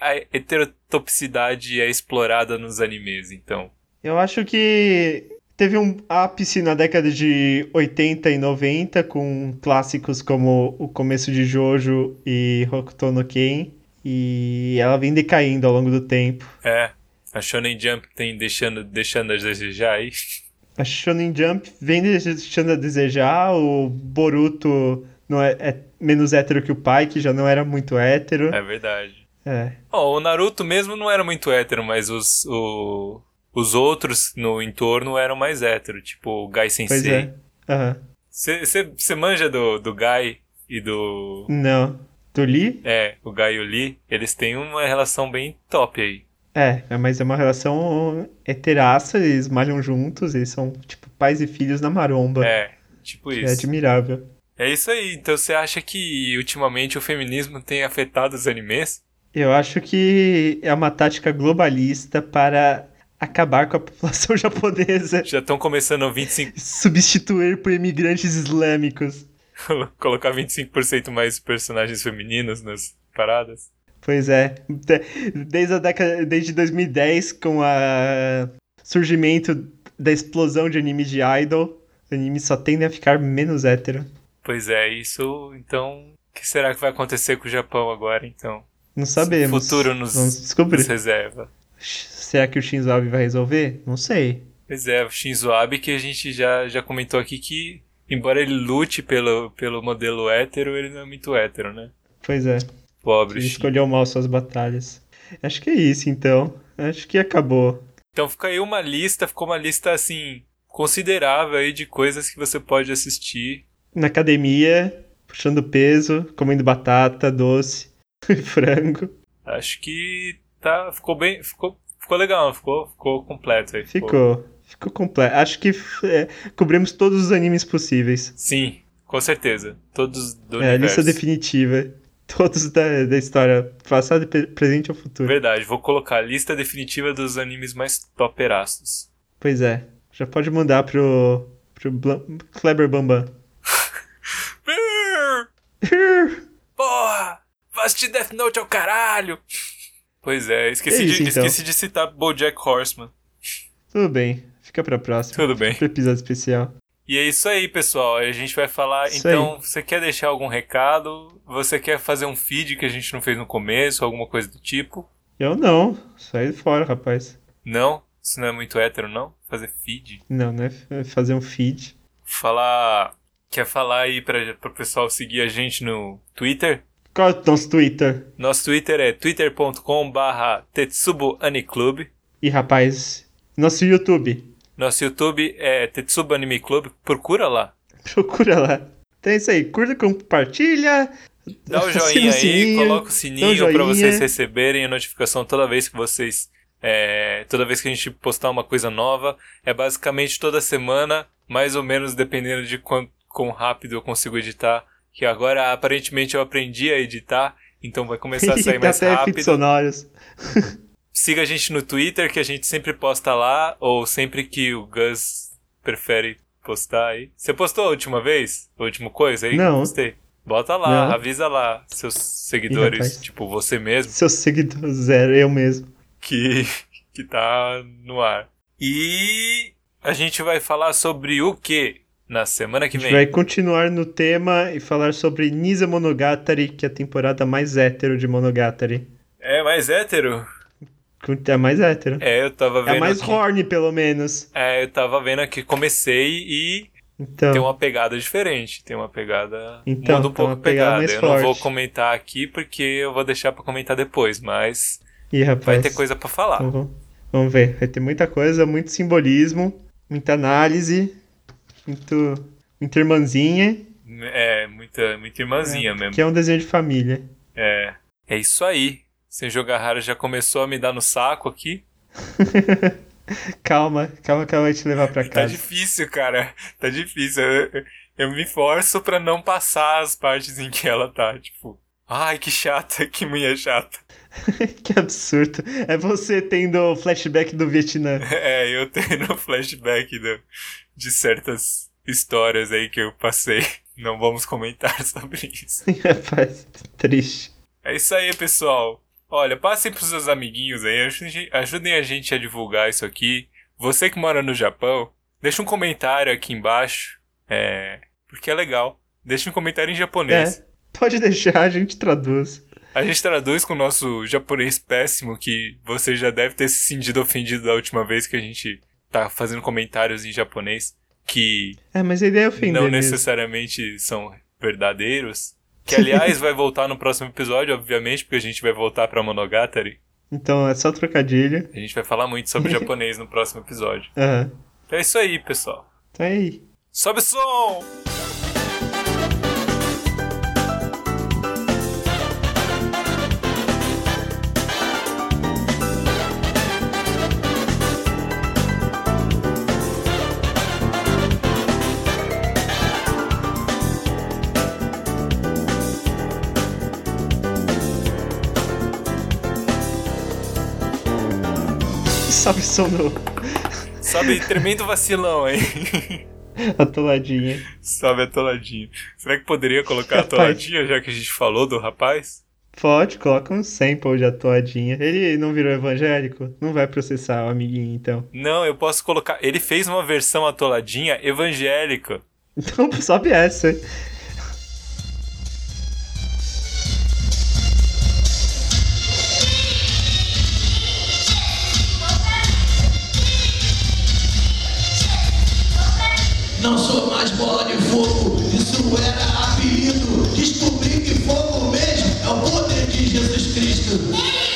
Speaker 2: a heterotopicidade é explorada nos animes, então?
Speaker 1: Eu acho que teve um ápice na década de 80 e 90 com clássicos como o começo de Jojo e Hokuto no Ken. E ela vem decaindo ao longo do tempo.
Speaker 2: É, a Shonen Jump tem deixando, deixando a desejar aí.
Speaker 1: A Shonen Jump vem deixando a desejar. O Boruto não é, é menos hétero que o pai, que já não era muito hétero.
Speaker 2: É verdade.
Speaker 1: É.
Speaker 2: Ó, o Naruto mesmo não era muito hétero, mas os, o- os outros no entorno eram mais hétero, tipo o Gai
Speaker 1: Pois
Speaker 2: Sensei.
Speaker 1: é. Aham.
Speaker 2: Você manja do, do Gai e do.
Speaker 1: Não. Do Lee?
Speaker 2: É, o Gai e o Lee, eles têm uma relação bem top aí.
Speaker 1: É, é, mas é uma relação heteraça, eles malham juntos, eles são tipo pais e filhos na maromba.
Speaker 2: É, tipo
Speaker 1: É
Speaker 2: isso.
Speaker 1: admirável.
Speaker 2: É isso aí. Então você acha que ultimamente o feminismo tem afetado os animes?
Speaker 1: Eu acho que é uma tática globalista para acabar com a população japonesa,
Speaker 2: Já estão começando 25,
Speaker 1: substituir por imigrantes islâmicos.
Speaker 2: colocar 25% mais personagens femininos nas paradas?
Speaker 1: Pois é, de- desde a década, desde 2010 com o surgimento da explosão de anime de idol, os animes só tendem a ficar menos hétero.
Speaker 2: Pois é, isso. Então, o que será que vai acontecer com o Japão agora, então?
Speaker 1: Não sabemos.
Speaker 2: Futuro nos,
Speaker 1: Vamos descobrir.
Speaker 2: nos reserva.
Speaker 1: Será que o Shinzo Abe vai resolver? Não sei.
Speaker 2: Pois é, o Shinzo Abe, que a gente já, já comentou aqui que, embora ele lute pelo, pelo modelo hétero, ele não é muito hétero, né?
Speaker 1: Pois é,
Speaker 2: Pobre
Speaker 1: ele
Speaker 2: Shin.
Speaker 1: escolheu mal suas batalhas. Acho que é isso, então. Acho que acabou.
Speaker 2: Então fica aí uma lista, ficou uma lista, assim, considerável aí de coisas que você pode assistir.
Speaker 1: Na academia, puxando peso, comendo batata, doce, frango.
Speaker 2: Acho que tá, ficou bem, ficou, ficou legal, ficou, ficou completo aí.
Speaker 1: Ficou. Ficou completo. Acho que é, cobrimos todos os animes possíveis.
Speaker 2: Sim, com certeza. Todos do
Speaker 1: É a
Speaker 2: universo.
Speaker 1: lista definitiva. Todos da, da história, passado, pre- presente ou futuro.
Speaker 2: Verdade, vou colocar a lista definitiva dos animes mais toperaços.
Speaker 1: Pois é. Já pode mandar pro, pro Bla- Kleber Bambam.
Speaker 2: Porra! Vai assistir Death Note ao caralho! Pois é, esqueci,
Speaker 1: É isso,
Speaker 2: de,
Speaker 1: então.
Speaker 2: esqueci de citar Bojack Horseman.
Speaker 1: Tudo bem. Fica pra próxima.
Speaker 2: Tudo bem.
Speaker 1: Pro episódio especial.
Speaker 2: E é isso aí, pessoal. A gente vai falar.
Speaker 1: Isso
Speaker 2: então, você quer deixar algum recado? Você quer fazer um feed que a gente não fez no começo, alguma coisa do tipo?
Speaker 1: Eu não. Sai fora, rapaz.
Speaker 2: Não? Isso não é muito hétero, não? Fazer feed?
Speaker 1: Não, né? F- Fazer um feed.
Speaker 2: Falar. Quer falar aí pra, pro pessoal seguir a gente no Twitter?
Speaker 1: Qual é o nosso Twitter?
Speaker 2: Nosso Twitter é twitter.com.br tetsuboaniclub.
Speaker 1: E, rapaz, nosso YouTube.
Speaker 2: Nosso YouTube é Tetsubo Anime Club. Procura lá.
Speaker 1: Procura lá. Então é isso aí. Curta, compartilha.
Speaker 2: Dá o
Speaker 1: assina
Speaker 2: joinha aí,
Speaker 1: sininho,
Speaker 2: coloca o
Speaker 1: dá
Speaker 2: sininho
Speaker 1: um
Speaker 2: pra
Speaker 1: joinha.
Speaker 2: vocês receberem a notificação toda vez que vocês... é, toda vez que a gente postar uma coisa nova. É basicamente toda semana, mais ou menos dependendo de quão, quão rápido eu consigo editar. Que agora, aparentemente, eu aprendi a editar. Então vai começar a
Speaker 1: Tem
Speaker 2: sair mais
Speaker 1: até efeitos
Speaker 2: rápido.
Speaker 1: sonoros.
Speaker 2: Siga a gente no Twitter, que a gente sempre posta lá, ou sempre que o Gus prefere postar aí. Você postou a última vez? A última coisa aí? que
Speaker 1: Não.
Speaker 2: eu Postei. Bota lá,
Speaker 1: Não.
Speaker 2: avisa lá seus
Speaker 1: Ih,
Speaker 2: seguidores,
Speaker 1: rapaz.
Speaker 2: tipo você mesmo,
Speaker 1: Seu seguidor zero, eu mesmo.
Speaker 2: que, que tá no ar. E a gente vai falar sobre o que na semana
Speaker 1: A
Speaker 2: que
Speaker 1: gente
Speaker 2: vem?
Speaker 1: vai continuar no tema e falar sobre Nisa Monogatari, que é a temporada mais hétero de Monogatari.
Speaker 2: É mais hétero?
Speaker 1: É a mais hétero.
Speaker 2: É, eu tava
Speaker 1: É
Speaker 2: vendo.
Speaker 1: a mais
Speaker 2: aqui-
Speaker 1: horny, pelo menos.
Speaker 2: É, eu tava vendo aqui, comecei e
Speaker 1: Então,
Speaker 2: tem um uma pegada diferente, tem uma pegada.
Speaker 1: Então,
Speaker 2: muda um
Speaker 1: tem
Speaker 2: pouco a
Speaker 1: uma pegada
Speaker 2: pegada.
Speaker 1: mais
Speaker 2: Eu não vou
Speaker 1: forte.
Speaker 2: comentar aqui porque eu vou deixar pra comentar depois, mas
Speaker 1: e
Speaker 2: vai
Speaker 1: rapaz.
Speaker 2: ter coisa pra falar.
Speaker 1: Então, vamos- vamos ver. Vai ter muita coisa, muito simbolismo, muita análise, muito, muita irmãzinha.
Speaker 2: É, muita, muita irmãzinha mesmo.
Speaker 1: Que é um desenho de família.
Speaker 2: É. É isso aí. Sem jogar raro já começou a me dar no saco aqui.
Speaker 1: Calma, calma que ela vai te levar pra
Speaker 2: Tá
Speaker 1: casa.
Speaker 2: difícil, cara. Tá difícil. Eu, eu me forço pra não passar as partes em que ela tá, tipo. Ai, que chata, que mulher chata.
Speaker 1: que absurdo. É você tendo o flashback do Vietnã.
Speaker 2: É, eu tenho um flashback do- de certas histórias aí que eu passei. Não vamos comentar sobre isso.
Speaker 1: Rapaz, triste.
Speaker 2: É isso aí, pessoal. Olha, passem pros seus amiguinhos aí, ajudem- ajudem a gente a divulgar isso aqui. Você que mora no Japão, deixa um comentário aqui embaixo. É. Porque é legal. Deixa um comentário em japonês.
Speaker 1: É. Pode deixar, a gente traduz.
Speaker 2: A gente traduz com o nosso japonês péssimo, que você já deve ter se sentido ofendido da última vez que a gente tá fazendo comentários em japonês que
Speaker 1: É, mas a ideia é ofender
Speaker 2: não
Speaker 1: mesmo.
Speaker 2: necessariamente são verdadeiros. Que, aliás, vai voltar no próximo episódio, obviamente, porque a gente vai voltar pra Monogatari.
Speaker 1: Então é só trocadilho.
Speaker 2: A gente vai falar muito sobre japonês no próximo episódio.
Speaker 1: Aham.
Speaker 2: Então é isso aí, pessoal.
Speaker 1: Então é aí.
Speaker 2: Sobe o som!
Speaker 1: Salve som do
Speaker 2: Sobe tremendo vacilão, hein?
Speaker 1: atoladinha.
Speaker 2: Sobe atoladinho. Será que poderia colocar
Speaker 1: Rapaz.
Speaker 2: atoladinho, já que a gente falou do rapaz?
Speaker 1: Pode, coloca um sample de atoladinha. Ele não virou evangélico? Não vai processar o amiguinho, então.
Speaker 2: Não, eu posso colocar. Ele fez uma versão atoladinha evangélica.
Speaker 1: Então sobe essa.
Speaker 5: Não sou mais bola de fogo, isso era apelido. Descobri que fogo mesmo é o poder de Jesus Cristo. É